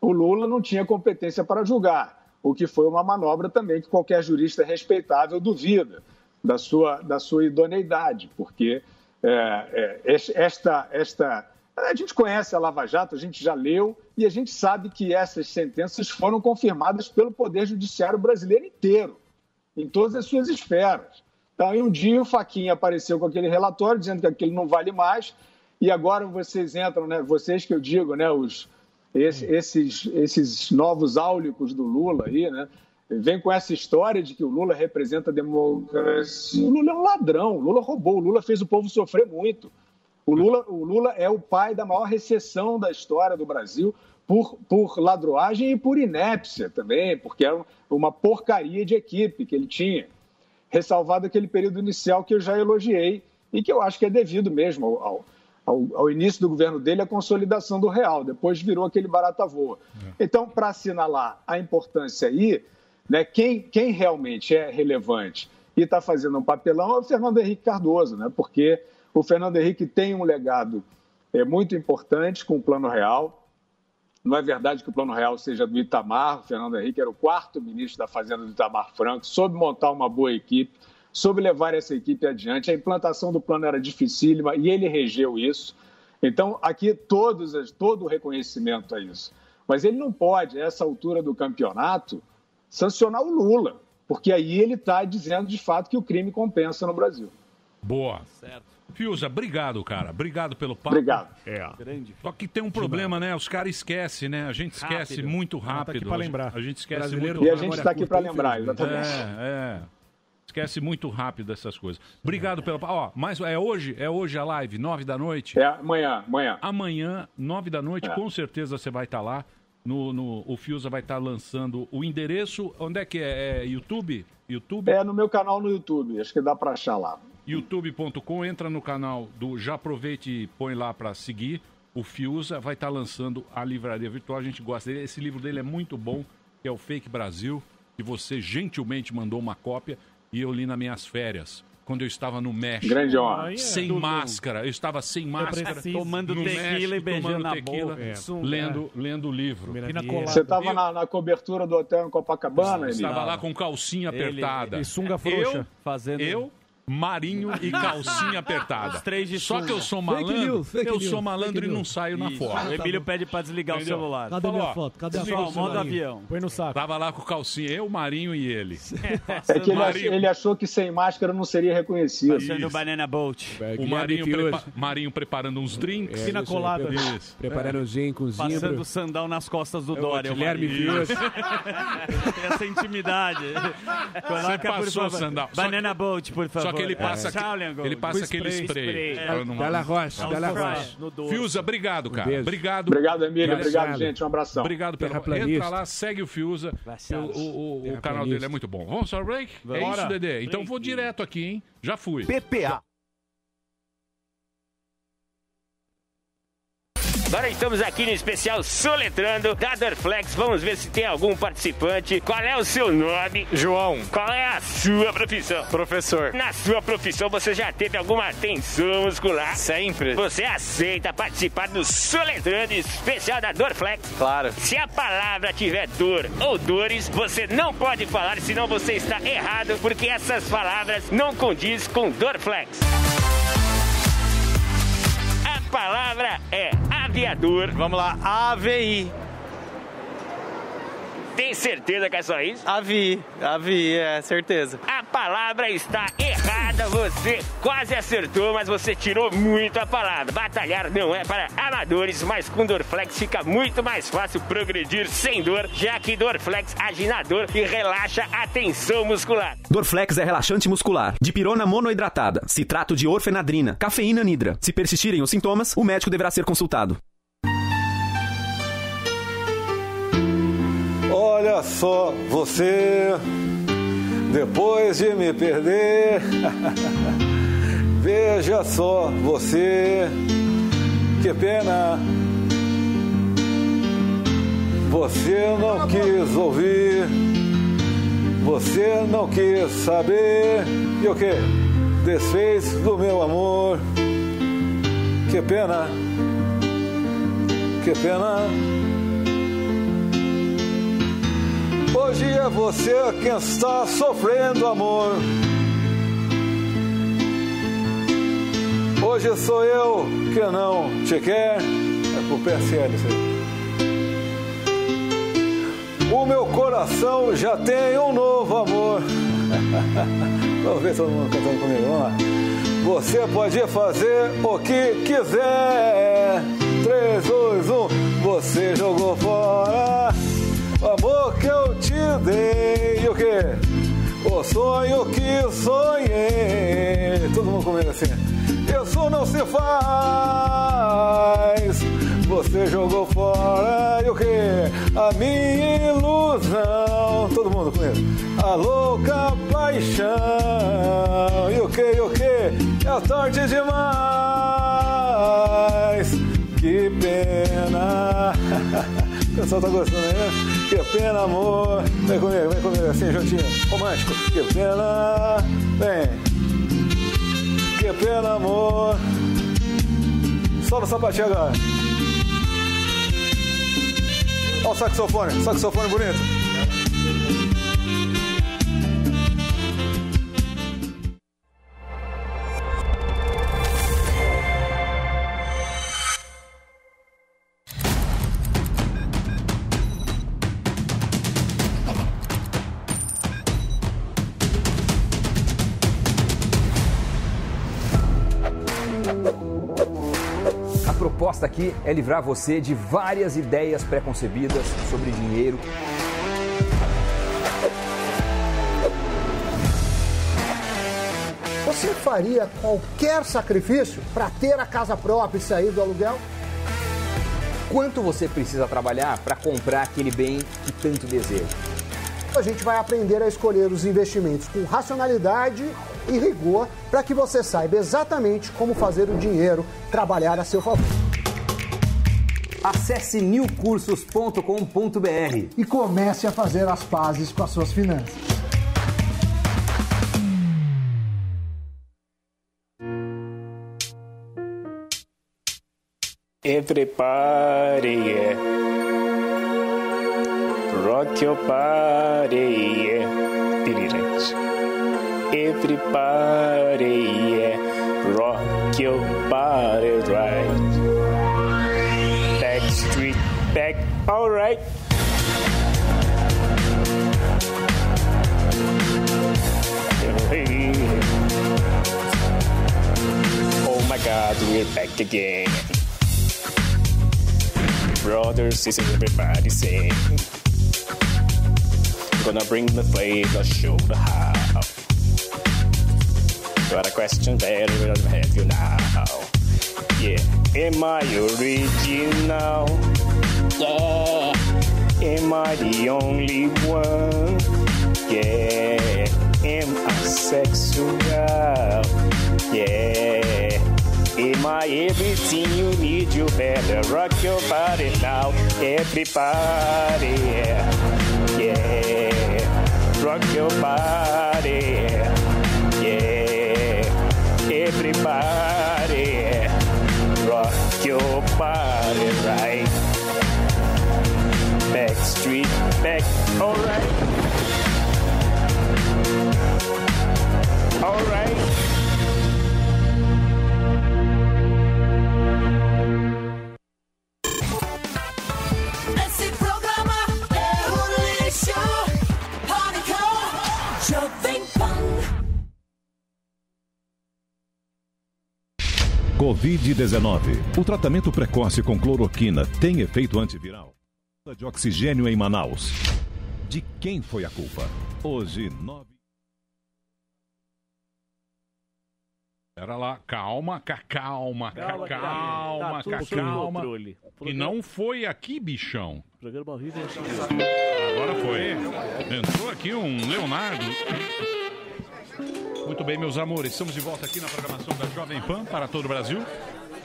Speaker 23: o Lula não tinha competência para julgar, o que foi uma manobra também que qualquer jurista respeitável duvida da sua, da sua idoneidade, porque é, é, es- esta, esta. A gente conhece a Lava Jato, a gente já leu, e a gente sabe que essas sentenças foram confirmadas pelo Poder Judiciário brasileiro inteiro, em todas as suas esferas. Então, em um dia, o Faquinha apareceu com aquele relatório dizendo que aquilo não vale mais, e agora vocês entram, né, vocês que eu digo, né, os, esse- esses, esses novos áulicos do Lula aí, né? Vem com essa história de que o Lula representa a democracia. O Lula é um ladrão, o Lula roubou, o Lula fez o povo sofrer muito. O Lula, o Lula é o pai da maior recessão da história do Brasil por, por ladroagem e por inépcia também, porque era uma porcaria de equipe que ele tinha. Ressalvado aquele período inicial que eu já elogiei e que eu acho que é devido mesmo ao- ao, ao, ao início do governo dele a consolidação do real, depois virou aquele barata voa. Então, para assinalar a importância aí, né, quem, quem realmente é relevante e está fazendo um papelão é o Fernando Henrique Cardoso, né, porque o Fernando Henrique tem um legado é, muito importante com o Plano Real, não é verdade que o Plano Real seja do Itamar. O Fernando Henrique era o quarto ministro da Fazenda do Itamar Franco, soube montar uma boa equipe, soube levar essa equipe adiante. A implantação do plano era dificílima e ele regeu isso. Então, aqui todos, as- todo o reconhecimento a isso. Mas ele não pode, a essa altura do campeonato, sancionar o Lula, porque aí ele está dizendo de fato que o crime compensa no Brasil.
Speaker 2: Boa. Certo. Fiuza, obrigado, cara. Obrigado pelo papo.
Speaker 23: Obrigado.
Speaker 2: É. Só que tem um problema, né? Os caras esquecem, né? A gente esquece
Speaker 6: Rápido.
Speaker 2: muito
Speaker 6: Ela tá
Speaker 2: rápido.
Speaker 6: aqui pra lembrar.
Speaker 2: A gente esquece
Speaker 6: Brasileiro
Speaker 2: muito
Speaker 6: tem E a gente memória tá aqui curta, pra lembrar, infelizmente. exatamente.
Speaker 2: É, é. Esquece muito rápido essas coisas. Obrigado pelo. Ó, mas é hoje, é hoje a live, nove da noite.
Speaker 23: É amanhã, amanhã.
Speaker 2: Amanhã, nove da noite,
Speaker 23: É.
Speaker 2: com certeza você vai estar lá. No, no- o Fiuza vai estar lançando o endereço. Onde é que é? É YouTube? YouTube?
Speaker 23: É no meu canal no YouTube, acho que dá pra achar lá.
Speaker 2: youtube.com, entra no canal do Já Aproveite e põe lá para seguir. O Fiuza vai estar lançando a Livraria Virtual, a gente gosta dele. Esse livro dele é muito bom, que é o Fake Brasil, que você gentilmente mandou uma cópia e eu li nas minhas férias. Quando eu estava no México.
Speaker 23: Grande homem. Aí é
Speaker 2: Sem
Speaker 23: tudo.
Speaker 2: máscara. Eu estava sem máscara.
Speaker 23: preciso.
Speaker 9: É Tomando
Speaker 2: no
Speaker 9: tequila
Speaker 2: México,
Speaker 9: e beijando
Speaker 2: tomando
Speaker 9: a
Speaker 2: tequila,
Speaker 9: boca. É.
Speaker 2: Lendo, lendo o livro.
Speaker 23: Você tá estava na, na cobertura do hotel em Copacabana,
Speaker 2: Eu Estava
Speaker 23: Emílio?
Speaker 2: lá com calcinha
Speaker 23: Ele-
Speaker 2: apertada.
Speaker 23: e sunga frouxa.
Speaker 2: Eu, fazendo... eu Marinho e calcinha apertada.
Speaker 9: Os três de
Speaker 2: Só
Speaker 9: sunga.
Speaker 2: que eu sou
Speaker 9: Fake
Speaker 2: malandro,
Speaker 9: news, fake
Speaker 2: eu
Speaker 9: news,
Speaker 2: sou malandro
Speaker 9: fake
Speaker 2: e não
Speaker 9: news.
Speaker 2: saio na
Speaker 9: Isso.
Speaker 2: foto.
Speaker 9: O Emílio pede pra desligar
Speaker 2: Entendeu?
Speaker 9: o celular.
Speaker 2: Cadê minha
Speaker 9: Falou,
Speaker 2: foto? Cadê a
Speaker 9: desliga
Speaker 2: foto
Speaker 9: o
Speaker 2: do
Speaker 9: modo
Speaker 2: celular?
Speaker 9: avião.
Speaker 2: Põe no saco. Tava lá com calcinha, eu, Marinho e ele.
Speaker 23: É que ele, ach-
Speaker 2: Marinho-
Speaker 23: ele achou que sem máscara não seria reconhecido.
Speaker 2: Isso.
Speaker 9: Banana Boat.
Speaker 2: O Marinho, prepa- Marinho preparando uns drinks.
Speaker 5: É, Pina isso aí, colada. preparando-
Speaker 2: Isso.
Speaker 5: preparando um gin com zimbro.
Speaker 9: Passando o sandal nas costas do
Speaker 5: É o
Speaker 9: Dória. o
Speaker 5: Guilherme
Speaker 9: marido.
Speaker 5: Fius.
Speaker 9: *laughs* Essa intimidade.
Speaker 2: Você
Speaker 9: Coloca, por
Speaker 2: passou o
Speaker 9: favor,
Speaker 2: sandal. Só
Speaker 9: Banana Boat, por favor.
Speaker 2: Só que ele passa, aque-
Speaker 9: Tchau, Leão Gold.
Speaker 2: ele passa
Speaker 9: Com
Speaker 2: aquele spray. Ela não-
Speaker 9: É. Alfresh, no dorso.
Speaker 2: Fiuza, obrigado, cara.
Speaker 9: beijo.
Speaker 2: Obrigado.
Speaker 9: Obrigado, Emílio.
Speaker 2: Valeu.
Speaker 9: Obrigado, gente. Um abração.
Speaker 2: Obrigado pela
Speaker 9: Terraplanista.
Speaker 2: Entra lá, segue o Fiuza. O, o- o- o canal dele é muito bom. Vamos para o break? É
Speaker 9: Vamos.
Speaker 2: isso, Dedê. Então vou direto aqui, hein? Já fui.
Speaker 11: PPA. Agora estamos aqui no especial Soletrando da Dorflex. Vamos ver se tem algum participante. Qual é o seu nome? João. Qual é a sua profissão? Professor. Na sua profissão você já teve alguma tensão muscular? Sempre. Você aceita participar do Soletrando especial da Dorflex? Claro. Se a palavra tiver dor ou dores, você não pode falar, senão você está errado, porque essas palavras não condiz com Dorflex. A palavra é aviador. Vamos lá, AVI. Tem certeza que é só isso? AVI, AVI, é certeza. A palavra está errada, você quase acertou, mas você tirou muito a palavra. Batalhar não é para amadores, mas com Dorflex fica muito mais fácil progredir sem dor, já que Dorflex age na dor e relaxa a tensão muscular.
Speaker 20: Dorflex é relaxante muscular. Dipirona monoidratada. Citrato de orfenadrina. Cafeína nidra. Se persistirem os sintomas, o médico deverá ser consultado.
Speaker 26: Olha só você, depois de me perder. *laughs* Veja só você, que pena. Você não quis ouvir, você não quis saber. E o que? Desfez do meu amor. Que pena, que pena. Hoje é você quem está sofrendo amor. Hoje sou eu que não te quer. É pro PSL isso aí. O meu coração já tem um novo amor. *laughs* Vamos ver todo mundo cantando comigo. Vamos lá. Você pode fazer o que quiser. 3, 2, 1. Você jogou fora o amor que eu te dei. E o que? O sonho que sonhei. Todo mundo comigo assim. Isso não se faz. Você jogou fora. E o que? A minha ilusão. Todo mundo comigo. A louca paixão. E o que? E o que? É tarde demais. Que pena. *laughs* O pessoal tá gostando aí, né? Que pena, amor. Vem comigo, vem comigo, assim, juntinho. Romântico. Que pena. Vem. Que pena, amor. Só no sapatinho agora. Olha o saxofone, saxofone bonito.
Speaker 27: A proposta aqui é livrar você de várias ideias preconcebidas sobre dinheiro.
Speaker 15: Você faria qualquer sacrifício para ter a casa própria e sair do aluguel?
Speaker 27: Quanto você precisa trabalhar para comprar aquele bem que tanto deseja?
Speaker 15: A gente vai aprender a escolher os investimentos com racionalidade e rigor para que você saiba exatamente como fazer o dinheiro trabalhar a seu favor.
Speaker 27: Acesse newcursos.com.br
Speaker 15: e comece a fazer as pazes com as suas finanças.
Speaker 16: Everybody, yeah. rock your body, yeah. Dirirex. Everybody, yeah. rock your body right. Back street, back, all right. Oh my God, we're back again. Brothers, sisters, everybody sing. Gonna bring the flavor, show the how. Got a question that we don't have you now. Yeah, am I original? Yeah, am I the only one? Yeah, am I sexual? Yeah. Am I everything you need? You better rock your body now, everybody. Yeah, rock your body. Yeah, everybody. Rock your body right. Back street, back, alright. Alright.
Speaker 7: Esse programa é um lixo. Pânico, Jovem Pan.
Speaker 1: Covid-19. O tratamento precoce com cloroquina tem efeito antiviral? Falta De oxigênio em Manaus. De quem foi a culpa? Hoje, nove.
Speaker 2: Era lá, calma, ca- calma, calma,
Speaker 1: Calma, que tá-
Speaker 2: calma,
Speaker 1: tá tudo
Speaker 2: ca-
Speaker 1: sob
Speaker 2: calma.
Speaker 1: controle.
Speaker 2: E não foi aqui, bichão.
Speaker 1: Programa ao vivo.
Speaker 2: Agora foi. Entrou aqui um Leonardo. Muito bem, meus amores, estamos de volta aqui na programação da Jovem Pan para todo o Brasil.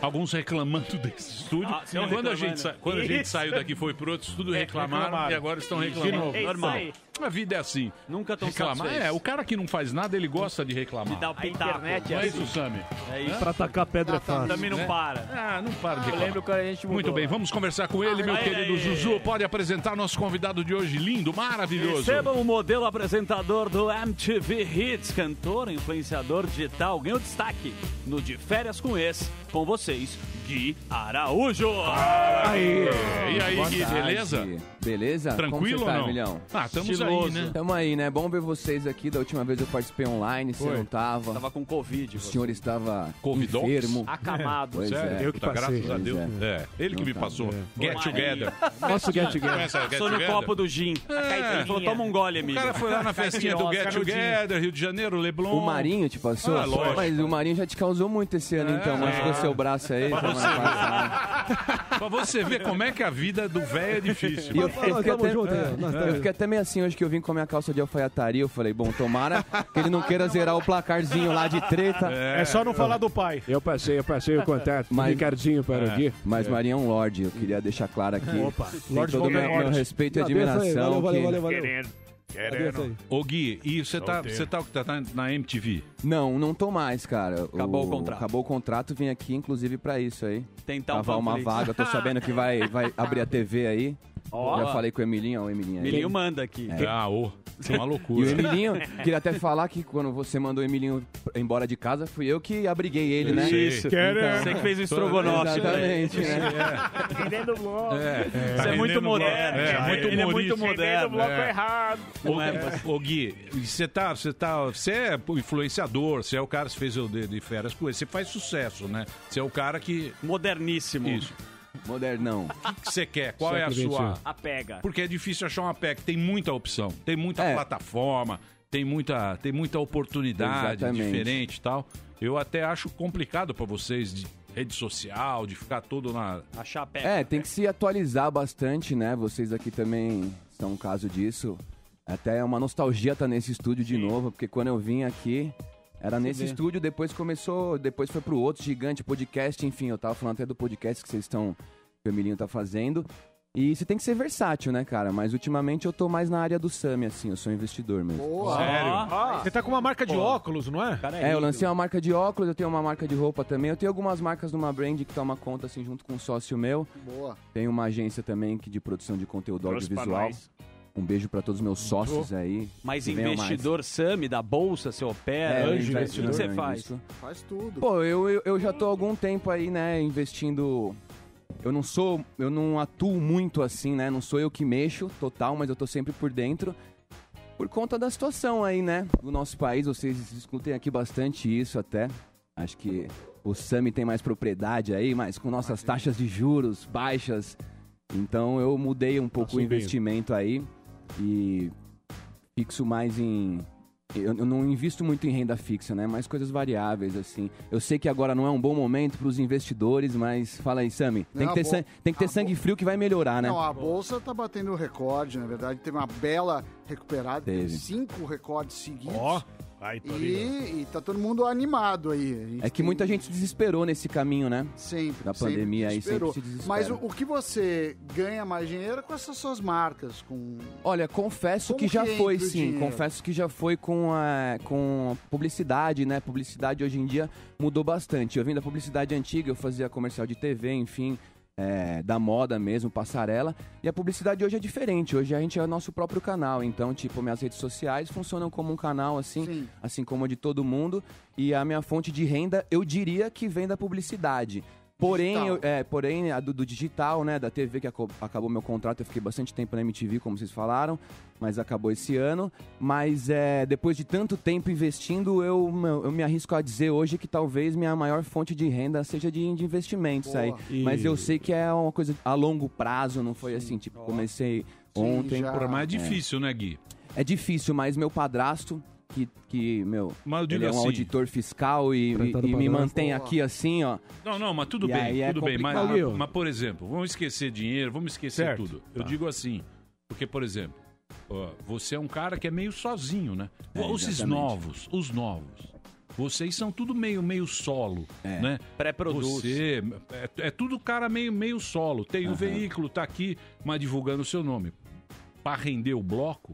Speaker 2: Alguns reclamando desse estúdio.
Speaker 1: Ah, estão
Speaker 2: quando a
Speaker 1: reclamando.
Speaker 2: gente, sa- quando a gente
Speaker 1: Isso.
Speaker 2: saiu daqui foi pro outro estúdio,
Speaker 1: É,
Speaker 2: reclamaram,
Speaker 1: reclamaram.
Speaker 2: e agora estão
Speaker 1: De
Speaker 2: reclamando.
Speaker 1: novo, É isso normal. aí.
Speaker 2: A vida é assim. Nunca
Speaker 1: tão
Speaker 2: reclamar.
Speaker 1: satisfeitos.
Speaker 2: É, o cara que não faz nada, ele gosta de reclamar.
Speaker 1: De dar o A pitaco. internet é
Speaker 2: Não é isso,
Speaker 1: assim.
Speaker 2: Sami?
Speaker 1: É isso.
Speaker 2: Hã?
Speaker 1: Pra atacar pedra é fácil. Também não
Speaker 2: Né?
Speaker 1: para.
Speaker 2: Ah, não para de reclamar.
Speaker 1: lembro quando a gente mudou Ah,
Speaker 2: Muito bem,
Speaker 1: lá.
Speaker 2: vamos conversar com ele, meu
Speaker 1: Aê,
Speaker 2: querido
Speaker 1: aê.
Speaker 2: Zuzu. Pode apresentar nosso convidado de hoje, lindo, maravilhoso.
Speaker 9: Recebam o modelo apresentador do MTV Hits, cantor, influenciador digital, ganhou destaque no De Férias com Ex, com vocês, Gui Araújo.
Speaker 2: E aí, Gui, beleza?
Speaker 28: Beleza?
Speaker 2: Tranquilo
Speaker 28: Como você tá,
Speaker 2: ou não?
Speaker 28: Milhão?
Speaker 2: Ah, tamo Estiloso. aí, né?
Speaker 28: Tamo aí, né? Bom ver vocês aqui. Da última vez eu participei online, você
Speaker 1: Foi.
Speaker 28: não tava.
Speaker 1: Tava com Covid.
Speaker 28: O senhor estava
Speaker 2: Covidox?
Speaker 28: enfermo.
Speaker 1: Acamado.
Speaker 28: Pois
Speaker 2: Sério?
Speaker 28: é.
Speaker 2: Eu que Puta, passei. graças a Deus.
Speaker 28: Pois
Speaker 2: É, ele que me passou.
Speaker 9: é.
Speaker 2: Get Together.
Speaker 28: Nosso Get Together.
Speaker 2: Conhece a é Get
Speaker 1: Sou no
Speaker 2: Together? É,
Speaker 1: copo do gin.
Speaker 9: É.
Speaker 1: Ele falou, toma um gole,
Speaker 2: O
Speaker 1: amigo. *laughs*
Speaker 2: cara foi lá
Speaker 9: *laughs*
Speaker 2: na festinha do Get Together, Rio de Janeiro, Leblon.
Speaker 28: O Marinho te passou?
Speaker 2: Ah, lógico. É.
Speaker 28: Mas o Marinho já te causou muito esse ano, então. Machucou seu braço aí.
Speaker 2: Pra
Speaker 28: semana
Speaker 2: você ver.
Speaker 28: passada.
Speaker 2: Pra você ver como é que a vida do velho é difícil.
Speaker 28: E eu, eu fiquei até,
Speaker 5: né?
Speaker 28: é,
Speaker 5: tá.
Speaker 28: eu fiquei até meio assim hoje que eu vim com a minha calça de alfaiataria. Eu falei, bom, tomara que ele não queira zerar o placarzinho lá de treta.
Speaker 5: É. É só não falar
Speaker 28: do pai.
Speaker 5: Eu passei, eu passei o contato.
Speaker 28: Mas-
Speaker 5: É. Ricardinho para o Gui.
Speaker 28: Mas Marinho é um Lorde, eu queria deixar claro aqui.
Speaker 5: Opa,
Speaker 28: tem
Speaker 5: Lorde
Speaker 28: todo o meu,
Speaker 5: qualquer
Speaker 28: meu
Speaker 5: Lorde.
Speaker 28: respeito e
Speaker 5: Abençoa aí, valeu,
Speaker 28: admiração.
Speaker 5: valeu,
Speaker 28: que-
Speaker 5: valeu, valeu.
Speaker 2: Querendo.
Speaker 28: Abençoa aí.
Speaker 2: Ô Gui, e você tá,
Speaker 28: Solteiro.
Speaker 2: você tá, tá, tá na MTV?
Speaker 28: Não, não tô mais, cara.
Speaker 2: Acabou o contrato.
Speaker 28: Acabou o contrato, vim aqui inclusive pra isso aí.
Speaker 1: Tentar um
Speaker 28: Cavar uma
Speaker 1: panfleto.
Speaker 28: vaga, tô sabendo que vai, vai abrir a TV aí.
Speaker 1: Ó.
Speaker 28: Já falei com o Emilinho, ó, o Emilinho aí.
Speaker 1: Milinho manda aqui.
Speaker 28: É.
Speaker 1: Ah,
Speaker 2: ô. Isso é uma
Speaker 28: E
Speaker 2: loucura.
Speaker 28: o Emilinho, queria até falar que quando você mandou o Emilinho embora de casa, fui eu que abriguei ele, né?
Speaker 1: Isso. Você que fez o estrogonofe.
Speaker 28: Exatamente, né?
Speaker 1: Vendendo bloco. Isso é
Speaker 2: Vendendo
Speaker 1: muito
Speaker 2: Tá bloco.
Speaker 1: moderno.
Speaker 2: É, muito
Speaker 1: Ele é muito
Speaker 2: humorista.
Speaker 1: moderno.
Speaker 2: É. Ô, ô, Gui, você tá, você tá, você é pô, influenciador, você é o cara que fez o de, de férias com ele, você faz sucesso, né? Você é o cara que
Speaker 1: moderníssimo.
Speaker 2: Isso.
Speaker 28: Modernão.
Speaker 2: O que que você quer? Qual é a
Speaker 1: Século
Speaker 2: sua?
Speaker 1: XXI. A pega.
Speaker 2: Porque é difícil achar uma PEC, tem muita opção, tem muita
Speaker 28: É.
Speaker 2: plataforma, tem muita, tem muita oportunidade
Speaker 28: Exatamente.
Speaker 2: diferente e tal. Eu até acho complicado pra vocês de rede social, de ficar todo na.
Speaker 9: A chapéu.
Speaker 28: É, tem que se atualizar bastante, né? Vocês aqui também são um caso disso. Até é uma nostalgia estar nesse estúdio de novo, porque quando eu vim aqui, era
Speaker 9: Você
Speaker 28: nesse
Speaker 9: vê.
Speaker 28: estúdio, depois começou, depois foi pro outro gigante podcast, enfim, eu tava falando até do podcast que vocês estão, que o Emilinho tá fazendo. E você tem que ser versátil, né, cara? Mas ultimamente eu tô mais na área do SAMI, assim, eu sou investidor mesmo.
Speaker 6: Sério? Você tá com uma marca de
Speaker 28: Pô.
Speaker 6: óculos, não é?
Speaker 28: É, eu lancei uma marca de óculos, eu tenho uma marca de roupa também. Eu tenho algumas marcas numa brand que toma conta, assim, junto com um sócio meu.
Speaker 13: Boa.
Speaker 28: Tem uma agência também que de produção de conteúdo
Speaker 9: Trouxe pra
Speaker 28: audiovisual.
Speaker 9: nós.
Speaker 28: Um beijo pra todos os meus sócios aí.
Speaker 9: Mas
Speaker 28: que venham mais.
Speaker 9: investidor SAMI da Bolsa, você opera,
Speaker 28: É,
Speaker 9: anjo, o que
Speaker 28: investidor,
Speaker 9: você
Speaker 28: né,
Speaker 9: faz?
Speaker 28: isso.
Speaker 13: Faz tudo.
Speaker 28: Pô, eu, eu, eu já tô há algum tempo aí, né, investindo. Eu não sou. Eu não atuo muito assim, né? Não sou eu que mexo total, mas eu tô sempre por dentro. Por conta da situação aí, né? Do nosso país, vocês discutem aqui bastante isso até. Acho que o Sami tem mais propriedade aí, mas com nossas taxas de juros baixas. Então eu mudei um pouco o
Speaker 21: subindo.
Speaker 28: investimento aí e fixo mais em. Eu, eu não invisto muito em renda fixa, né? Mas coisas variáveis, assim. Eu sei que agora não é um bom momento para os investidores, mas fala aí, Sami. Tem,
Speaker 13: Não,
Speaker 28: que ter
Speaker 13: bom.
Speaker 28: san- tem que ter sangue frio que vai melhorar, né?
Speaker 13: Não, a bolsa tá batendo recorde, na verdade. Teve uma bela recuperada, teve
Speaker 28: Teve.
Speaker 13: cinco recordes seguidos.
Speaker 28: Ó,
Speaker 13: aí
Speaker 28: tô
Speaker 13: e, e tá todo mundo animado aí. A gente
Speaker 28: É que muita gente se desesperou nesse caminho, né?
Speaker 13: Sempre.
Speaker 28: Da
Speaker 13: sempre
Speaker 28: pandemia aí, sempre
Speaker 13: desesperou.
Speaker 28: se desespera.
Speaker 13: Mas o, o que você ganha mais dinheiro é com essas suas marcas, com
Speaker 28: Olha, confesso
Speaker 13: Como
Speaker 28: que já
Speaker 13: que entra
Speaker 28: foi,
Speaker 13: o
Speaker 28: sim.
Speaker 13: dinheiro?
Speaker 28: Confesso que já foi com a, com a publicidade, né? Publicidade hoje em dia mudou bastante. Eu vim da publicidade antiga, eu fazia comercial de TV, enfim, é, da moda mesmo, passarela. E a publicidade hoje é diferente. Hoje a gente é o nosso próprio canal. Então, tipo, minhas redes sociais funcionam como um canal, assim, assim como a de todo mundo. E a minha fonte de renda, eu diria que vem da publicidade. Porém, eu- é, porém a do, do digital, né, da TV que aco- acabou meu contrato, eu fiquei bastante tempo na MTV, como vocês falaram, mas acabou esse ano. Mas é, depois de tanto tempo investindo, eu, meu, eu me arrisco a dizer hoje que talvez minha maior fonte de renda seja de, de investimentos
Speaker 10: Boa.
Speaker 28: aí.
Speaker 10: E-
Speaker 28: Mas eu sei que é uma coisa a longo prazo, não foi assim, tipo, comecei ontem.
Speaker 2: Por mais
Speaker 28: É.
Speaker 2: difícil, né, Gui?
Speaker 28: É difícil, mas meu padrasto, que, que meu,
Speaker 2: eu digo
Speaker 28: ele é um
Speaker 2: assim-
Speaker 28: auditor fiscal e, e-
Speaker 2: Tratado
Speaker 28: e me
Speaker 2: padrasto.
Speaker 28: mantém
Speaker 2: Ó.
Speaker 28: aqui assim, ó.
Speaker 2: Não, não, mas tudo
Speaker 28: E aí
Speaker 2: bem,
Speaker 28: é
Speaker 2: tudo bem. Mas,
Speaker 28: complicado.
Speaker 2: mas- mas, por exemplo, vamos esquecer dinheiro, vamos esquecer
Speaker 28: Certo.
Speaker 2: tudo. Eu
Speaker 28: Tá.
Speaker 2: digo assim, porque, por exemplo, ó, você é um cara que é meio sozinho, né?
Speaker 28: É,
Speaker 2: Os
Speaker 28: exatamente.
Speaker 2: novos, os novos. Vocês são tudo meio, meio solo, né?
Speaker 9: É. Pré-produz.
Speaker 2: Você, é, é tudo cara meio, meio solo. Tem um
Speaker 9: Aham.
Speaker 2: veículo, tá aqui, mas divulgando o seu nome. Pra render o bloco,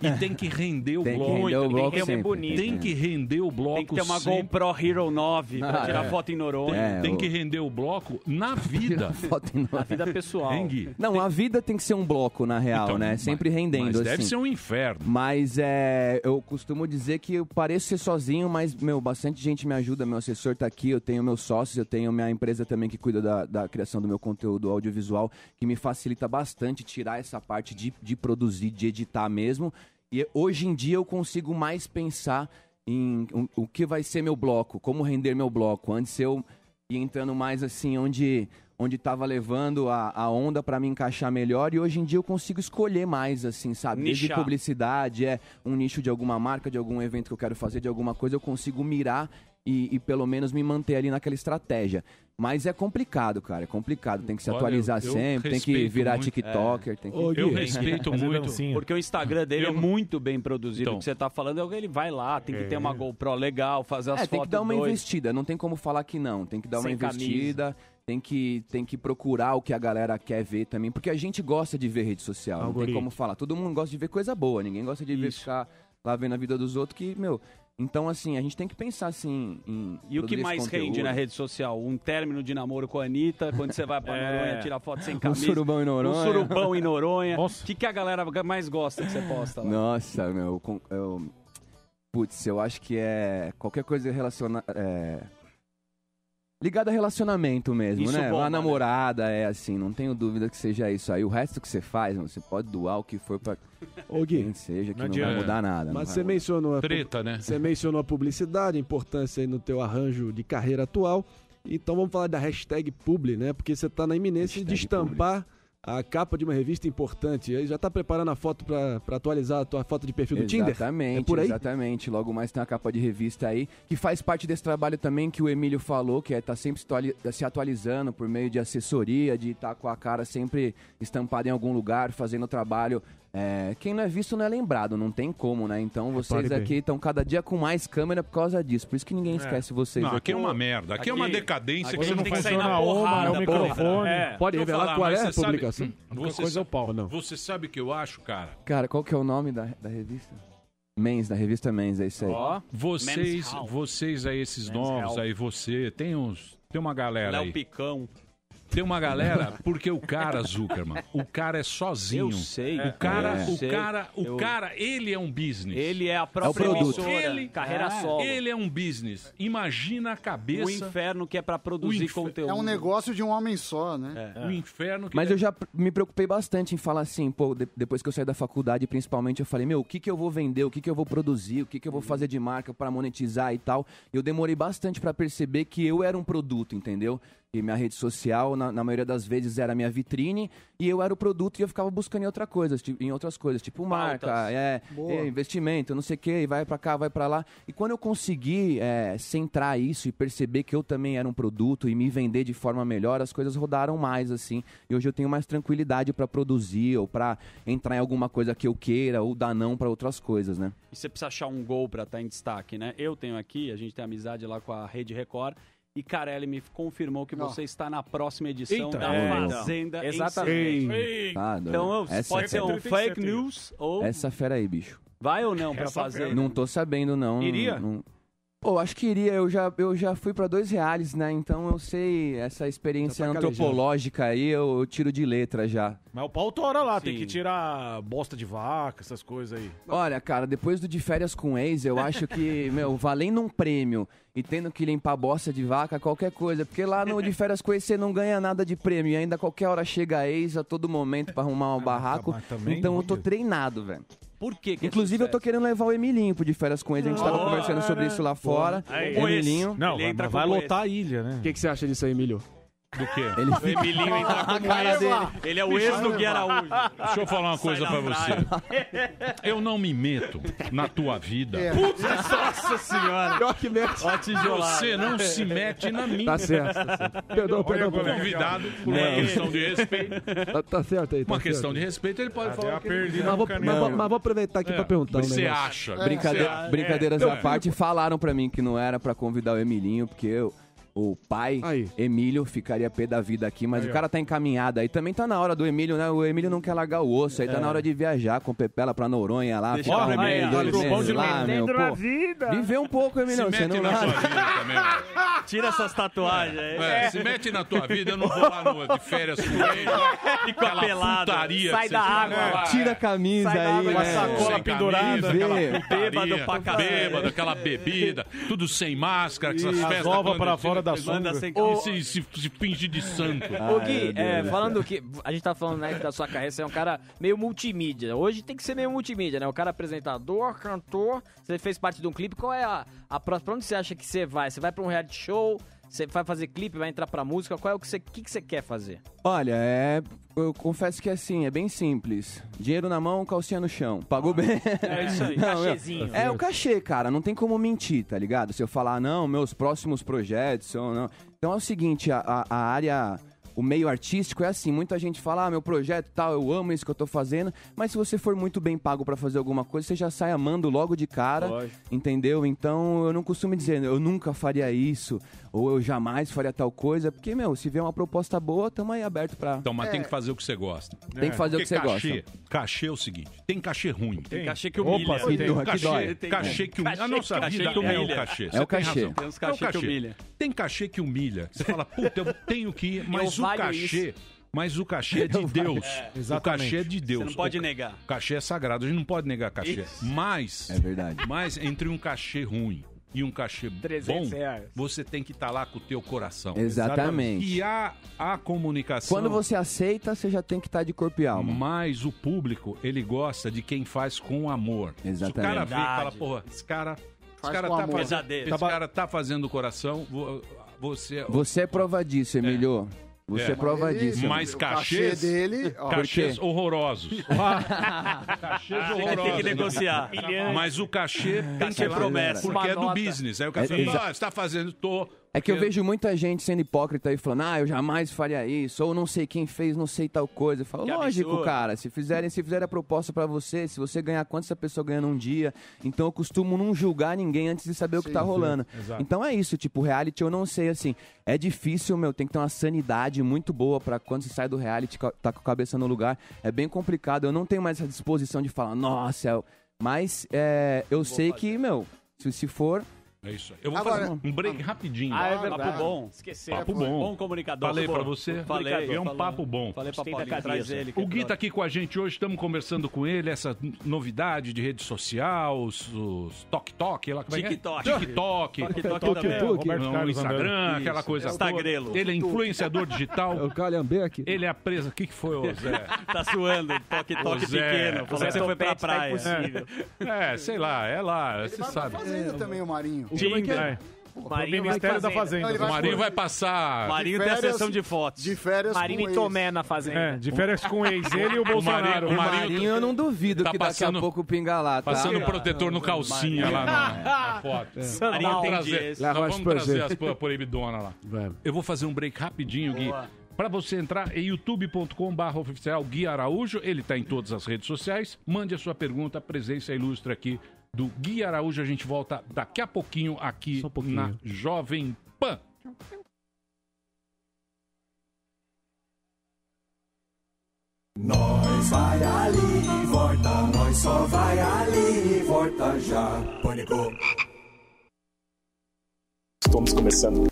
Speaker 2: e tem que render o
Speaker 9: É. Tem que
Speaker 2: bloco.
Speaker 9: render o bloco sempre,
Speaker 2: Tem
Speaker 9: tem que- né?
Speaker 2: que render o bloco
Speaker 9: Tem que ter uma
Speaker 2: sempre.
Speaker 9: GoPro Hero 9 pra
Speaker 2: Ah,
Speaker 9: tirar
Speaker 2: é.
Speaker 9: foto em Noronha.
Speaker 2: Tem,
Speaker 28: É,
Speaker 2: tem que render o bloco na vida.
Speaker 28: *laughs* Foto em nome.
Speaker 9: vida pessoal.
Speaker 2: Hein, Gui?
Speaker 28: Não, a vida tem que ser um bloco, na real,
Speaker 2: Então,
Speaker 28: né?
Speaker 2: mas-
Speaker 28: Sempre rendendo,
Speaker 2: mas deve
Speaker 28: assim.
Speaker 2: ser um inferno.
Speaker 28: Mas é, eu costumo dizer que eu pareço ser sozinho, mas, meu, bastante gente me ajuda. Meu assessor tá aqui, eu tenho meus sócios, eu tenho minha empresa também que cuida da, da criação do meu conteúdo audiovisual, que me facilita bastante tirar essa parte de, de produzir, de editar mesmo. E hoje em dia eu consigo mais pensar em um, o- o que vai ser meu bloco, como render meu bloco. Antes eu e entrando mais assim onde onde estava levando a, a onda para me encaixar melhor e hoje em dia eu consigo escolher mais assim sabe desde
Speaker 9: Nichar.
Speaker 28: publicidade é um nicho de alguma marca de algum evento que eu quero fazer de alguma coisa eu consigo mirar e, e pelo menos me manter ali naquela estratégia mas é complicado cara é complicado tem que se
Speaker 9: Olha,
Speaker 28: atualizar
Speaker 9: eu- eu
Speaker 28: sempre tem que
Speaker 9: respeito
Speaker 28: virar
Speaker 9: muito.
Speaker 28: TikToker
Speaker 9: É.
Speaker 28: tem que *laughs*
Speaker 9: Eu *laughs* respeito muito, porque o Instagram dele é muito bem produzido.
Speaker 28: Então.
Speaker 9: O que você tá falando é o que ele vai lá, tem que ter uma GoPro legal, fazer as
Speaker 28: É,
Speaker 9: fotos
Speaker 28: tem que dar uma
Speaker 9: dois.
Speaker 28: investida, não tem como falar que não. Tem que dar
Speaker 9: Sem
Speaker 28: uma investida, tem que, tem que procurar o que a galera quer ver também, porque a gente gosta de ver rede social, não tem
Speaker 9: Algoritmo.
Speaker 28: como falar. Todo mundo gosta de ver coisa boa, ninguém gosta de ver ficar lá vendo a vida dos outros que, meu. Então, assim, a gente tem que pensar assim em.
Speaker 9: E o que
Speaker 28: produzir esse
Speaker 9: mais rende
Speaker 28: conteúdo.
Speaker 9: na rede social? Um término de namoro com a Anitta, quando você *laughs* vai pra
Speaker 28: É.
Speaker 9: Noronha, tira foto sem
Speaker 28: Um
Speaker 9: camisa.
Speaker 28: surubão em Noronha.
Speaker 9: Um surubão em Noronha. O que, que a galera mais gosta que você posta lá?
Speaker 28: Nossa, meu. com- Eu, putz, eu acho que é qualquer coisa relaciona, é, ligada a relacionamento mesmo,
Speaker 9: Isso
Speaker 28: né?
Speaker 9: bomba,
Speaker 28: Uma namorada é assim, não tenho dúvida que seja isso aí. O resto que você faz, mano, você pode doar o que for pra
Speaker 5: Ô, Gui,
Speaker 28: quem seja, que
Speaker 5: não
Speaker 28: não, vai
Speaker 5: adianta.
Speaker 28: mudar nada.
Speaker 5: Mas
Speaker 28: não
Speaker 5: você
Speaker 28: vai mudar.
Speaker 5: mencionou a pu-
Speaker 28: Treta, né?
Speaker 5: Você mencionou a publicidade, a importância aí no teu arranjo de tá carreira atual. Então vamos falar da hashtag publi, né? Porque você está na iminência de estampar a capa de uma revista importante. Ele já tá preparando a foto pra pra atualizar a tua foto de perfil do Tinder?
Speaker 28: Exatamente,
Speaker 5: É por aí?
Speaker 28: exatamente. Logo mais tem a capa de revista aí, que faz parte desse trabalho também que o Emílio falou, que é tá sempre se atuali- se atualizando por meio de assessoria, de estar com a cara sempre estampada em algum lugar, fazendo o trabalho. É, quem não é visto não é lembrado, não tem como, né?
Speaker 5: É,
Speaker 28: Então vocês
Speaker 2: bem.
Speaker 28: aqui estão cada dia com mais câmera por causa disso. Por isso que ninguém esquece vocês.
Speaker 2: Não, aqui é uma merda. Aqui, é uma decadência que
Speaker 28: aqui
Speaker 2: você não
Speaker 28: tem que sair
Speaker 2: funciona.
Speaker 28: na porrada,
Speaker 2: um
Speaker 28: porra. É.
Speaker 5: Pode
Speaker 2: Deixa eu
Speaker 5: revelar qual
Speaker 2: mas
Speaker 5: é a
Speaker 2: você sabe-
Speaker 5: publicação?
Speaker 2: Hum,
Speaker 28: Qualquer
Speaker 2: Você
Speaker 28: coisa
Speaker 2: sa-
Speaker 28: eu pau, não.
Speaker 2: Você sabe o que eu acho, cara?
Speaker 28: Cara, qual que é o nome da, da revista? Men's, da revista Men's, é isso aí.
Speaker 2: Vocês, vocês aí, esses novos
Speaker 28: health.
Speaker 2: aí, você, tem uns. Tem uma galera
Speaker 9: Léo
Speaker 2: aí.
Speaker 9: Picão.
Speaker 2: Tem uma
Speaker 9: *laughs*
Speaker 2: galera, porque o cara, Zuckerman, o cara é sozinho.
Speaker 9: Eu sei.
Speaker 2: O cara,
Speaker 9: É.
Speaker 2: o
Speaker 9: Sei.
Speaker 2: cara, o
Speaker 9: Eu-
Speaker 2: cara, ele é um business.
Speaker 9: Ele é a própria emissora, carreira solo.
Speaker 2: Ele é um business. Imagina a cabeça.
Speaker 9: O inferno que é pra produzir conteúdo.
Speaker 13: É um negócio de um homem só, né?
Speaker 2: O inferno que
Speaker 28: Mas eu já pr- me preocupei bastante em falar assim, pô, de- depois que eu saí da faculdade, principalmente, eu falei, meu, o que, que eu vou vender, o que, que eu vou produzir, o que, que eu vou fazer de marca pra monetizar e tal. Eu demorei bastante pra perceber que eu era um produto, entendeu? E minha rede social, na, na maioria das vezes, era a minha vitrine, e eu era o produto e eu ficava buscando em outras coisas, tipo, em outras coisas, tipo marca, é,
Speaker 21: Boa.
Speaker 28: é, investimento, não sei o quê, e vai pra cá, vai pra lá. E quando eu consegui é, centrar isso e perceber que eu também era um produto e me vender de forma melhor, as coisas rodaram mais assim. E hoje eu tenho mais tranquilidade pra produzir ou pra entrar em alguma coisa que eu queira ou dar não pra outras coisas, né?
Speaker 9: E você precisa achar um gol pra estar em destaque, né? Eu tenho aqui, a gente tem amizade lá com a Rede Record. E Carelli me confirmou que
Speaker 28: Ó.
Speaker 9: você está na próxima edição
Speaker 28: Eita.
Speaker 9: da
Speaker 28: É.
Speaker 9: Fazenda em
Speaker 28: Exatamente.
Speaker 9: setembro.
Speaker 28: Tá doido.
Speaker 9: então eu-
Speaker 28: Essa
Speaker 9: pode ser
Speaker 28: fera.
Speaker 9: um fake news ou
Speaker 28: Essa fera aí, bicho.
Speaker 9: vai ou não pra fazer.
Speaker 28: Não tô sabendo, não.
Speaker 9: Iria?
Speaker 28: Não- Pô, acho que iria. Eu já, eu já fui pra dois reais, né? Então eu sei essa experiência
Speaker 24: Já tá calejado.
Speaker 28: antropológica aí, eu, eu tiro de letra já.
Speaker 24: Mas o pau tora lá, tem
Speaker 28: Sim.
Speaker 24: que tirar bosta de vaca, essas coisas aí.
Speaker 28: Olha, cara, depois do de férias com ex, eu
Speaker 24: *laughs*
Speaker 28: acho que, meu, valendo um prêmio e tendo que limpar bosta de vaca, qualquer coisa. Porque lá no de férias com ex você não ganha nada de prêmio. E ainda qualquer hora chega ex a todo momento pra
Speaker 24: Ah,
Speaker 28: arrumar um barraco. Então eu tô treinado, velho.
Speaker 9: Por quê? que é
Speaker 28: Inclusive, eu tô querendo levar o Emilinho pro de férias com ex. A gente tava conversando sobre isso lá fora. Emilinho.
Speaker 24: Não, vai- mas vai lotar a ilha, né?
Speaker 5: O que, que você acha disso aí, Emílio?
Speaker 2: Do então, quê?
Speaker 28: Ele
Speaker 9: O Emilinho
Speaker 28: *laughs*
Speaker 9: entra
Speaker 13: *laughs*
Speaker 9: como ex. Ele é o ex do Gui Araújo.
Speaker 2: Deixa eu falar uma coisa pra você. Eu não me meto na tua vida.
Speaker 13: É.
Speaker 9: Putz, nossa senhora.
Speaker 5: Pior que mete.
Speaker 9: Ó, a tijolada.
Speaker 2: Você não *laughs* se mete na minha.
Speaker 5: Tá certo, tá certo. Perdão, perdão,
Speaker 2: Olha,
Speaker 5: perdão.
Speaker 2: convidado por uma
Speaker 5: Não.
Speaker 2: questão de respeito.
Speaker 5: Tá, tá certo aí, tá
Speaker 2: Uma
Speaker 5: certo.
Speaker 2: questão de respeito, ele pode falar. o que ele quiser.
Speaker 5: mas, vou, mas, vou, mas vou
Speaker 28: tá
Speaker 5: aproveitar aqui
Speaker 2: É,
Speaker 5: pra perguntar um
Speaker 2: você
Speaker 5: negócio.
Speaker 2: acha?
Speaker 28: Brincade-
Speaker 2: Você acha?
Speaker 28: Brincadeiras
Speaker 2: É.
Speaker 28: à parte, falaram pra mim que não era pra convidar o Emilinho, porque eu- o pai, Emílio, ficaria pé da vida aqui, mas
Speaker 10: Aí,
Speaker 28: o
Speaker 10: ó.
Speaker 28: cara tá encaminhado aí. Também tá na hora do Emílio, né? O Emílio não quer largar o osso, aí tá
Speaker 10: É.
Speaker 28: na hora de viajar com o Pepela pra Noronha lá.
Speaker 10: Deixa
Speaker 28: ficar
Speaker 10: eu
Speaker 28: um
Speaker 10: ver,
Speaker 28: mês,
Speaker 10: aí,
Speaker 28: dois
Speaker 10: ó, grupão
Speaker 28: meses
Speaker 10: de
Speaker 28: lá, meu,
Speaker 10: metendo na
Speaker 28: pô.
Speaker 10: vida.
Speaker 28: Viver um pouco, Emílio,
Speaker 10: Se
Speaker 28: você
Speaker 10: mete
Speaker 28: não
Speaker 10: na sua
Speaker 28: larga.
Speaker 9: *laughs* Tira essas tatuagens aí.
Speaker 2: É, se mete na tua vida, eu não vou lá no, de férias com ele.
Speaker 9: Fica
Speaker 2: Aquela
Speaker 9: pelado.
Speaker 2: putaria
Speaker 9: Sai
Speaker 2: que
Speaker 9: da
Speaker 2: vocês
Speaker 9: água.
Speaker 2: fazem lá,
Speaker 28: Tira a
Speaker 2: é.
Speaker 28: camisa aí,
Speaker 2: Com a
Speaker 28: né?
Speaker 2: sacola
Speaker 28: Sem
Speaker 2: pendurada,
Speaker 28: camisa,
Speaker 2: aquela
Speaker 28: viver.
Speaker 2: putaria, Bêbado, aquela
Speaker 28: *laughs*
Speaker 2: bebida, tudo sem máscara, essas
Speaker 28: Isso.
Speaker 2: festas.
Speaker 28: Ova
Speaker 2: clandestinas,
Speaker 28: pra fora da Ah,
Speaker 2: manda
Speaker 28: sunga.
Speaker 2: sem
Speaker 28: Ô-
Speaker 2: camisa. E se, se, se finge de santo.
Speaker 25: Ô Gui, é, falando que a gente tá falando né, da sua carreira, você é um cara meio multimídia. Hoje tem que ser meio multimídia, né? O cara é apresentador, cantor, você fez parte de um clipe. Qual é a, a próxima? Pra onde você acha que você vai? Você vai pra um reality show? Você vai fazer clipe, vai entrar pra música? Qual é o que você, que que você quer fazer?
Speaker 28: Olha, é. Eu confesso que é assim, é bem simples. Dinheiro na mão, calcinha no chão. Pagou bem.
Speaker 9: É isso
Speaker 28: *laughs*
Speaker 9: aí,
Speaker 28: meu,
Speaker 9: cachezinho.
Speaker 28: É o cachê, cara. Não tem como mentir, tá ligado? Se eu falar, não, meus próximos projetos são. Não. Então é o seguinte, a, a- a área. O meio artístico é assim, muita gente fala, ah, meu projeto e tal, eu amo isso que eu tô fazendo, mas se você for muito bem pago pra fazer alguma coisa, você já sai amando logo de cara, entendeu? Então eu não costumo dizer, eu nunca faria isso, ou eu jamais faria tal coisa, porque, meu, se vier uma proposta boa, tamo aí aberto pra.
Speaker 2: Então, mas tem que fazer o que você gosta.
Speaker 28: É. Tem que fazer o que
Speaker 2: Porque
Speaker 28: você
Speaker 2: cachê, Cachê é o seguinte: tem cachê ruim.
Speaker 9: Tem cachê que humilha.
Speaker 28: Opa, que dói, que
Speaker 2: um cachê,
Speaker 28: dói.
Speaker 2: cachê que humilha. A nossa
Speaker 9: Cachê
Speaker 2: vida
Speaker 9: que
Speaker 2: é o
Speaker 9: humilha.
Speaker 2: cachê.
Speaker 28: É
Speaker 2: Você
Speaker 28: o cachê.
Speaker 2: tem razão.
Speaker 28: Tem uns cachê
Speaker 2: É o
Speaker 28: que humilha.
Speaker 2: Tem cachê que humilha. Você fala, puta, eu tenho que ir, mas
Speaker 9: Eu
Speaker 2: o
Speaker 9: valho
Speaker 2: cachê. Mas o
Speaker 28: *laughs*
Speaker 2: cachê é
Speaker 9: Eu
Speaker 2: de
Speaker 9: valho.
Speaker 2: Deus.
Speaker 9: É,
Speaker 2: o
Speaker 9: exatamente.
Speaker 2: cachê é de
Speaker 9: Você
Speaker 2: Deus.
Speaker 9: não pode
Speaker 2: O ca-
Speaker 9: negar.
Speaker 2: Cachê é sagrado, a gente não pode negar cachê.
Speaker 9: Isso.
Speaker 2: Mas.
Speaker 28: É verdade.
Speaker 2: Mas entre um cachê ruim e um cachê bom,
Speaker 28: 300 reais.
Speaker 2: você tem que estar lá com o teu coração.
Speaker 28: Exatamente.
Speaker 2: E a, a comunicação.
Speaker 28: Quando você aceita, você já tem que estar de corpo e alma.
Speaker 2: Mas o público, ele gosta de quem faz com amor. Se o
Speaker 28: Exatamente.
Speaker 2: cara vê e fala, porra, esse cara, esse
Speaker 28: Faz
Speaker 2: cara,
Speaker 28: com
Speaker 2: tá
Speaker 28: amor.
Speaker 2: fazendo,
Speaker 28: Pesadelo.
Speaker 2: esse cara tá fazendo o coração, vo- você...
Speaker 28: Você é prova disso, Emílio. Você é prova disso.
Speaker 2: Mas cachês. Cachês
Speaker 28: *laughs*
Speaker 2: horrorosos.
Speaker 28: Ah.
Speaker 2: cachês horrorosos.
Speaker 9: Tem que negociar. Tá
Speaker 2: Mas o cachê tem
Speaker 9: Cachê
Speaker 2: que
Speaker 9: promessa.
Speaker 2: Porque é do
Speaker 28: Uma nota.
Speaker 2: business. Aí o
Speaker 28: É,
Speaker 2: cara
Speaker 28: exa-
Speaker 2: fala, ah, você tá fazendo, tô.
Speaker 28: É que eu vejo muita gente sendo hipócrita e falando, ah, eu jamais faria isso, ou não sei quem fez, não sei tal coisa. Eu falo,
Speaker 9: Que
Speaker 28: lógico,
Speaker 9: absurdo."
Speaker 28: cara, se fizerem, se fizerem a proposta pra você, se você ganhar quanto essa pessoa ganha num dia, então eu costumo não julgar ninguém antes de saber o que
Speaker 9: Sim,
Speaker 28: tá
Speaker 9: sim,
Speaker 28: rolando.
Speaker 9: exato.
Speaker 28: Então é isso, tipo, reality eu não sei, assim, é difícil, meu, tem que ter uma sanidade muito boa pra quando você sai do reality, ca- tá com a cabeça no lugar, é bem complicado, eu não tenho mais essa disposição de falar, nossa, eu-" mas é, eu sei que, meu, se, se for...
Speaker 2: É isso aí. Eu vou fazer um break rapidinho.
Speaker 9: Ah, é verdade.
Speaker 2: Papo bom.
Speaker 9: Esqueceu.
Speaker 2: Papo bom.
Speaker 9: Bom comunicador.
Speaker 2: Falei
Speaker 9: Bom.
Speaker 2: pra você.
Speaker 9: Falei,
Speaker 2: É um
Speaker 9: falou.
Speaker 2: papo bom.
Speaker 9: Falei pra Paulinho, traz ele, que
Speaker 2: O Gui
Speaker 9: adora.
Speaker 2: tá aqui com a gente hoje, estamos conversando com ele, essa novidade de rede social, os, os Tok Tok, lá como é que é?
Speaker 9: TikTok.
Speaker 2: TikTok.
Speaker 9: *laughs* TikTok
Speaker 2: Tuk
Speaker 9: também.
Speaker 2: Tuk,
Speaker 9: Roberto
Speaker 2: no
Speaker 9: Carlos
Speaker 2: Instagram,
Speaker 9: Andrade.
Speaker 2: aquela
Speaker 9: Isso.
Speaker 2: coisa
Speaker 9: É o Instagrelo.
Speaker 2: Ele é influenciador
Speaker 9: *laughs*
Speaker 2: digital. o
Speaker 24: Calhambeck.
Speaker 2: Ele é preso. O que que foi, ô Zé?
Speaker 9: Tá suando, toque,
Speaker 2: Ô,
Speaker 9: toque
Speaker 2: Zé,
Speaker 9: pequeno. Falou que você foi pra
Speaker 2: Topete tá
Speaker 9: praia.
Speaker 2: impossível. É, sei lá, é lá, você sabe.
Speaker 13: Fazenda Tá também, o Marinho. é
Speaker 2: O
Speaker 13: Marinho Ministério vai pra da Fazenda. Fazenda. Não, ele vai
Speaker 2: o Marinho
Speaker 13: por-
Speaker 2: vai passar.
Speaker 13: Marinho tem a Férias- sessão de
Speaker 9: fotos.
Speaker 13: De férias
Speaker 9: Marinho
Speaker 13: com
Speaker 9: e Tomé na Fazenda.
Speaker 13: É,
Speaker 9: de férias com o ex,
Speaker 2: *laughs*
Speaker 9: ele e o Bolsonaro.
Speaker 28: O Marinho,
Speaker 9: O Marinho-
Speaker 28: eu não duvido
Speaker 2: tá
Speaker 28: que daqui
Speaker 2: passando-
Speaker 28: a pouco pinga lá, tá?
Speaker 2: Passando um protetor no calcinha lá *laughs* na, na foto.
Speaker 28: É.
Speaker 2: Nós
Speaker 28: Marinho
Speaker 2: vamos
Speaker 28: tem
Speaker 2: trazer,
Speaker 28: disso.
Speaker 2: nós
Speaker 28: Lá
Speaker 2: vamos
Speaker 28: vai fazer.
Speaker 2: trazer as po- proibidonas lá. Eu vou fazer um break rapidinho, Gui. Pra você entrar em youtube.com.br oficial Gui Araújo, ele tá em todas as redes sociais. Mande a sua pergunta, a presença ilustre aqui do Gui Araújo. A gente volta daqui a pouquinho aqui na Jovem Pan.
Speaker 7: Nós vai ali e volta, nós só vai ali e volta já. Pânico.
Speaker 16: Estamos começando.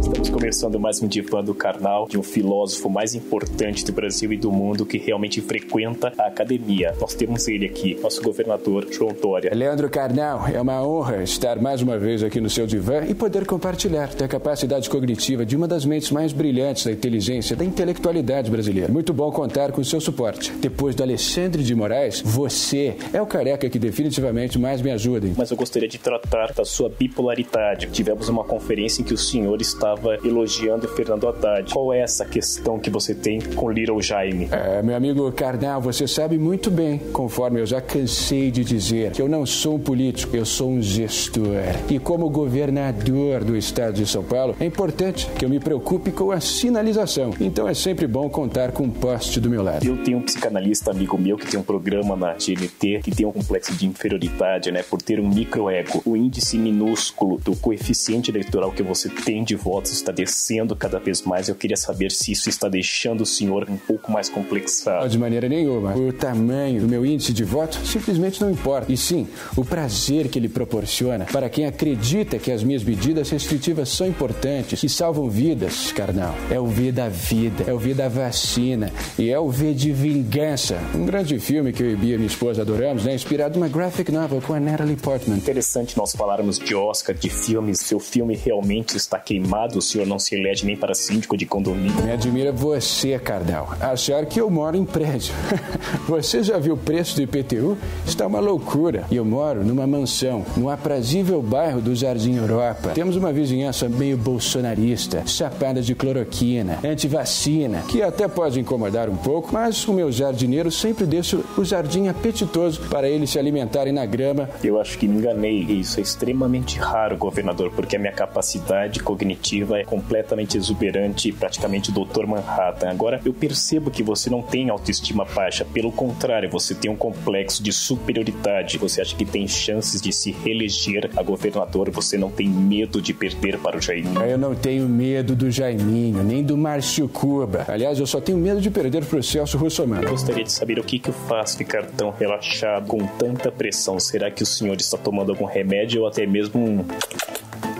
Speaker 16: Estamos começando mais um divã do carnal de um filósofo mais importante do Brasil e do mundo que realmente frequenta a academia. Nós temos ele aqui, nosso governador João Dória.
Speaker 24: Leandro Carnal, é uma honra estar mais uma vez aqui no seu divã e poder compartilhar da capacidade cognitiva de uma das mentes mais brilhantes da inteligência, da intelectualidade brasileira. Muito bom contar com o seu suporte. Depois do Alexandre de Moraes, você é o careca que definitivamente mais me ajuda. hein?
Speaker 16: Mas eu gostaria de tratar da sua bipolaridade. Tivemos uma conferência em que o senhor estava elogiando Fernando Haddad. Qual é essa questão que você tem com Little Jaime?
Speaker 24: É, meu amigo Karnal, você sabe muito bem, conforme eu já cansei de dizer, que eu não sou um político, eu sou um gestor. E como governador do estado de São Paulo, é importante que eu me preocupe com a sinalização. Então é sempre bom contar com um poste do meu lado.
Speaker 16: Eu tenho um psicanalista amigo meu que tem um programa na GNT que tem um complexo de inferioridade, né? Por ter um microego. O índice minúsculo do coeficiente eleitoral que você tem de votos está descendo cada vez mais. Eu queria saber se isso está deixando o senhor um pouco mais complexado.
Speaker 24: Ah, De maneira nenhuma. O tamanho do meu índice de voto simplesmente não importa. E sim, o prazer que ele proporciona para quem acredita que as minhas medidas restritivas são importantes e salvam vidas, carnal. É o V da vida, é o V da vacina e é o V de vingança. Um grande filme que eu e Bia, minha esposa, adoramos, né? Inspirado numa graphic novel com a Natalie Portman.
Speaker 16: Interessante nós falarmos de Oscar, de filmes. Seu filme realmente está queimado, o senhor não se elege nem para síndico de condomínio.
Speaker 24: Me admira você, Cardal, achar que eu moro em prédio. *laughs* Você já viu o preço do IPTU? Está uma loucura. E eu moro numa mansão, no aprazível bairro do Jardim Europa. Temos uma vizinhança meio bolsonarista, chapada de cloroquina, antivacina, que até pode incomodar um pouco, mas o meu jardineiro sempre deixa o jardim apetitoso para eles se alimentarem na grama
Speaker 16: Eu acho que me enganei. e Isso é extremamente raro, governador, porque a minha capacidade cognitiva é completamente exuberante, praticamente Dr. Manhattan. Agora, eu percebo que você não tem autoestima baixa. Pelo contrário, você tem um complexo de superioridade. Você acha que tem chances de se reeleger a governador. Você não tem medo de perder para o Jairinho.
Speaker 24: Eu não tenho medo do Jaiminho, nem do Márcio Cuba. Aliás, eu só tenho medo de perder pro Celso Russomano.
Speaker 16: Gostaria de saber o que, que o faz ficar tão relaxado, com tanta pressão. Será que o senhor está tomando algum remédio ou até mesmo um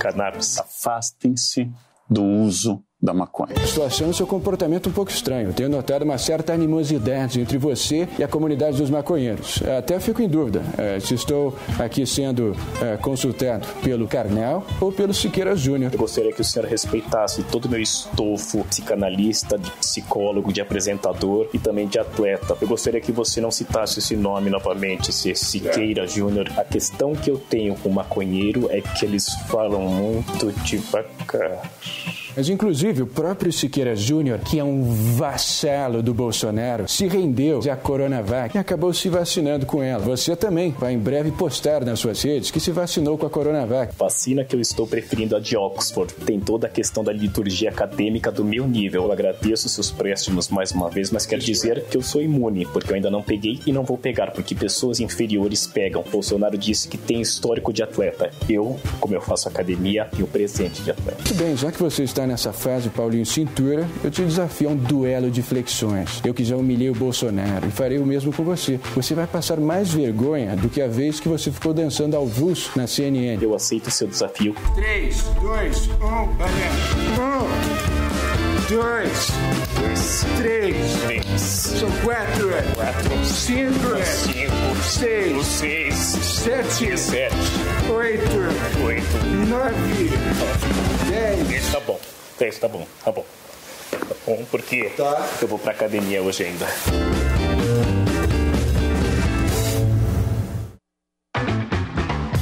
Speaker 16: cannabis? Afastem-se do uso da maconha.
Speaker 24: Estou achando seu comportamento um pouco estranho. Tenho notado uma certa animosidade entre você e a comunidade dos maconheiros. É, Até fico em dúvida eh, se estou aqui sendo eh, consultado pelo Carnal ou pelo Siqueira Júnior.
Speaker 16: Eu gostaria que o senhor respeitasse todo o meu estofo psicanalista, de psicólogo, de apresentador e também de atleta. Eu gostaria que você não citasse esse nome novamente, esse Siqueira Júnior. A questão que eu tenho com o maconheiro é que eles falam muito devagar.
Speaker 24: Mas, inclusive, o próprio Siqueira Júnior, que é um vassalo do Bolsonaro, se rendeu à Coronavac e acabou se vacinando com ela. Você também vai em breve postar nas suas redes que se vacinou com a Coronavac.
Speaker 16: Vacina que eu estou preferindo a de Oxford. Tem toda a questão da liturgia acadêmica do meu nível. Eu agradeço seus préstimos mais uma vez, mas quero dizer que eu sou imune, porque eu ainda não peguei e não vou pegar, porque pessoas inferiores pegam. Bolsonaro disse que tem histórico de atleta. Eu, como eu faço academia, tenho presente de atleta.
Speaker 24: Muito bem, já que você está nessa fase, Paulinho Cintura, eu te desafio a um duelo de flexões. Eu que já humilhei o Bolsonaro e farei o mesmo com você. Você vai passar mais vergonha do que a vez que você ficou dançando ao vulso na CNN.
Speaker 16: Eu aceito seu desafio.
Speaker 7: 3, 2, 1, valendo. 1, 2, 3, 3, são 4, 4 5, 5, 6, 6, 7, 7, 8, 8, 9, 10.
Speaker 16: Tá bom, é isso, tá bom, tá bom. Tá bom, porque eu vou pra academia hoje ainda.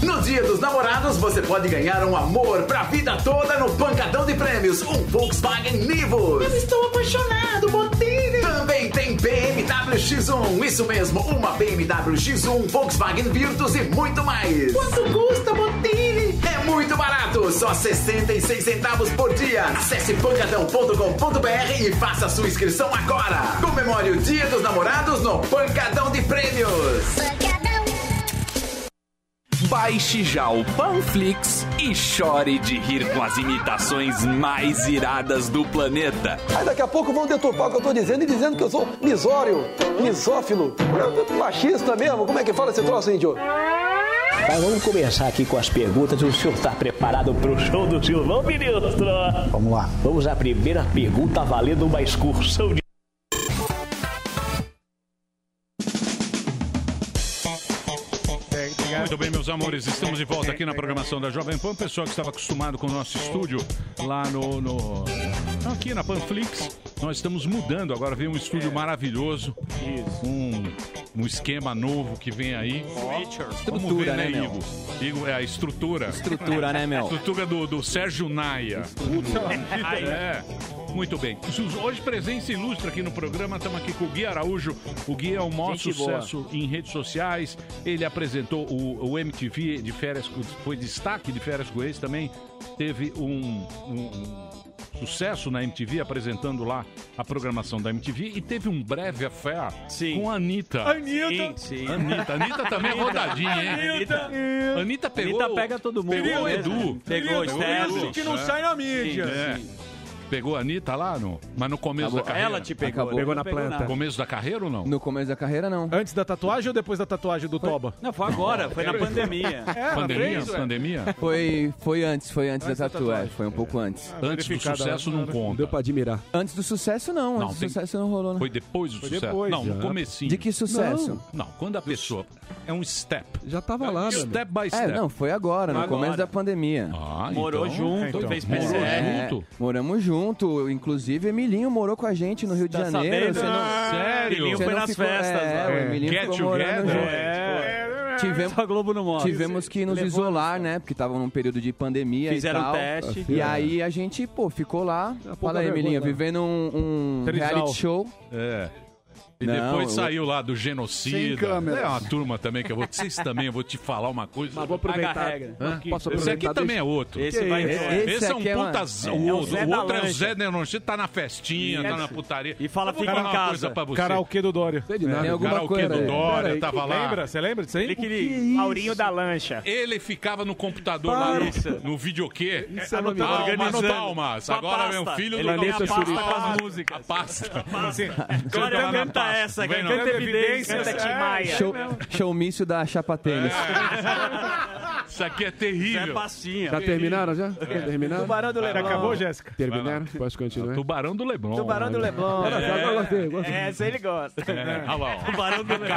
Speaker 8: No Dia dos Namorados, você pode ganhar um amor pra vida toda no Pancadão de Prêmios, um Volkswagen Nivus. Eu estou apaixonado, Botini. Também tem BMW X1, isso mesmo, uma BMW X1, Volkswagen Virtus e muito mais. Quanto custa, Botini? É muito barato, só 66 centavos por dia. Acesse pancadão.com.br e faça sua inscrição agora. Comemore o Dia dos Namorados no Pancadão de Prêmios.
Speaker 9: Baixe já o Panflix e chore de rir com as imitações mais iradas do planeta.
Speaker 5: Aí daqui a pouco vão deturpar o que eu tô dizendo e dizendo que eu sou misório, misófilo, machista mesmo. Como é que fala esse troço, índio?
Speaker 29: Mas vamos começar aqui com as perguntas. O senhor está preparado para o show do Silvão, ministro? Vamos lá. Vamos à primeira pergunta, valendo uma excursão de.
Speaker 2: Muito bem, meus amores, estamos de volta aqui na programação da Jovem Pan. O pessoal que estava acostumado com o nosso estúdio lá no. no- aqui na Panflix, nós estamos mudando. Agora vem um estúdio maravilhoso. Um, um esquema novo que vem aí. Vamos ver,
Speaker 28: Estrutura,
Speaker 2: né,
Speaker 28: né, meu?
Speaker 2: Igor? Igor, é a estrutura.
Speaker 28: Estrutura, né, meu?
Speaker 2: A estrutura do, do Sérgio Naia. Puta vida, *laughs* é. Muito bem. Sus- Hoje presença ilustre aqui no programa. Estamos aqui com o Gui Araújo. O Gui é o maior
Speaker 30: Gente boa.
Speaker 2: sucesso em redes sociais. Ele apresentou o, o MTV de férias, com- foi destaque de férias com ex também. Teve um, um- um sucesso na MTV, apresentando lá a programação da MTV. E teve um breve affair com a Anitta.
Speaker 26: Anitta! Sim, sim.
Speaker 2: Anitta, Anitta também é
Speaker 26: Anitta.
Speaker 2: rodadinha, hein?
Speaker 26: Anitta.
Speaker 7: É.
Speaker 2: Anitta pegou.
Speaker 26: Anitta pega todo mundo.
Speaker 2: Pegou o
Speaker 26: Né?
Speaker 2: Edu.
Speaker 26: Pegou o Stefano.
Speaker 2: Edu.
Speaker 26: Que não sai na mídia.
Speaker 2: É. Pegou a Anitta lá, no, mas no começo
Speaker 28: Acabou.
Speaker 2: da carreira?
Speaker 28: Ela te pegou.
Speaker 26: né?
Speaker 28: Acabou. Pegou na Não pegou planta. nada.
Speaker 2: Começo da carreira ou não?
Speaker 28: No começo da carreira, não.
Speaker 6: Antes da tatuagem ou depois da tatuagem do Toba?
Speaker 26: Não, foi agora, foi na pandemia.
Speaker 6: É,
Speaker 2: Pandemia? pandemia?
Speaker 28: Foi, foi antes, foi antes,
Speaker 26: Antes
Speaker 28: da
Speaker 26: da
Speaker 28: tatu, é,
Speaker 26: tatuagem.
Speaker 28: foi um pouco antes.
Speaker 2: Antes do sucesso não conta.
Speaker 28: Deu pra admirar. Antes do sucesso não,
Speaker 2: Não,
Speaker 28: antes
Speaker 2: tem-
Speaker 28: do sucesso não rolou. Não.
Speaker 2: Foi depois do
Speaker 28: Foi
Speaker 2: sucesso?
Speaker 28: depois,
Speaker 2: não, no
Speaker 28: já.
Speaker 2: comecinho.
Speaker 28: De que sucesso?
Speaker 2: Não, não, quando a pessoa... É um step.
Speaker 28: Já tava
Speaker 2: lá, né, Step meu? by step.
Speaker 28: É, não, foi agora, no
Speaker 2: Agora.
Speaker 28: começo da pandemia.
Speaker 2: Ah, Morou então. junto, Então, fez morou PCR. junto.
Speaker 28: moramos junto. Inclusive, Emilinho morou com a gente no Rio de
Speaker 26: Tá
Speaker 28: Janeiro.
Speaker 26: sabendo? Ah, sério? Emílinho
Speaker 28: você
Speaker 26: foi
Speaker 28: não
Speaker 26: nas
Speaker 28: ficou-
Speaker 26: festas
Speaker 28: é,
Speaker 26: lá.
Speaker 28: o
Speaker 26: É.
Speaker 28: Emílinho
Speaker 26: Get
Speaker 28: ficou morando
Speaker 26: together.
Speaker 28: junto.
Speaker 26: É.
Speaker 28: Tivemos,
Speaker 26: Só Globo não mostra.
Speaker 28: tivemos que nos
Speaker 26: Levou-
Speaker 28: isolar, né? Porque tava num período de pandemia
Speaker 26: Fizeram
Speaker 28: e tal.
Speaker 26: teste.
Speaker 28: E aí a gente, pô, ficou lá. Fala aí,
Speaker 26: vergonha,
Speaker 28: Emilinho,
Speaker 26: né?
Speaker 28: vivendo um, um
Speaker 2: Trisal.
Speaker 28: reality show.
Speaker 2: É. E
Speaker 28: Não,
Speaker 2: depois
Speaker 28: eu-
Speaker 2: saiu lá do genocida.
Speaker 28: Sem câmeras.
Speaker 2: É uma turma também que eu vou. Vocês também, eu vou te falar uma coisa. Mas
Speaker 28: vou aproveitar. Paga a regra.
Speaker 2: Hã?
Speaker 28: Aqui. Posso
Speaker 2: Esse aqui
Speaker 28: aproveitar,
Speaker 2: também
Speaker 28: deixa-
Speaker 2: é outro.
Speaker 28: Esse vai-
Speaker 2: Esse,
Speaker 28: Esse
Speaker 2: esse é um
Speaker 28: aqui é uma-
Speaker 2: puta.
Speaker 28: é,
Speaker 2: o
Speaker 28: é o
Speaker 2: outro-
Speaker 28: Zé
Speaker 2: o
Speaker 28: da
Speaker 2: outro é o
Speaker 28: lancha.
Speaker 2: Zé Denonchito, tá na festinha, tá na putaria.
Speaker 26: E fala,
Speaker 2: Eu vou
Speaker 26: fica
Speaker 2: falar
Speaker 26: em
Speaker 2: uma
Speaker 26: casa.
Speaker 2: coisa pra você.
Speaker 6: Karaokê do Dória.
Speaker 2: Tem
Speaker 24: É,
Speaker 2: nada. Karaokê do Dória,
Speaker 6: Peraí,
Speaker 2: tava lá.
Speaker 6: Lembra? Você lembra disso aí?
Speaker 2: Ele queria-
Speaker 6: O que é isso?
Speaker 2: Aurinho da
Speaker 30: lancha.
Speaker 2: Ele ficava no computador lá no, no videoquê.
Speaker 30: Isso
Speaker 31: é
Speaker 30: eu não tô
Speaker 2: Palmas,
Speaker 30: organizando.
Speaker 2: no Palmas.
Speaker 30: Uma
Speaker 2: Agora
Speaker 30: pasta.
Speaker 2: meu filho
Speaker 30: Ele
Speaker 2: tem
Speaker 30: deixa
Speaker 2: a
Speaker 30: surita. com
Speaker 2: pasta
Speaker 30: as
Speaker 2: músicas. A
Speaker 30: *laughs*
Speaker 2: pasta.
Speaker 30: Assim,
Speaker 2: Canta lá na
Speaker 30: canta
Speaker 2: pasta.
Speaker 30: essa, é
Speaker 2: Vem,
Speaker 30: canta
Speaker 2: não.
Speaker 30: Evidências, canta
Speaker 31: é.
Speaker 30: Tim
Speaker 26: É,
Speaker 30: Maia.
Speaker 28: Show, showmício da Chapa Tênis.
Speaker 5: É.
Speaker 2: Isso aqui é terrível.
Speaker 30: Isso é pastinha.
Speaker 31: Já terminaram, já? Já terminaram?
Speaker 30: É. Tubarão do Leblon.
Speaker 6: Jéssica?
Speaker 31: Terminaram? Posso continuar?
Speaker 2: Tubarão do Leblon. né?
Speaker 30: Tubarão do Leblon. É,
Speaker 31: Olha só, agora eu gostei, eu gostei.
Speaker 30: Essa ele gosta.
Speaker 2: É, olha lá, ó.
Speaker 30: Tubarão do Leblon.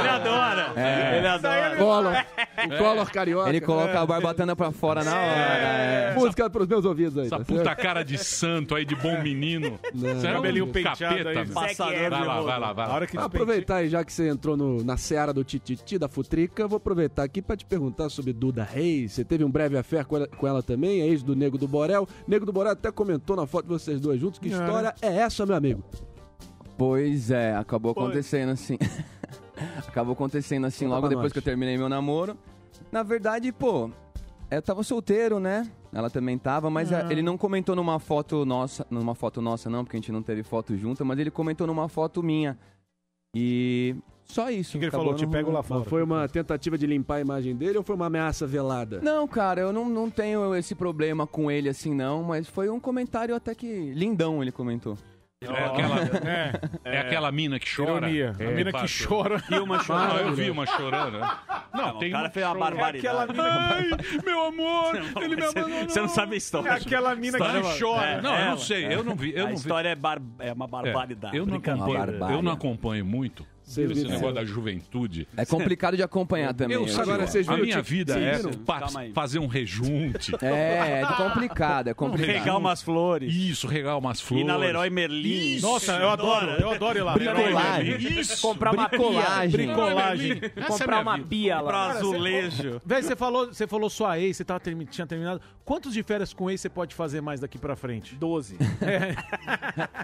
Speaker 30: Ele adora.
Speaker 31: É.
Speaker 30: Ele adora.
Speaker 31: Cola.
Speaker 5: O Collor carioca.
Speaker 28: Ele coloca a barbatana pra fora na hora. né? É.
Speaker 5: Música pros meus ouvidos aí.
Speaker 2: Essa
Speaker 5: tá
Speaker 2: puta
Speaker 5: certo?
Speaker 2: cara de santo aí, de bom menino. Você era
Speaker 5: Cabelinho
Speaker 2: um
Speaker 5: penteado
Speaker 2: capeta,
Speaker 5: aí,
Speaker 2: velho.
Speaker 5: passador
Speaker 2: Vai
Speaker 5: de
Speaker 2: lá,
Speaker 5: rodo.
Speaker 2: vai lá, vai lá.
Speaker 5: aproveitar aí, já que você entrou no- na seara do Tititi da Futrica, vou aproveitar aqui pra te perguntar sobre Duda Reis. Você teve um breve affair com ela, com ela também, é ex do Nego do Borel. Nego do Borel até comentou na foto de vocês dois juntos. Que
Speaker 2: né?
Speaker 28: É.
Speaker 5: história é essa, meu amigo?
Speaker 28: Pois é, acabou
Speaker 5: Foi.
Speaker 28: acontecendo assim. *laughs* acabou acontecendo assim
Speaker 5: Conta
Speaker 28: logo
Speaker 5: pra
Speaker 28: depois
Speaker 5: nós.
Speaker 28: que eu terminei meu namoro. Na verdade, pô, eu tava solteiro, né? Ela também tava, mas
Speaker 20: Ah.
Speaker 28: é, ele não comentou numa foto nossa, numa foto nossa não, porque a gente não teve foto junto, mas ele comentou numa foto minha. E só isso. acabou não rolando.
Speaker 5: Mas Foi uma tentativa de limpar a imagem dele ou foi uma ameaça velada?
Speaker 28: Não, cara, eu não, não tenho esse problema com ele assim não, mas foi um comentário até que lindão ele comentou.
Speaker 2: É aquela, é, aquela mina que chora.
Speaker 28: Ironia. A
Speaker 2: É,
Speaker 28: mina
Speaker 2: fácil.
Speaker 28: que chora.
Speaker 2: E uma chorando. Eu vi uma chorando. né?
Speaker 9: Não,
Speaker 2: Não,
Speaker 9: o
Speaker 2: tem
Speaker 9: cara
Speaker 2: uma
Speaker 9: fez uma
Speaker 2: chorando.
Speaker 9: barbaridade.
Speaker 2: É aquela mina- Ai, meu amor, ele me
Speaker 9: você-
Speaker 2: abandonou.
Speaker 9: você não sabe a história.
Speaker 2: É aquela mina que
Speaker 9: História-
Speaker 2: chora.
Speaker 9: É,
Speaker 2: Não, eu
Speaker 9: é,
Speaker 2: não sei,
Speaker 9: é.
Speaker 2: eu não vi, eu
Speaker 9: a
Speaker 2: não vi.
Speaker 9: história É, bar- é uma
Speaker 2: É,
Speaker 9: barbaridade.
Speaker 2: eu, não acompanho, eu não acompanho muito
Speaker 28: Vocês
Speaker 2: esse
Speaker 28: viram-
Speaker 2: negócio
Speaker 28: é.
Speaker 2: da juventude.
Speaker 28: É complicado de acompanhar também. né?
Speaker 2: Eu,
Speaker 28: eu
Speaker 2: sabe,
Speaker 28: acho.
Speaker 2: a minha vida é pa- fazer um rejunte.
Speaker 28: É, é complicado, é complicado.
Speaker 2: Regar umas
Speaker 9: flores.
Speaker 2: Isso, regar umas flores.
Speaker 9: E na Leroy Merlin.
Speaker 2: Isso,
Speaker 9: Nossa, eu adoro, eu adoro ir lá.
Speaker 28: né?
Speaker 2: Bricolagem.
Speaker 9: Leroy Merlin.
Speaker 2: Isso.
Speaker 9: Comprar uma
Speaker 2: Bricolagem.
Speaker 9: pia.
Speaker 2: Leroy
Speaker 9: Bricolagem.
Speaker 2: Merlin.
Speaker 9: Comprar
Speaker 2: Essa é a minha
Speaker 9: uma
Speaker 2: vida.
Speaker 9: pia lá. Pra
Speaker 2: Cara, você-
Speaker 9: azulejo.
Speaker 24: Véi, você falou, você falou sua ex, você tava termi- tinha terminado. Quantos de férias com ex você pode fazer mais daqui pra frente?
Speaker 9: Doze.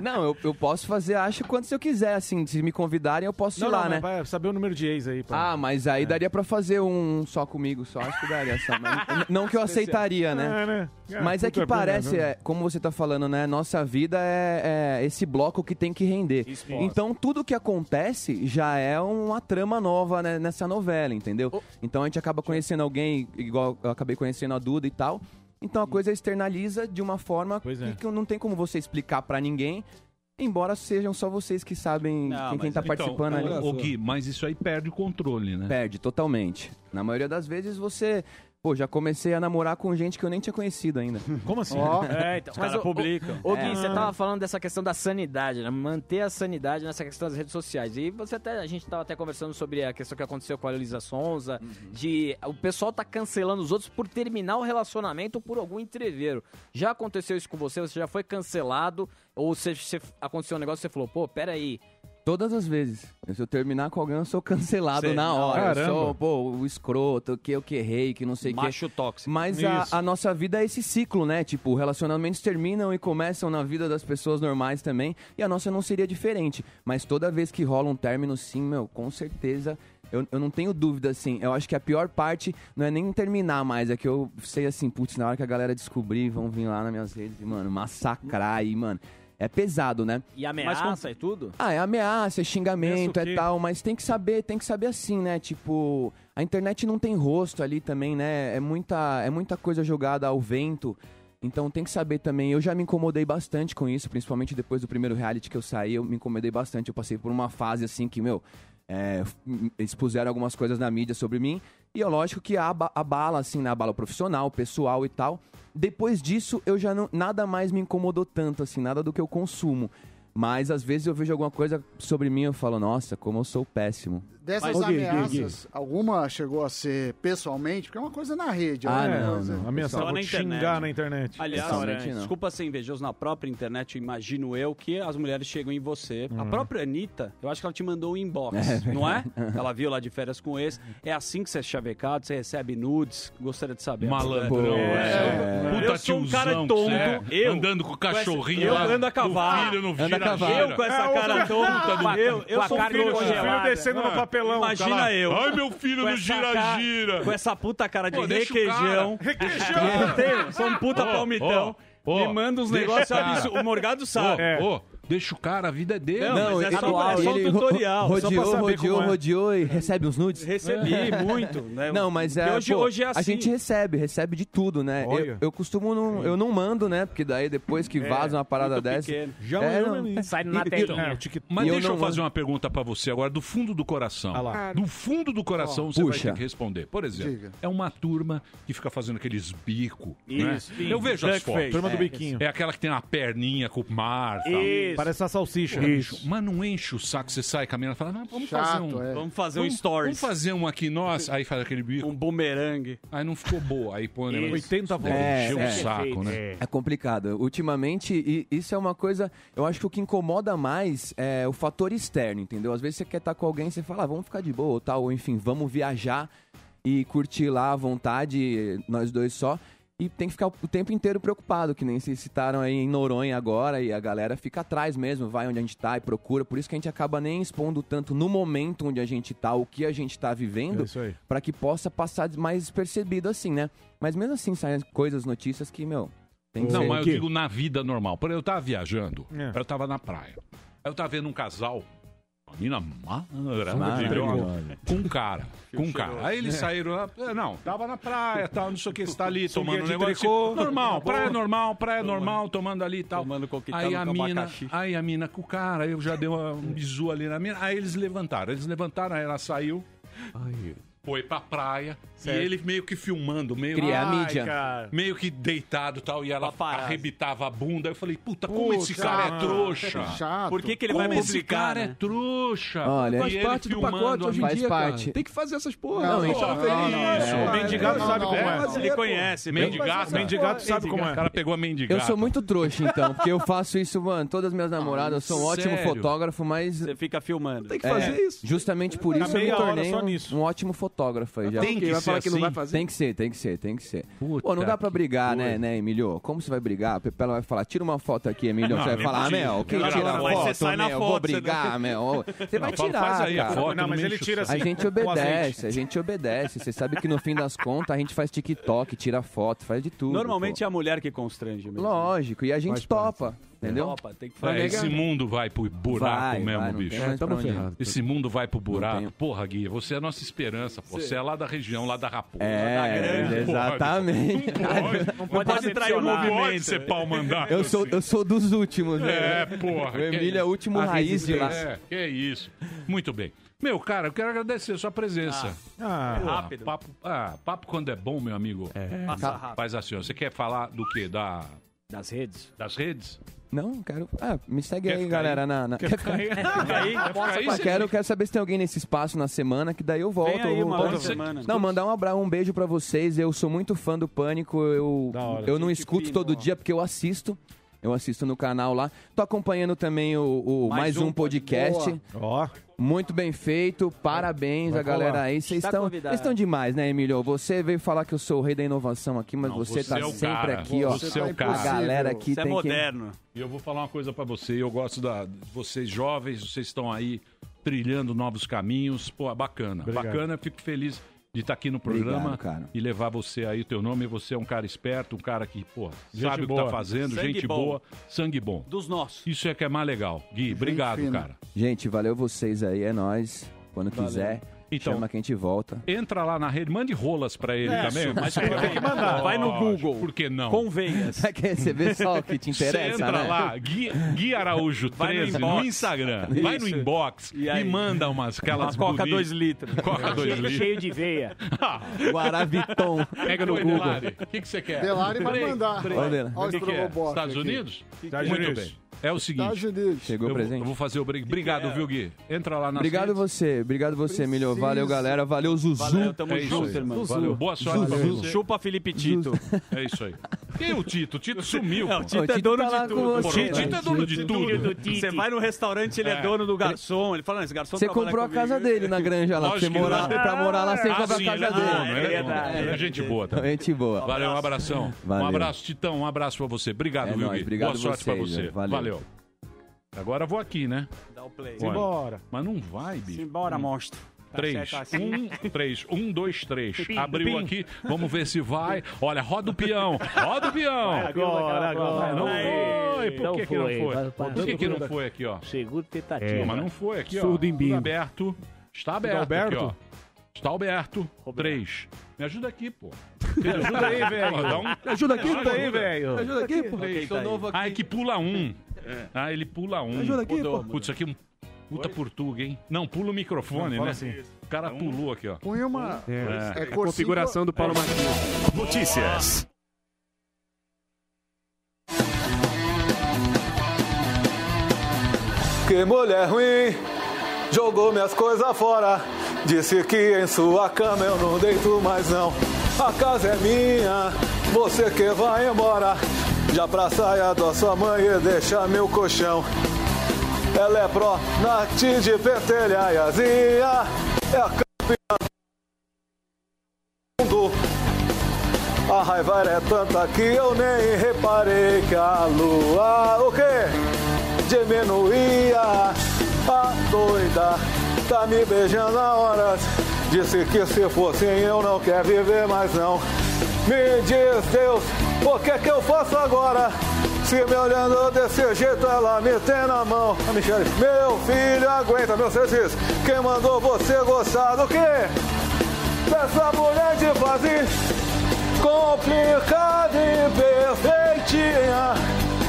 Speaker 28: Não, eu, eu posso fazer, acho, quantos eu quiser, assim. Se me convidarem, eu posso ir lá, né?
Speaker 24: Vai saber o número de ex aí. É. Pra...
Speaker 28: Ah, mas aí daria pra fazer um só comigo, só acho que daria só. mas
Speaker 24: *laughs*
Speaker 28: n- não que eu aceitaria, né?
Speaker 24: É, né? É,
Speaker 28: mas é
Speaker 24: puta,
Speaker 28: que parece,
Speaker 24: né?
Speaker 28: é, como você tá falando, né? Nossa vida é, é esse bloco que tem que render. Então tudo que acontece já é uma trama nova né, nessa novela, entendeu? Então a gente acaba conhecendo alguém, igual eu acabei conhecendo a Duda e tal. Então a
Speaker 2: Hum.
Speaker 28: coisa externaliza de uma forma
Speaker 2: é.
Speaker 28: que, que não tem como você explicar pra ninguém. Embora sejam só vocês que sabem quem, quem tá participando
Speaker 2: então,
Speaker 28: ali.
Speaker 2: O Gui, mas isso aí perde o controle, né?
Speaker 28: Perde, totalmente. Na maioria das vezes você. Pô, já comecei a namorar com gente que eu nem tinha
Speaker 2: *laughs*
Speaker 28: conhecido ainda.
Speaker 24: Como
Speaker 25: Ó, *laughs* Ah. é, então, mas o- Ô, ô, Gui,
Speaker 28: É.
Speaker 25: você tá- tava falando dessa questão da sanidade, né? Manter a sanidade nessa questão das redes sociais. E você até, a gente tava até conversando sobre a questão que aconteceu com a Luísa Sonza,
Speaker 28: Uhum.
Speaker 25: de o pessoal tá cancelando os outros por terminar o relacionamento por algum entreveiro. Já aconteceu isso com você? Você já foi cancelado? Ou você, você- aconteceu um negócio e você falou, pô, peraí.
Speaker 28: Todas as vezes. Se eu terminar com alguém, eu sou cancelado
Speaker 25: Sei,
Speaker 28: na hora. Eu
Speaker 25: caramba.
Speaker 28: sou, pô, o escroto, que eu que errei, que não sei o que.
Speaker 9: Macho tóxico.
Speaker 28: Mas a,
Speaker 9: Isso.
Speaker 28: a nossa vida é esse ciclo, né? Tipo, relacionamentos terminam e começam na vida das pessoas normais também. E a nossa não seria diferente. Mas toda vez que rola um término, sim, meu, com certeza. Eu, eu não tenho dúvida, assim. Eu acho que a pior parte não é nem terminar mais. É que eu sei, assim, putz, na hora que a galera descobrir, vão vir lá nas minhas redes e, mano, massacrar e, mano. É pesado, né?
Speaker 25: E
Speaker 28: Mas
Speaker 25: ameaça
Speaker 28: com-
Speaker 25: e tudo?
Speaker 28: ah, é ameaça, é xingamento,
Speaker 25: Pensa o quê?
Speaker 28: é tal, mas tem que saber, tem que saber assim, né? Tipo, a internet não tem rosto ali também, né? É muita, é muita coisa jogada ao vento. Então tem que saber também. Eu já me incomodei bastante com isso, principalmente depois do primeiro reality que eu saí, eu me incomodei bastante. Eu passei por uma fase assim que, meu, é, f- m- expuseram algumas coisas na mídia sobre mim. E é lógico que aba- abala, assim, na bala profissional, pessoal e tal. Depois disso, eu já não. Nada mais me incomodou tanto, assim, nada do que eu consumo. Mas às vezes eu vejo alguma coisa sobre mim e eu falo, nossa, como eu sou péssimo.
Speaker 13: Dessas ameaças, alguma chegou a ser pessoalmente? Porque é uma coisa na rede. né?
Speaker 28: Ah,
Speaker 13: outra
Speaker 28: não,
Speaker 13: coisa-
Speaker 28: não.
Speaker 24: Ameaçar,
Speaker 9: Só
Speaker 24: vou
Speaker 9: na
Speaker 24: te
Speaker 9: internet.
Speaker 24: xingar na internet.
Speaker 9: Aliás,
Speaker 24: Pessoalmente,
Speaker 9: é,
Speaker 24: não.
Speaker 9: desculpa ser invejoso, na própria internet, eu imagino eu que as mulheres chegam em você. A
Speaker 24: Uhum.
Speaker 9: própria Anitta, eu acho que ela te mandou um inbox,
Speaker 28: É verdade.
Speaker 9: não é? Ela viu lá de férias com esse. É assim que você é chavecado, você recebe nudes. Gostaria de saber.
Speaker 2: Malandrão, é. Puta
Speaker 9: eu sou um
Speaker 2: tiozão
Speaker 9: cara
Speaker 2: que
Speaker 9: tonto.
Speaker 2: você é.
Speaker 9: Eu,
Speaker 2: Andando com o
Speaker 9: essa-
Speaker 2: cachorrinho
Speaker 9: eu
Speaker 2: lá,
Speaker 9: ando a
Speaker 2: do
Speaker 9: cavalo.
Speaker 2: filho no Anda a vira-gira. cavalo.
Speaker 9: Eu com essa
Speaker 2: É, o
Speaker 9: cara
Speaker 2: filho-
Speaker 9: tonta
Speaker 2: Com a-
Speaker 9: do eu, eu
Speaker 2: com a
Speaker 9: sou um
Speaker 2: carne
Speaker 9: filho
Speaker 2: congelada.
Speaker 9: congelado. Ah,
Speaker 2: descendo no papelão,
Speaker 9: Imagina
Speaker 2: cara.
Speaker 9: eu.
Speaker 2: Ai, meu filho
Speaker 9: Com
Speaker 2: no
Speaker 9: essa
Speaker 2: gira-gira.
Speaker 9: cara- Com essa puta cara de
Speaker 2: Pô, deixa o
Speaker 9: requeijão.
Speaker 2: cara.
Speaker 9: Requeijão! Tem, sou um puta palmitão. Me manda uns negócios absurdos. O Morgado sabe.
Speaker 2: Ô, ô, deixa o cara, a vida é dele.
Speaker 9: Não, mas é só- é só um tutorial. Só pra
Speaker 28: Rodeou,
Speaker 9: saber
Speaker 28: rodeou,
Speaker 9: como é.
Speaker 28: rodeou e recebe uns nudes?
Speaker 9: Recebi
Speaker 28: *laughs*
Speaker 9: muito, né?
Speaker 28: Não, mas
Speaker 9: E
Speaker 28: é.
Speaker 9: hoje-
Speaker 28: pô,
Speaker 9: hoje é assim.
Speaker 28: A gente recebe, recebe de tudo, né?
Speaker 9: Olha.
Speaker 28: Eu, eu costumo não. Eu não mando, né? Porque daí depois que
Speaker 9: É,
Speaker 28: vaza uma parada
Speaker 9: muito
Speaker 28: dessa. É,
Speaker 9: pequeno.
Speaker 28: Já *laughs*
Speaker 25: Sai
Speaker 28: na telinha.
Speaker 2: Então, É, Mas
Speaker 28: E eu
Speaker 2: deixa eu
Speaker 28: não
Speaker 2: fazer
Speaker 28: mando.
Speaker 2: uma pergunta pra você agora, do fundo do coração.
Speaker 28: Ah lá.
Speaker 2: Do fundo do coração
Speaker 28: Ó,
Speaker 2: você
Speaker 28: puxa.
Speaker 2: vai ter que responder. Por exemplo,
Speaker 28: Diga.
Speaker 2: é uma turma que fica fazendo aqueles bico. né?
Speaker 9: Isso, isso.
Speaker 2: Eu vejo as
Speaker 9: Duck
Speaker 2: fotos.
Speaker 9: face. Turma do
Speaker 2: é.
Speaker 9: biquinho.
Speaker 2: É aquela que tem uma perninha com o mar. tal.
Speaker 9: Isso.
Speaker 24: Parece a salsicha.
Speaker 2: Isso. Mas não enche o saco, você sai caminhando e fala, "Não, vamos fazer
Speaker 9: Chato,
Speaker 2: um.
Speaker 9: é. Vamos fazer um
Speaker 2: Vamos
Speaker 9: stories.
Speaker 2: fazer um aqui nós. Aí faz aquele bico. Um
Speaker 9: bumerangue.
Speaker 2: Aí não ficou boa. Aí põe o negócio.
Speaker 28: Isso.
Speaker 2: 80 voltas.
Speaker 28: É,
Speaker 2: né? Encheu
Speaker 28: é.
Speaker 2: o saco, né?
Speaker 28: É complicado. Ultimamente, e- isso é uma coisa. Eu acho que o que incomoda mais é o fator externo, entendeu? Às vezes você quer estar com alguém, você fala, ah, vamos ficar de boa ou tal, ou enfim, vamos viajar e curtir lá à vontade, nós dois só. E tem que ficar o tempo inteiro preocupado, que nem vocês citaram aí em Noronha agora, e a galera fica atrás mesmo, vai onde a gente tá e procura. Por isso que a gente acaba nem expondo tanto no momento onde a gente tá, o que a gente tá vivendo,
Speaker 24: É isso aí.
Speaker 28: para que possa passar mais despercebido assim, né? Mas mesmo assim saem coisas, notícias que, meu, tem que
Speaker 2: Não,
Speaker 28: ser.
Speaker 2: mas eu digo na vida normal. Por exemplo, eu tava viajando, eu tava na praia. Aí eu tava vendo um casal, uma mina maravilhosa,
Speaker 24: Maravilhosa.
Speaker 2: com um cara, com um
Speaker 24: Fio
Speaker 2: cara. Aí eles
Speaker 24: cheiroso.
Speaker 2: saíram lá, é, não, tava na praia, tal, não sei o que, está ali
Speaker 24: Sunguinha
Speaker 2: tomando um
Speaker 24: de
Speaker 2: negócio.
Speaker 24: tricô.
Speaker 2: normal, praia é
Speaker 24: Boa.
Speaker 2: normal, praia normal, tomando ali e tal. Tomando
Speaker 9: coquetel
Speaker 2: aí
Speaker 9: tá no
Speaker 2: a mina,
Speaker 9: abacaxi.
Speaker 2: aí a mina com o cara, eu já dei uma- um bisu ali na mina. Aí eles levantaram, eles levantaram, aí ela saiu. Foi pra praia
Speaker 9: Certo.
Speaker 2: e ele meio que filmando, meio
Speaker 28: Criar
Speaker 2: Ai,
Speaker 28: mídia.
Speaker 2: cara. meio que deitado e tal, e ela arrebitava a bunda. Eu falei, puta, como
Speaker 9: Puta,
Speaker 2: esse cara é
Speaker 9: mano.
Speaker 2: trouxa?
Speaker 9: Chato. Por que que ele
Speaker 2: como
Speaker 9: vai
Speaker 2: esse
Speaker 9: publicar,
Speaker 2: cara
Speaker 9: né?
Speaker 2: é trouxa?
Speaker 28: Olha,
Speaker 2: E
Speaker 28: Faz
Speaker 2: ele
Speaker 28: parte do
Speaker 2: filmando
Speaker 28: pacote
Speaker 2: a
Speaker 28: hoje em
Speaker 2: mina.
Speaker 28: dia, cara. Tem
Speaker 5: que fazer essas porra.
Speaker 28: Não, então, não, não,
Speaker 2: isso,
Speaker 28: é.
Speaker 2: o mendigado
Speaker 28: Não,
Speaker 2: sabe
Speaker 28: não,
Speaker 2: como
Speaker 28: não,
Speaker 2: é.
Speaker 28: mas ele conhece,
Speaker 2: Mendigato,
Speaker 28: mas-
Speaker 2: mendigato sabe como é. O cara pegou a
Speaker 28: Eu
Speaker 2: mendigata.
Speaker 28: sou muito trouxa, então, porque eu faço isso, mano. Todas as minhas
Speaker 2: Ah,
Speaker 28: namoradas, eu sou um ótimo
Speaker 9: sério?
Speaker 28: fotógrafo, mas.
Speaker 9: Você fica filmando. Tem
Speaker 28: É, Justamente por
Speaker 9: Na
Speaker 28: isso eu me
Speaker 9: É meia hora
Speaker 28: tornei
Speaker 9: só
Speaker 28: um- um ótimo fotógrafo aí já.
Speaker 9: Tem que Vai falar ser que não assim? vai fazer?
Speaker 28: Tem que ser, tem que ser, tem que ser. Pô, não dá pra brigar, né, né, Emilio? Como você vai brigar? A Pepela vai falar, tira uma foto aqui, Emilio.
Speaker 9: Não,
Speaker 28: você vai
Speaker 9: não é
Speaker 28: falar, ah,
Speaker 9: possível.
Speaker 28: Mel, quem
Speaker 9: Não,
Speaker 28: tira a
Speaker 9: não, mas
Speaker 28: foto,
Speaker 9: você sai na
Speaker 28: Mel?
Speaker 9: foto,
Speaker 28: Vou
Speaker 9: você não-
Speaker 28: brigar, Mel. Você
Speaker 9: Não,
Speaker 28: vai
Speaker 9: fala,
Speaker 28: tirar,
Speaker 9: faz aí a
Speaker 28: cara.
Speaker 9: foto, Não, mas não ele mexe o tira saco.
Speaker 28: A
Speaker 9: assim,
Speaker 28: gente
Speaker 9: com
Speaker 28: obedece,
Speaker 9: azeite.
Speaker 28: a gente obedece. Você sabe que no fim das contas a gente faz TikTok, tira foto, faz de tudo.
Speaker 9: Normalmente é a mulher que constrange
Speaker 28: pô.
Speaker 9: mesmo.
Speaker 28: Lógico, e a gente topa, entendeu?
Speaker 9: Topa, tem que
Speaker 2: É, esse mundo vai pro buraco
Speaker 28: Vai,
Speaker 2: mesmo,
Speaker 28: vai, não
Speaker 2: bicho.
Speaker 28: tem mais É, tamo pra onde ir. ferrado.
Speaker 2: Esse mundo vai pro buraco. Porra, Guia, você é a nossa esperança, pô. Você é lá da região, lá da Raposa.
Speaker 28: É, Tá,
Speaker 2: lá da Granja.
Speaker 28: exatamente.
Speaker 2: Não pode, não pode trair o movimento. Não pode ser pau mandado.
Speaker 28: Eu sou, eu sou dos últimos, né?
Speaker 2: É, porra.
Speaker 28: O Emílio é o último
Speaker 2: A
Speaker 28: raiz de lá.
Speaker 2: resistência. É, é isso. Muito bem. Meu, cara, eu quero agradecer a sua presença.
Speaker 24: Ah,
Speaker 2: Porra,
Speaker 24: rápido.
Speaker 2: Papo, ah, papo quando é bom, meu amigo.
Speaker 28: Passa rápido.
Speaker 2: Faz assim, ó. Você quer falar do quê? Da...
Speaker 28: Das redes.
Speaker 2: Das
Speaker 28: *laughs*
Speaker 2: redes?
Speaker 28: Não, quero. Ah, me segue
Speaker 2: Quer
Speaker 28: aí,
Speaker 2: ficar
Speaker 28: galera.
Speaker 2: aí?
Speaker 28: Na, na-
Speaker 2: Quer ficar
Speaker 28: *laughs*
Speaker 2: aí? Fica aí,
Speaker 28: Nossa,
Speaker 2: fica aí,
Speaker 28: pá,
Speaker 2: você-
Speaker 28: quero, quero saber se tem alguém nesse espaço na semana, que daí eu volto.
Speaker 9: Vem aí
Speaker 28: eu-
Speaker 9: uma
Speaker 28: volto-
Speaker 9: outra semana.
Speaker 28: Não, mandar um abraço, um beijo pra vocês. Eu sou muito fã do Pânico. Eu, eu não escuto todo dia porque eu assisto. Eu assisto no canal lá. Tô acompanhando também o, o Mais, Um Podcast.
Speaker 24: Ó.
Speaker 28: Muito bem feito, parabéns
Speaker 24: Vai
Speaker 28: a galera
Speaker 24: colar.
Speaker 28: aí. Vocês
Speaker 24: Tá
Speaker 28: estão,
Speaker 24: convidado.
Speaker 28: vocês estão demais, né, Emílio? Você veio falar que eu sou o rei da inovação aqui, mas
Speaker 2: Não,
Speaker 28: você,
Speaker 2: você
Speaker 28: tá
Speaker 2: é o
Speaker 28: sempre
Speaker 2: cara.
Speaker 28: aqui, ó.
Speaker 2: Você é o
Speaker 28: A
Speaker 2: cara.
Speaker 28: galera aqui
Speaker 9: é
Speaker 2: é
Speaker 28: tem
Speaker 2: E eu vou falar uma coisa pra você. Eu gosto da de vocês jovens, vocês estão aí trilhando novos caminhos. Pô, bacana.
Speaker 28: Obrigado.
Speaker 2: Bacana, fico feliz de estar aqui no programa
Speaker 28: Obrigado, cara.
Speaker 2: e levar você aí o teu nome. Você é um cara esperto, um cara que, pô,
Speaker 9: Gente
Speaker 2: sabe o que
Speaker 9: boa.
Speaker 2: tá fazendo,
Speaker 9: Sangue
Speaker 2: gente
Speaker 9: bom.
Speaker 2: boa, sangue bom.
Speaker 9: Dos nossos.
Speaker 2: Isso é que é mais legal. Gui, obrigado,
Speaker 28: fina.
Speaker 2: cara.
Speaker 28: que... Gente, valeu vocês aí, é nóis. Quando
Speaker 2: Valeu.
Speaker 28: quiser,
Speaker 2: Então-
Speaker 28: chama que a gente volta.
Speaker 2: Entra lá na rede, mande rolas pra ele
Speaker 28: É,
Speaker 2: também.
Speaker 28: isso, mas você vai ter que mandar.
Speaker 9: Vai no Google.
Speaker 2: Por que não?
Speaker 9: Com veias.
Speaker 28: Vai querer receber só o que te interessa,
Speaker 2: Você entra
Speaker 28: né?
Speaker 2: lá, Gui, Gui Araújo
Speaker 28: Vai no
Speaker 2: 13 no,
Speaker 28: inbox.
Speaker 2: Instagram. Vai no
Speaker 28: Isso.
Speaker 2: inbox e,
Speaker 28: aí?
Speaker 2: manda umas aquelas
Speaker 28: Uma Coca
Speaker 2: bonitas.
Speaker 28: dois litros.
Speaker 2: Coca 2 litros.
Speaker 28: Cheio
Speaker 16: de veia.
Speaker 28: Guaraviton.
Speaker 2: Pega no Google. Delari, o que, que você quer?
Speaker 16: Delari vai
Speaker 2: Peraí,
Speaker 16: mandar.
Speaker 2: peraí.
Speaker 16: Olha,
Speaker 28: né?
Speaker 16: olha o
Speaker 2: O que que é?
Speaker 16: estrogobofe
Speaker 2: Estados
Speaker 16: aqui.
Speaker 2: Unidos?
Speaker 16: Estados
Speaker 2: Muito
Speaker 16: Unidos.
Speaker 2: bem. É o seguinte.
Speaker 16: Estados Unidos. é?
Speaker 28: Chegou
Speaker 2: eu vou-
Speaker 28: presente?
Speaker 2: Eu vou fazer o break. Obrigado, viu, Gui? Entra lá Tá na
Speaker 28: Obrigado você, obrigado você, Emílio. Valeu, galera. Valeu, Zuzu.
Speaker 2: Valeu, tamo É isso junto, aí. irmão. Zuzu. Valeu, boa sorte pra você.
Speaker 9: Chupa Felipe Tito.
Speaker 2: É isso aí. Quem é o Tito? O Tito sumiu.
Speaker 9: Não, o
Speaker 2: pô.
Speaker 9: Tito é
Speaker 28: tá
Speaker 9: dono de tudo.
Speaker 2: Pô, O Tito
Speaker 28: né?
Speaker 2: é dono de tudo.
Speaker 9: Você vai no restaurante, ele é,
Speaker 2: É.
Speaker 9: dono do garçom. Ele fala, "Não, esse garçom
Speaker 28: Você
Speaker 9: trabalha
Speaker 28: comprou a
Speaker 9: comigo."
Speaker 28: casa dele na granja lá. pra Você
Speaker 9: Lógico que
Speaker 28: morar,
Speaker 9: não.
Speaker 28: pra morar lá, você
Speaker 9: Ah,
Speaker 28: compra a
Speaker 9: sim,
Speaker 28: casa
Speaker 9: ele é
Speaker 28: dele.
Speaker 9: dono,
Speaker 2: Ele é dono, ele é gente boa também.
Speaker 28: Gente boa.
Speaker 2: Valeu, um abração.
Speaker 28: Valeu.
Speaker 2: Um abraço, Titão. Um abraço pra você. Obrigado,
Speaker 28: É
Speaker 2: viu,
Speaker 28: nóis,
Speaker 2: Gui?
Speaker 28: obrigado
Speaker 2: Boa sorte pra
Speaker 28: vocês,
Speaker 2: você.
Speaker 28: valeu.
Speaker 2: Valeu. Agora eu vou aqui, né?
Speaker 9: Dá o play.
Speaker 2: Olha,
Speaker 9: Simbora.
Speaker 2: Mas não vai, bicho. Hum. Um,
Speaker 9: Simbora, monstro. Tá
Speaker 2: 3,
Speaker 9: certo assim.
Speaker 2: 1, 3, 1, 2, 3.
Speaker 9: Pim,
Speaker 2: Abriu
Speaker 9: pim.
Speaker 2: aqui, vamos ver se vai. Olha, roda o peão, roda o peão.
Speaker 16: Vai, agora, agora.
Speaker 2: Não foi, por
Speaker 16: Não
Speaker 2: que, que não
Speaker 16: foi, vai,
Speaker 2: foi?
Speaker 16: vai.
Speaker 2: Por que, que não foi aqui, ó?
Speaker 16: Segundo tentativa.
Speaker 2: Pô, mas não foi aqui, ó.
Speaker 16: Surdo em
Speaker 2: Tudo
Speaker 16: bingo.
Speaker 2: aberto. Está aberto
Speaker 16: Adalberto?
Speaker 2: aqui, ó. Está aberto. 3. Me ajuda aqui, pô. Me
Speaker 16: ajuda aí, velho.
Speaker 2: Dá um-
Speaker 16: Me ajuda aqui,
Speaker 2: ajuda
Speaker 16: pô.
Speaker 2: aí, velho.
Speaker 16: Me ajuda aqui, pô.
Speaker 2: Três.
Speaker 16: Ok, tá aí.
Speaker 2: Ah, é que pula um. Ah, ele pula um.
Speaker 16: Me É. ajuda aqui,
Speaker 2: Mudou,
Speaker 16: pô.
Speaker 2: Putz, isso aqui é um puta portuga, hein? Não, pula o microfone,
Speaker 16: Não, fala
Speaker 2: né?
Speaker 16: assim.
Speaker 2: O cara pulou aqui, ó.
Speaker 13: Põe uma.
Speaker 2: É.
Speaker 13: É,
Speaker 2: É
Speaker 13: cursiva-
Speaker 2: configuração do Paulo Martins. Notícias.
Speaker 26: Que mulher ruim jogou minhas coisas fora. Disse que em sua cama eu não deito mais não. A casa é minha, você que vai embora. Já pra saia da sua mãe e deixa meu colchão. Ela é pró nati de pentelha e azia. É a campeã do mundo. A raiva é tanta que eu nem reparei que a lua o quê? Diminuía a doida tá me beijando há horas. Disse que se fosse eu não quer viver mais não. Me diz Deus, o que é que eu faço agora? Se me olhando desse jeito, ela me tem na mão. A Michele, meu filho, aguenta, meu Francisco. Quem mandou você gostar do quê? Dessa mulher de fazer complicada e perfeitinha.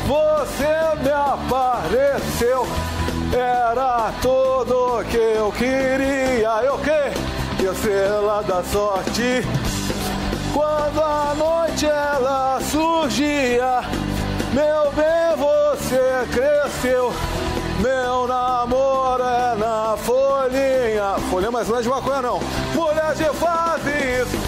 Speaker 26: Você me apareceu, era tudo que eu queria. Eu que? Eu sei lá da sorte. Quando à noite ela surgia, meu bem, você cresceu. Meu namoro é na folhinha. Folhinha, mas não é de maconha, não. Mulher de fases.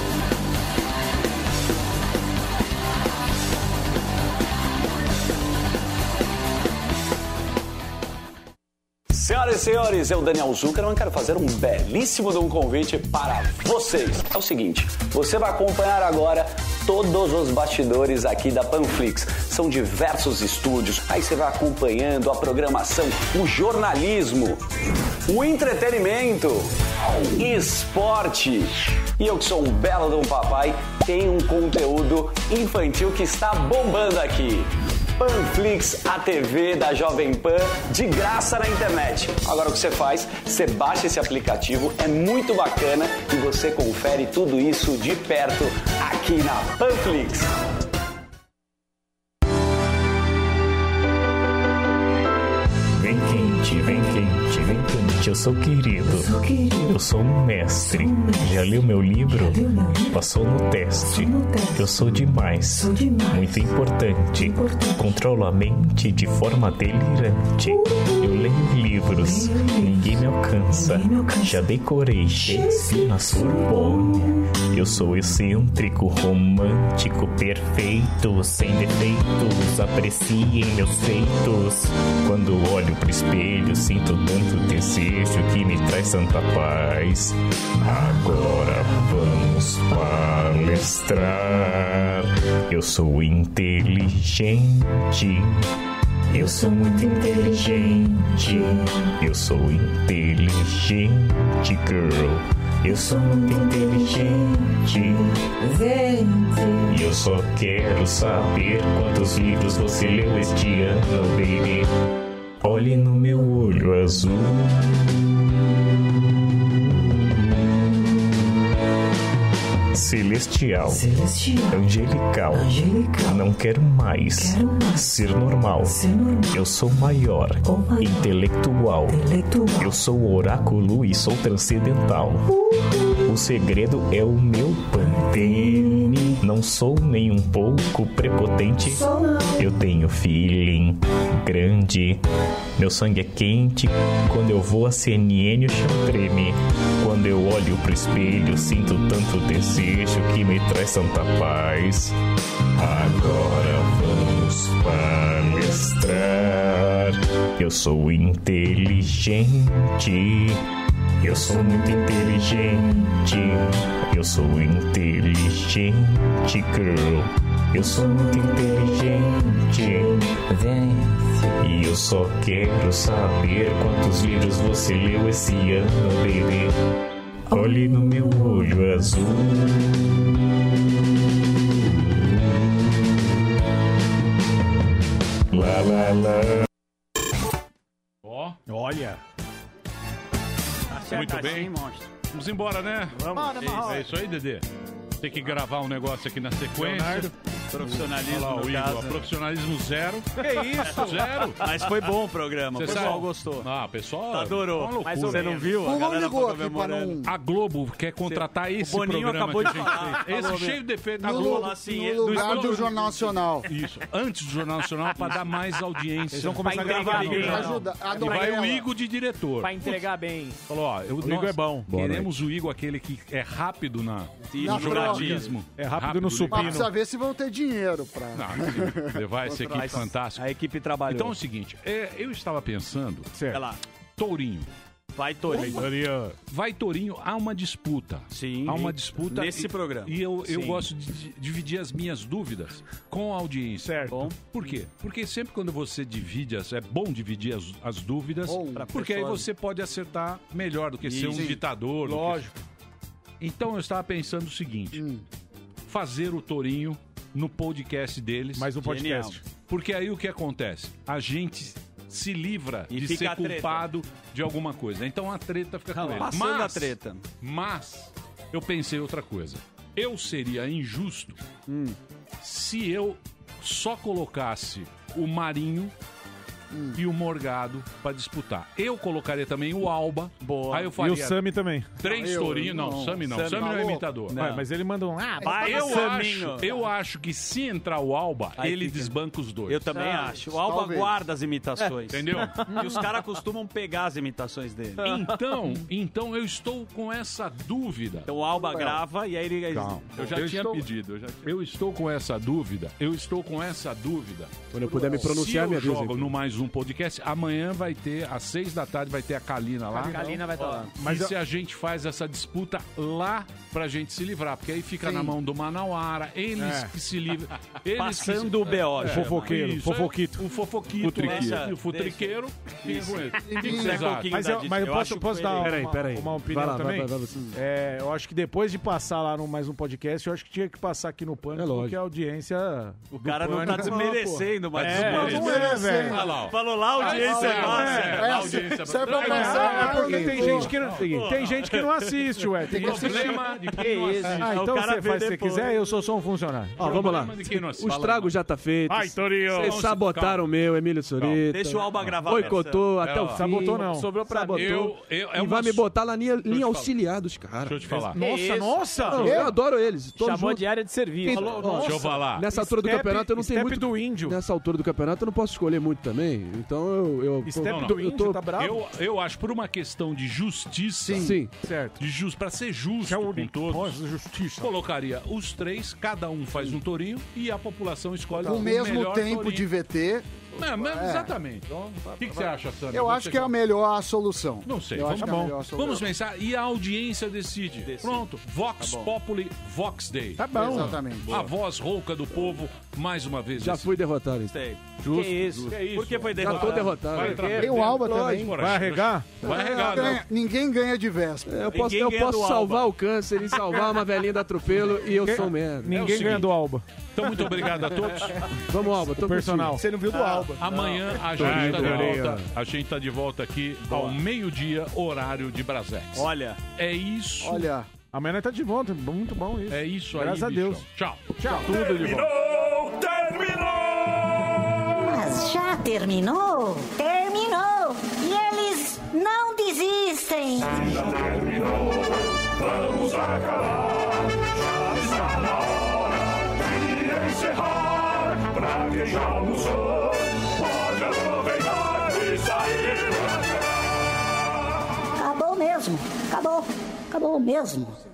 Speaker 20: Senhoras e senhores, eu, Daniel Zuckerman, quero fazer um belíssimo de um convite para vocês. É o seguinte, você vai acompanhar agora todos os bastidores aqui da Panflix. São diversos estúdios, aí você vai acompanhando a programação, o jornalismo, o entretenimento, esporte. E eu que sou um belo de um papai, tenho um conteúdo infantil que está bombando aqui. Panflix, a TV da Jovem Pan, de graça na internet. Agora o que você faz? Você baixa esse aplicativo, é muito bacana e você confere tudo isso de perto aqui na Panflix.
Speaker 16: Vem quente, vem quente, vem quente. Eu sou querido. Eu sou, um mestre. Já leu meu livro? Passou no teste. Eu sou demais. Muito importante. Controlo a mente de forma delirante. Eu leio livros. Ninguém me alcança. Já decorei Shakespeare na Sorbonne. Eu sou excêntrico, romântico, perfeito, sem defeitos. Apreciem meus feitos. Quando olho pro espelho, sinto tanto desejo que me traz tanta paz. Agora vamos palestrar. Eu sou inteligente. Eu sou muito inteligente. Eu sou inteligente, girl. Eu sou muito inteligente. E eu só quero saber quantos livros você leu este ano, baby. Olhe no meu olho azul. Celestial. Angelical. Não quero mais. Ser, normal. Eu sou maior. Intelectual. Eu sou oráculo e sou transcendental. O segredo é o meu pantene. Não sou nem um pouco prepotente. Eu tenho feeling grande. Meu sangue é quente. Quando eu vou a CNN, o chão treme. Quando eu olho pro espelho, sinto tanto desejo que me traz tanta paz. Agora vamos palestrar. Eu sou inteligente. Eu sou muito inteligente. Eu sou inteligente, girl. Eu sou muito inteligente. E eu só quero saber quantos livros você leu esse ano, baby. Olhe no meu olho azul. Lá, lá, lá.
Speaker 2: Ó,
Speaker 24: Olha.
Speaker 9: Tá
Speaker 2: muito
Speaker 24: Acerta
Speaker 2: bem.
Speaker 24: sim, monstro.
Speaker 2: Vamos embora, né?
Speaker 24: Vamos. Bora,
Speaker 2: É isso-
Speaker 24: Marroca.
Speaker 2: É isso aí, Dedê. Tem que gravar um negócio aqui na sequência.
Speaker 24: Leonardo.
Speaker 9: Profissionalismo,
Speaker 2: Olha lá, o
Speaker 9: no
Speaker 2: Igor,
Speaker 9: caso, né?
Speaker 2: Profissionalismo zero.
Speaker 9: Que isso?
Speaker 2: *laughs* Zero.
Speaker 9: Mas foi bom o programa, o
Speaker 2: Você
Speaker 9: pessoal
Speaker 2: sabe?
Speaker 9: gostou. Tá
Speaker 2: Ah, o pessoal
Speaker 9: Adorou.
Speaker 2: Uma loucura.
Speaker 9: Mas você não viu? A galera ficou comemorando.
Speaker 2: A Globo quer contratar
Speaker 9: O
Speaker 2: esse
Speaker 9: Boninho
Speaker 2: programa
Speaker 9: acabou
Speaker 2: que
Speaker 9: de
Speaker 2: a gente
Speaker 9: falar.
Speaker 2: fez.
Speaker 9: Falou
Speaker 2: Esse cheio de
Speaker 9: mesmo. é-
Speaker 2: defeito da
Speaker 9: No
Speaker 2: Globo.
Speaker 9: lugar-
Speaker 2: Assim,
Speaker 13: no lugar do Jornal Nacional.
Speaker 2: Isso, antes do Jornal Nacional, para dar mais audiência.
Speaker 13: Eles vão começar a gravar
Speaker 2: Pra entregar
Speaker 13: bem. Ajuda, a
Speaker 2: E vai
Speaker 13: novela.
Speaker 2: o Igor de diretor.
Speaker 25: Pra entregar bem.
Speaker 2: Falou, ó, eu-
Speaker 25: O Igor
Speaker 2: nós
Speaker 25: é bom. Boa
Speaker 2: Queremos o Igor, aquele que é rápido na,
Speaker 13: Sim,
Speaker 2: no
Speaker 13: na
Speaker 2: jornalismo.
Speaker 13: troca.
Speaker 2: É
Speaker 13: Mas Precisa ver se vão ter dinheiro pra.
Speaker 2: Não, levar essa equipe
Speaker 13: Contratar.
Speaker 2: fantástica.
Speaker 9: A equipe trabalhou.
Speaker 2: Então é o seguinte, é, eu estava pensando... Certo.
Speaker 9: lá.
Speaker 2: Tourinho.
Speaker 9: Vai, Tourinho.
Speaker 2: Opa. Vai, Tourinho. Há uma disputa. Sim. Há uma disputa.
Speaker 9: Nesse
Speaker 2: e,
Speaker 9: programa.
Speaker 2: E eu, eu
Speaker 9: Sim.
Speaker 2: gosto de di- dividir as minhas dúvidas com a audiência. Certo. Por quê? Porque sempre quando você divide, as, é bom dividir as, as dúvidas,
Speaker 9: Bom.
Speaker 2: porque aí
Speaker 9: Pra pessoa.
Speaker 2: você pode acertar melhor do que ser um
Speaker 9: Sim.
Speaker 2: ditador. do que-
Speaker 9: Lógico.
Speaker 2: Então eu estava pensando o seguinte. Fazer o Tourinho no podcast deles. Mais
Speaker 24: um podcast.
Speaker 2: Porque aí o que acontece? A gente se livra
Speaker 9: E
Speaker 2: de
Speaker 9: fica
Speaker 2: ser
Speaker 9: a treta.
Speaker 2: culpado de alguma coisa. Então a treta fica com
Speaker 9: Calma,
Speaker 2: ele.
Speaker 9: passando a treta.
Speaker 2: Mas eu pensei outra coisa. Eu seria injusto se eu só colocasse o Marinho e o Morgado pra disputar. Eu colocaria também o Alba. Boa. Aí eu faria
Speaker 24: E o Sami também.
Speaker 2: Três
Speaker 24: Não, eu
Speaker 2: tourinhos. Não,
Speaker 24: não.
Speaker 2: Sami não.
Speaker 24: Sami
Speaker 2: Sami, não é
Speaker 24: maluco.
Speaker 2: imitador.
Speaker 24: Ué, mas ele manda um. Ah, vai,
Speaker 2: eu,
Speaker 24: Saminho.
Speaker 2: acho, eu acho que se entrar o Alba,
Speaker 9: Aí
Speaker 2: ele
Speaker 9: fica.
Speaker 2: desbanca os dois.
Speaker 9: Eu também
Speaker 25: Ah,
Speaker 9: acho. O Alba guarda as imitações.
Speaker 2: É, entendeu?
Speaker 9: *laughs* E os caras costumam pegar as imitações dele.
Speaker 2: Então, então eu estou com essa dúvida.
Speaker 9: Então o Alba grava e aí ele.
Speaker 2: Calma. Eu já tinha
Speaker 9: estou-
Speaker 2: pedido. Eu, já tinha- eu estou com essa dúvida. Eu estou com essa dúvida.
Speaker 5: Quando eu puder me
Speaker 2: Se
Speaker 5: pronunciar,
Speaker 2: eu
Speaker 5: me avisa. então.
Speaker 2: jogo no mais um podcast, amanhã vai ter, às seis da tarde, vai ter a Kalina
Speaker 24: né?
Speaker 2: lá.
Speaker 25: A Kalina vai estar lá.
Speaker 2: Mas
Speaker 25: Mas
Speaker 2: e se a gente faz essa disputa lá pra gente se livrar? Porque aí fica
Speaker 25: Sim.
Speaker 2: na mão do Manauara, eles
Speaker 25: É.
Speaker 2: que se
Speaker 9: *laughs*
Speaker 2: livram. Eles
Speaker 9: Passando o BO,
Speaker 2: É,
Speaker 9: chama.
Speaker 2: fofoqueiro,
Speaker 9: Isso, é.
Speaker 2: fofoquito. O fofoquito.
Speaker 9: Futriqueiro.
Speaker 2: né? E o futriqueiro.
Speaker 9: Isso.
Speaker 2: fica com
Speaker 9: é
Speaker 2: ele.
Speaker 9: E
Speaker 2: O que
Speaker 9: me-
Speaker 2: vocês
Speaker 9: Zeca
Speaker 2: acham?
Speaker 9: Alquim
Speaker 24: Mas eu, mas eu
Speaker 9: Eu acho
Speaker 24: posso,
Speaker 9: que
Speaker 24: posso
Speaker 9: foi
Speaker 24: dar uma,
Speaker 9: ele. é Peraí, peraí.
Speaker 24: uma opinião
Speaker 9: Vai lá,
Speaker 24: também?
Speaker 9: vai, vai, vai, você.
Speaker 24: É, eu acho que depois de passar lá no mais um podcast, eu acho que tinha que passar aqui no Pânico, porque a audiência...
Speaker 9: É O cara não tá desmerecendo, mas
Speaker 24: É, não, não é, velho.
Speaker 9: Olha lá, ó. Falou lá, a audiência é nossa. A audiência é brava.
Speaker 24: Ah, é porque tem
Speaker 9: Pô.
Speaker 24: gente que não,
Speaker 9: Pô.
Speaker 24: tem gente que não assiste, ué. Tem que assistir.
Speaker 2: Problema de quem não assiste.
Speaker 24: Ah,
Speaker 2: O
Speaker 24: então
Speaker 2: cara
Speaker 24: você
Speaker 2: vê
Speaker 24: faz se você
Speaker 2: depois.
Speaker 24: quiser, eu sou só um funcionário.
Speaker 5: Ó, vamos lá. O estrago já tá feito.
Speaker 24: Ai, Torinho.
Speaker 5: Vocês
Speaker 24: Calma,
Speaker 5: sabotaram o meu, Emílio Sorita.
Speaker 9: Deixa o Alba gravar,
Speaker 5: Boicotou
Speaker 9: Marcelo.
Speaker 5: até o
Speaker 9: Pera
Speaker 5: fim.
Speaker 9: lá. Sabotou não.
Speaker 5: Sobrou pra
Speaker 9: Sabotou.
Speaker 5: botou.
Speaker 9: Eu- eu- é
Speaker 5: e
Speaker 9: uma
Speaker 5: vai me
Speaker 9: su-
Speaker 5: botar lá linha, linha
Speaker 9: falar.
Speaker 5: auxiliar dos caras.
Speaker 2: Deixa eu te falar.
Speaker 24: Nossa, nossa!
Speaker 5: Não, eu adoro eles. Então, todos
Speaker 24: Chamou
Speaker 5: juntos.
Speaker 24: de área de serviço.
Speaker 5: Quem-
Speaker 24: Falou,
Speaker 5: Ó,
Speaker 24: deixa eu falar.
Speaker 5: Nessa altura do
Speaker 24: Step-
Speaker 5: campeonato eu não tenho
Speaker 24: step
Speaker 5: muito.
Speaker 24: do índio.
Speaker 5: Nessa altura do campeonato eu não posso escolher muito também. Então eu. eu
Speaker 2: Não,
Speaker 5: eu
Speaker 2: não.
Speaker 5: tô- eu tô-
Speaker 24: tá
Speaker 2: Eu, eu acho, por uma questão de justiça.
Speaker 5: Sim. Sim.
Speaker 2: Certo. De jus, pra ser
Speaker 24: é
Speaker 2: justo com todos. Justiça. Colocaria os três, cada um faz um tourinho e a população escolhe
Speaker 13: Com o
Speaker 2: o
Speaker 13: mesmo
Speaker 2: melhor
Speaker 13: tempo
Speaker 2: tourinho.
Speaker 13: de VT.
Speaker 2: É, mas
Speaker 13: É.
Speaker 2: Exatamente. O que, que você acha, Sandra?
Speaker 13: Eu
Speaker 2: Você
Speaker 13: acho que é a melhor solução.
Speaker 2: Não sei,
Speaker 13: Eu
Speaker 2: vamos,
Speaker 13: acho que é a melhor solução.
Speaker 2: vamos pensar. E a audiência decide. Pronto. Vox
Speaker 13: Tá bom.
Speaker 2: Populi, Vox Day.
Speaker 13: Tá bom. Exatamente.
Speaker 2: A
Speaker 13: Boa.
Speaker 2: voz rouca do povo, mais uma vez.
Speaker 5: Já fui derrotado. então.
Speaker 2: Justo,
Speaker 9: Que isso?
Speaker 2: justo.
Speaker 9: Que isso? Por que foi
Speaker 5: Já
Speaker 9: derrotado?
Speaker 5: tô derrotado.
Speaker 2: Vai entrar
Speaker 13: Tem o Alba
Speaker 2: Lógico,
Speaker 13: também.
Speaker 2: Vai arregar? Vai arregar,
Speaker 13: Ninguém
Speaker 24: né?
Speaker 2: não.
Speaker 13: ganha- Ninguém ganha de véspera.
Speaker 5: Eu posso, eu posso salvar o câncer e salvar uma velhinha da atropelo e eu sou um merda.
Speaker 24: Ninguém ganha do Alba.
Speaker 2: Então, muito obrigado a
Speaker 13: *laughs*
Speaker 2: todos.
Speaker 5: Vamos, Alba, tô
Speaker 24: personal.
Speaker 5: contigo.
Speaker 24: Você não viu do
Speaker 2: Ah,
Speaker 24: Alba.
Speaker 2: Amanhã
Speaker 24: Não.
Speaker 2: a gente
Speaker 24: Ai,
Speaker 2: tá de
Speaker 24: Torinho.
Speaker 2: volta. A gente tá de volta aqui ao meio-dia, horário de Brasex.
Speaker 9: Olha.
Speaker 2: É isso.
Speaker 13: Olha.
Speaker 24: Amanhã nós tá de volta. Muito bom isso.
Speaker 2: É isso aí.
Speaker 24: Graças a
Speaker 2: bichão.
Speaker 24: Deus.
Speaker 2: Tchau.
Speaker 24: Tchau.
Speaker 2: Tudo de volta.
Speaker 23: Mas já terminou? Terminou! E eles não desistem!
Speaker 7: Vamos acabar, já está na hora de encerrar. Pra quem já almoçou, pode aproveitar e sair pra cá.
Speaker 23: Acabou mesmo! Acabou! Acabou mesmo!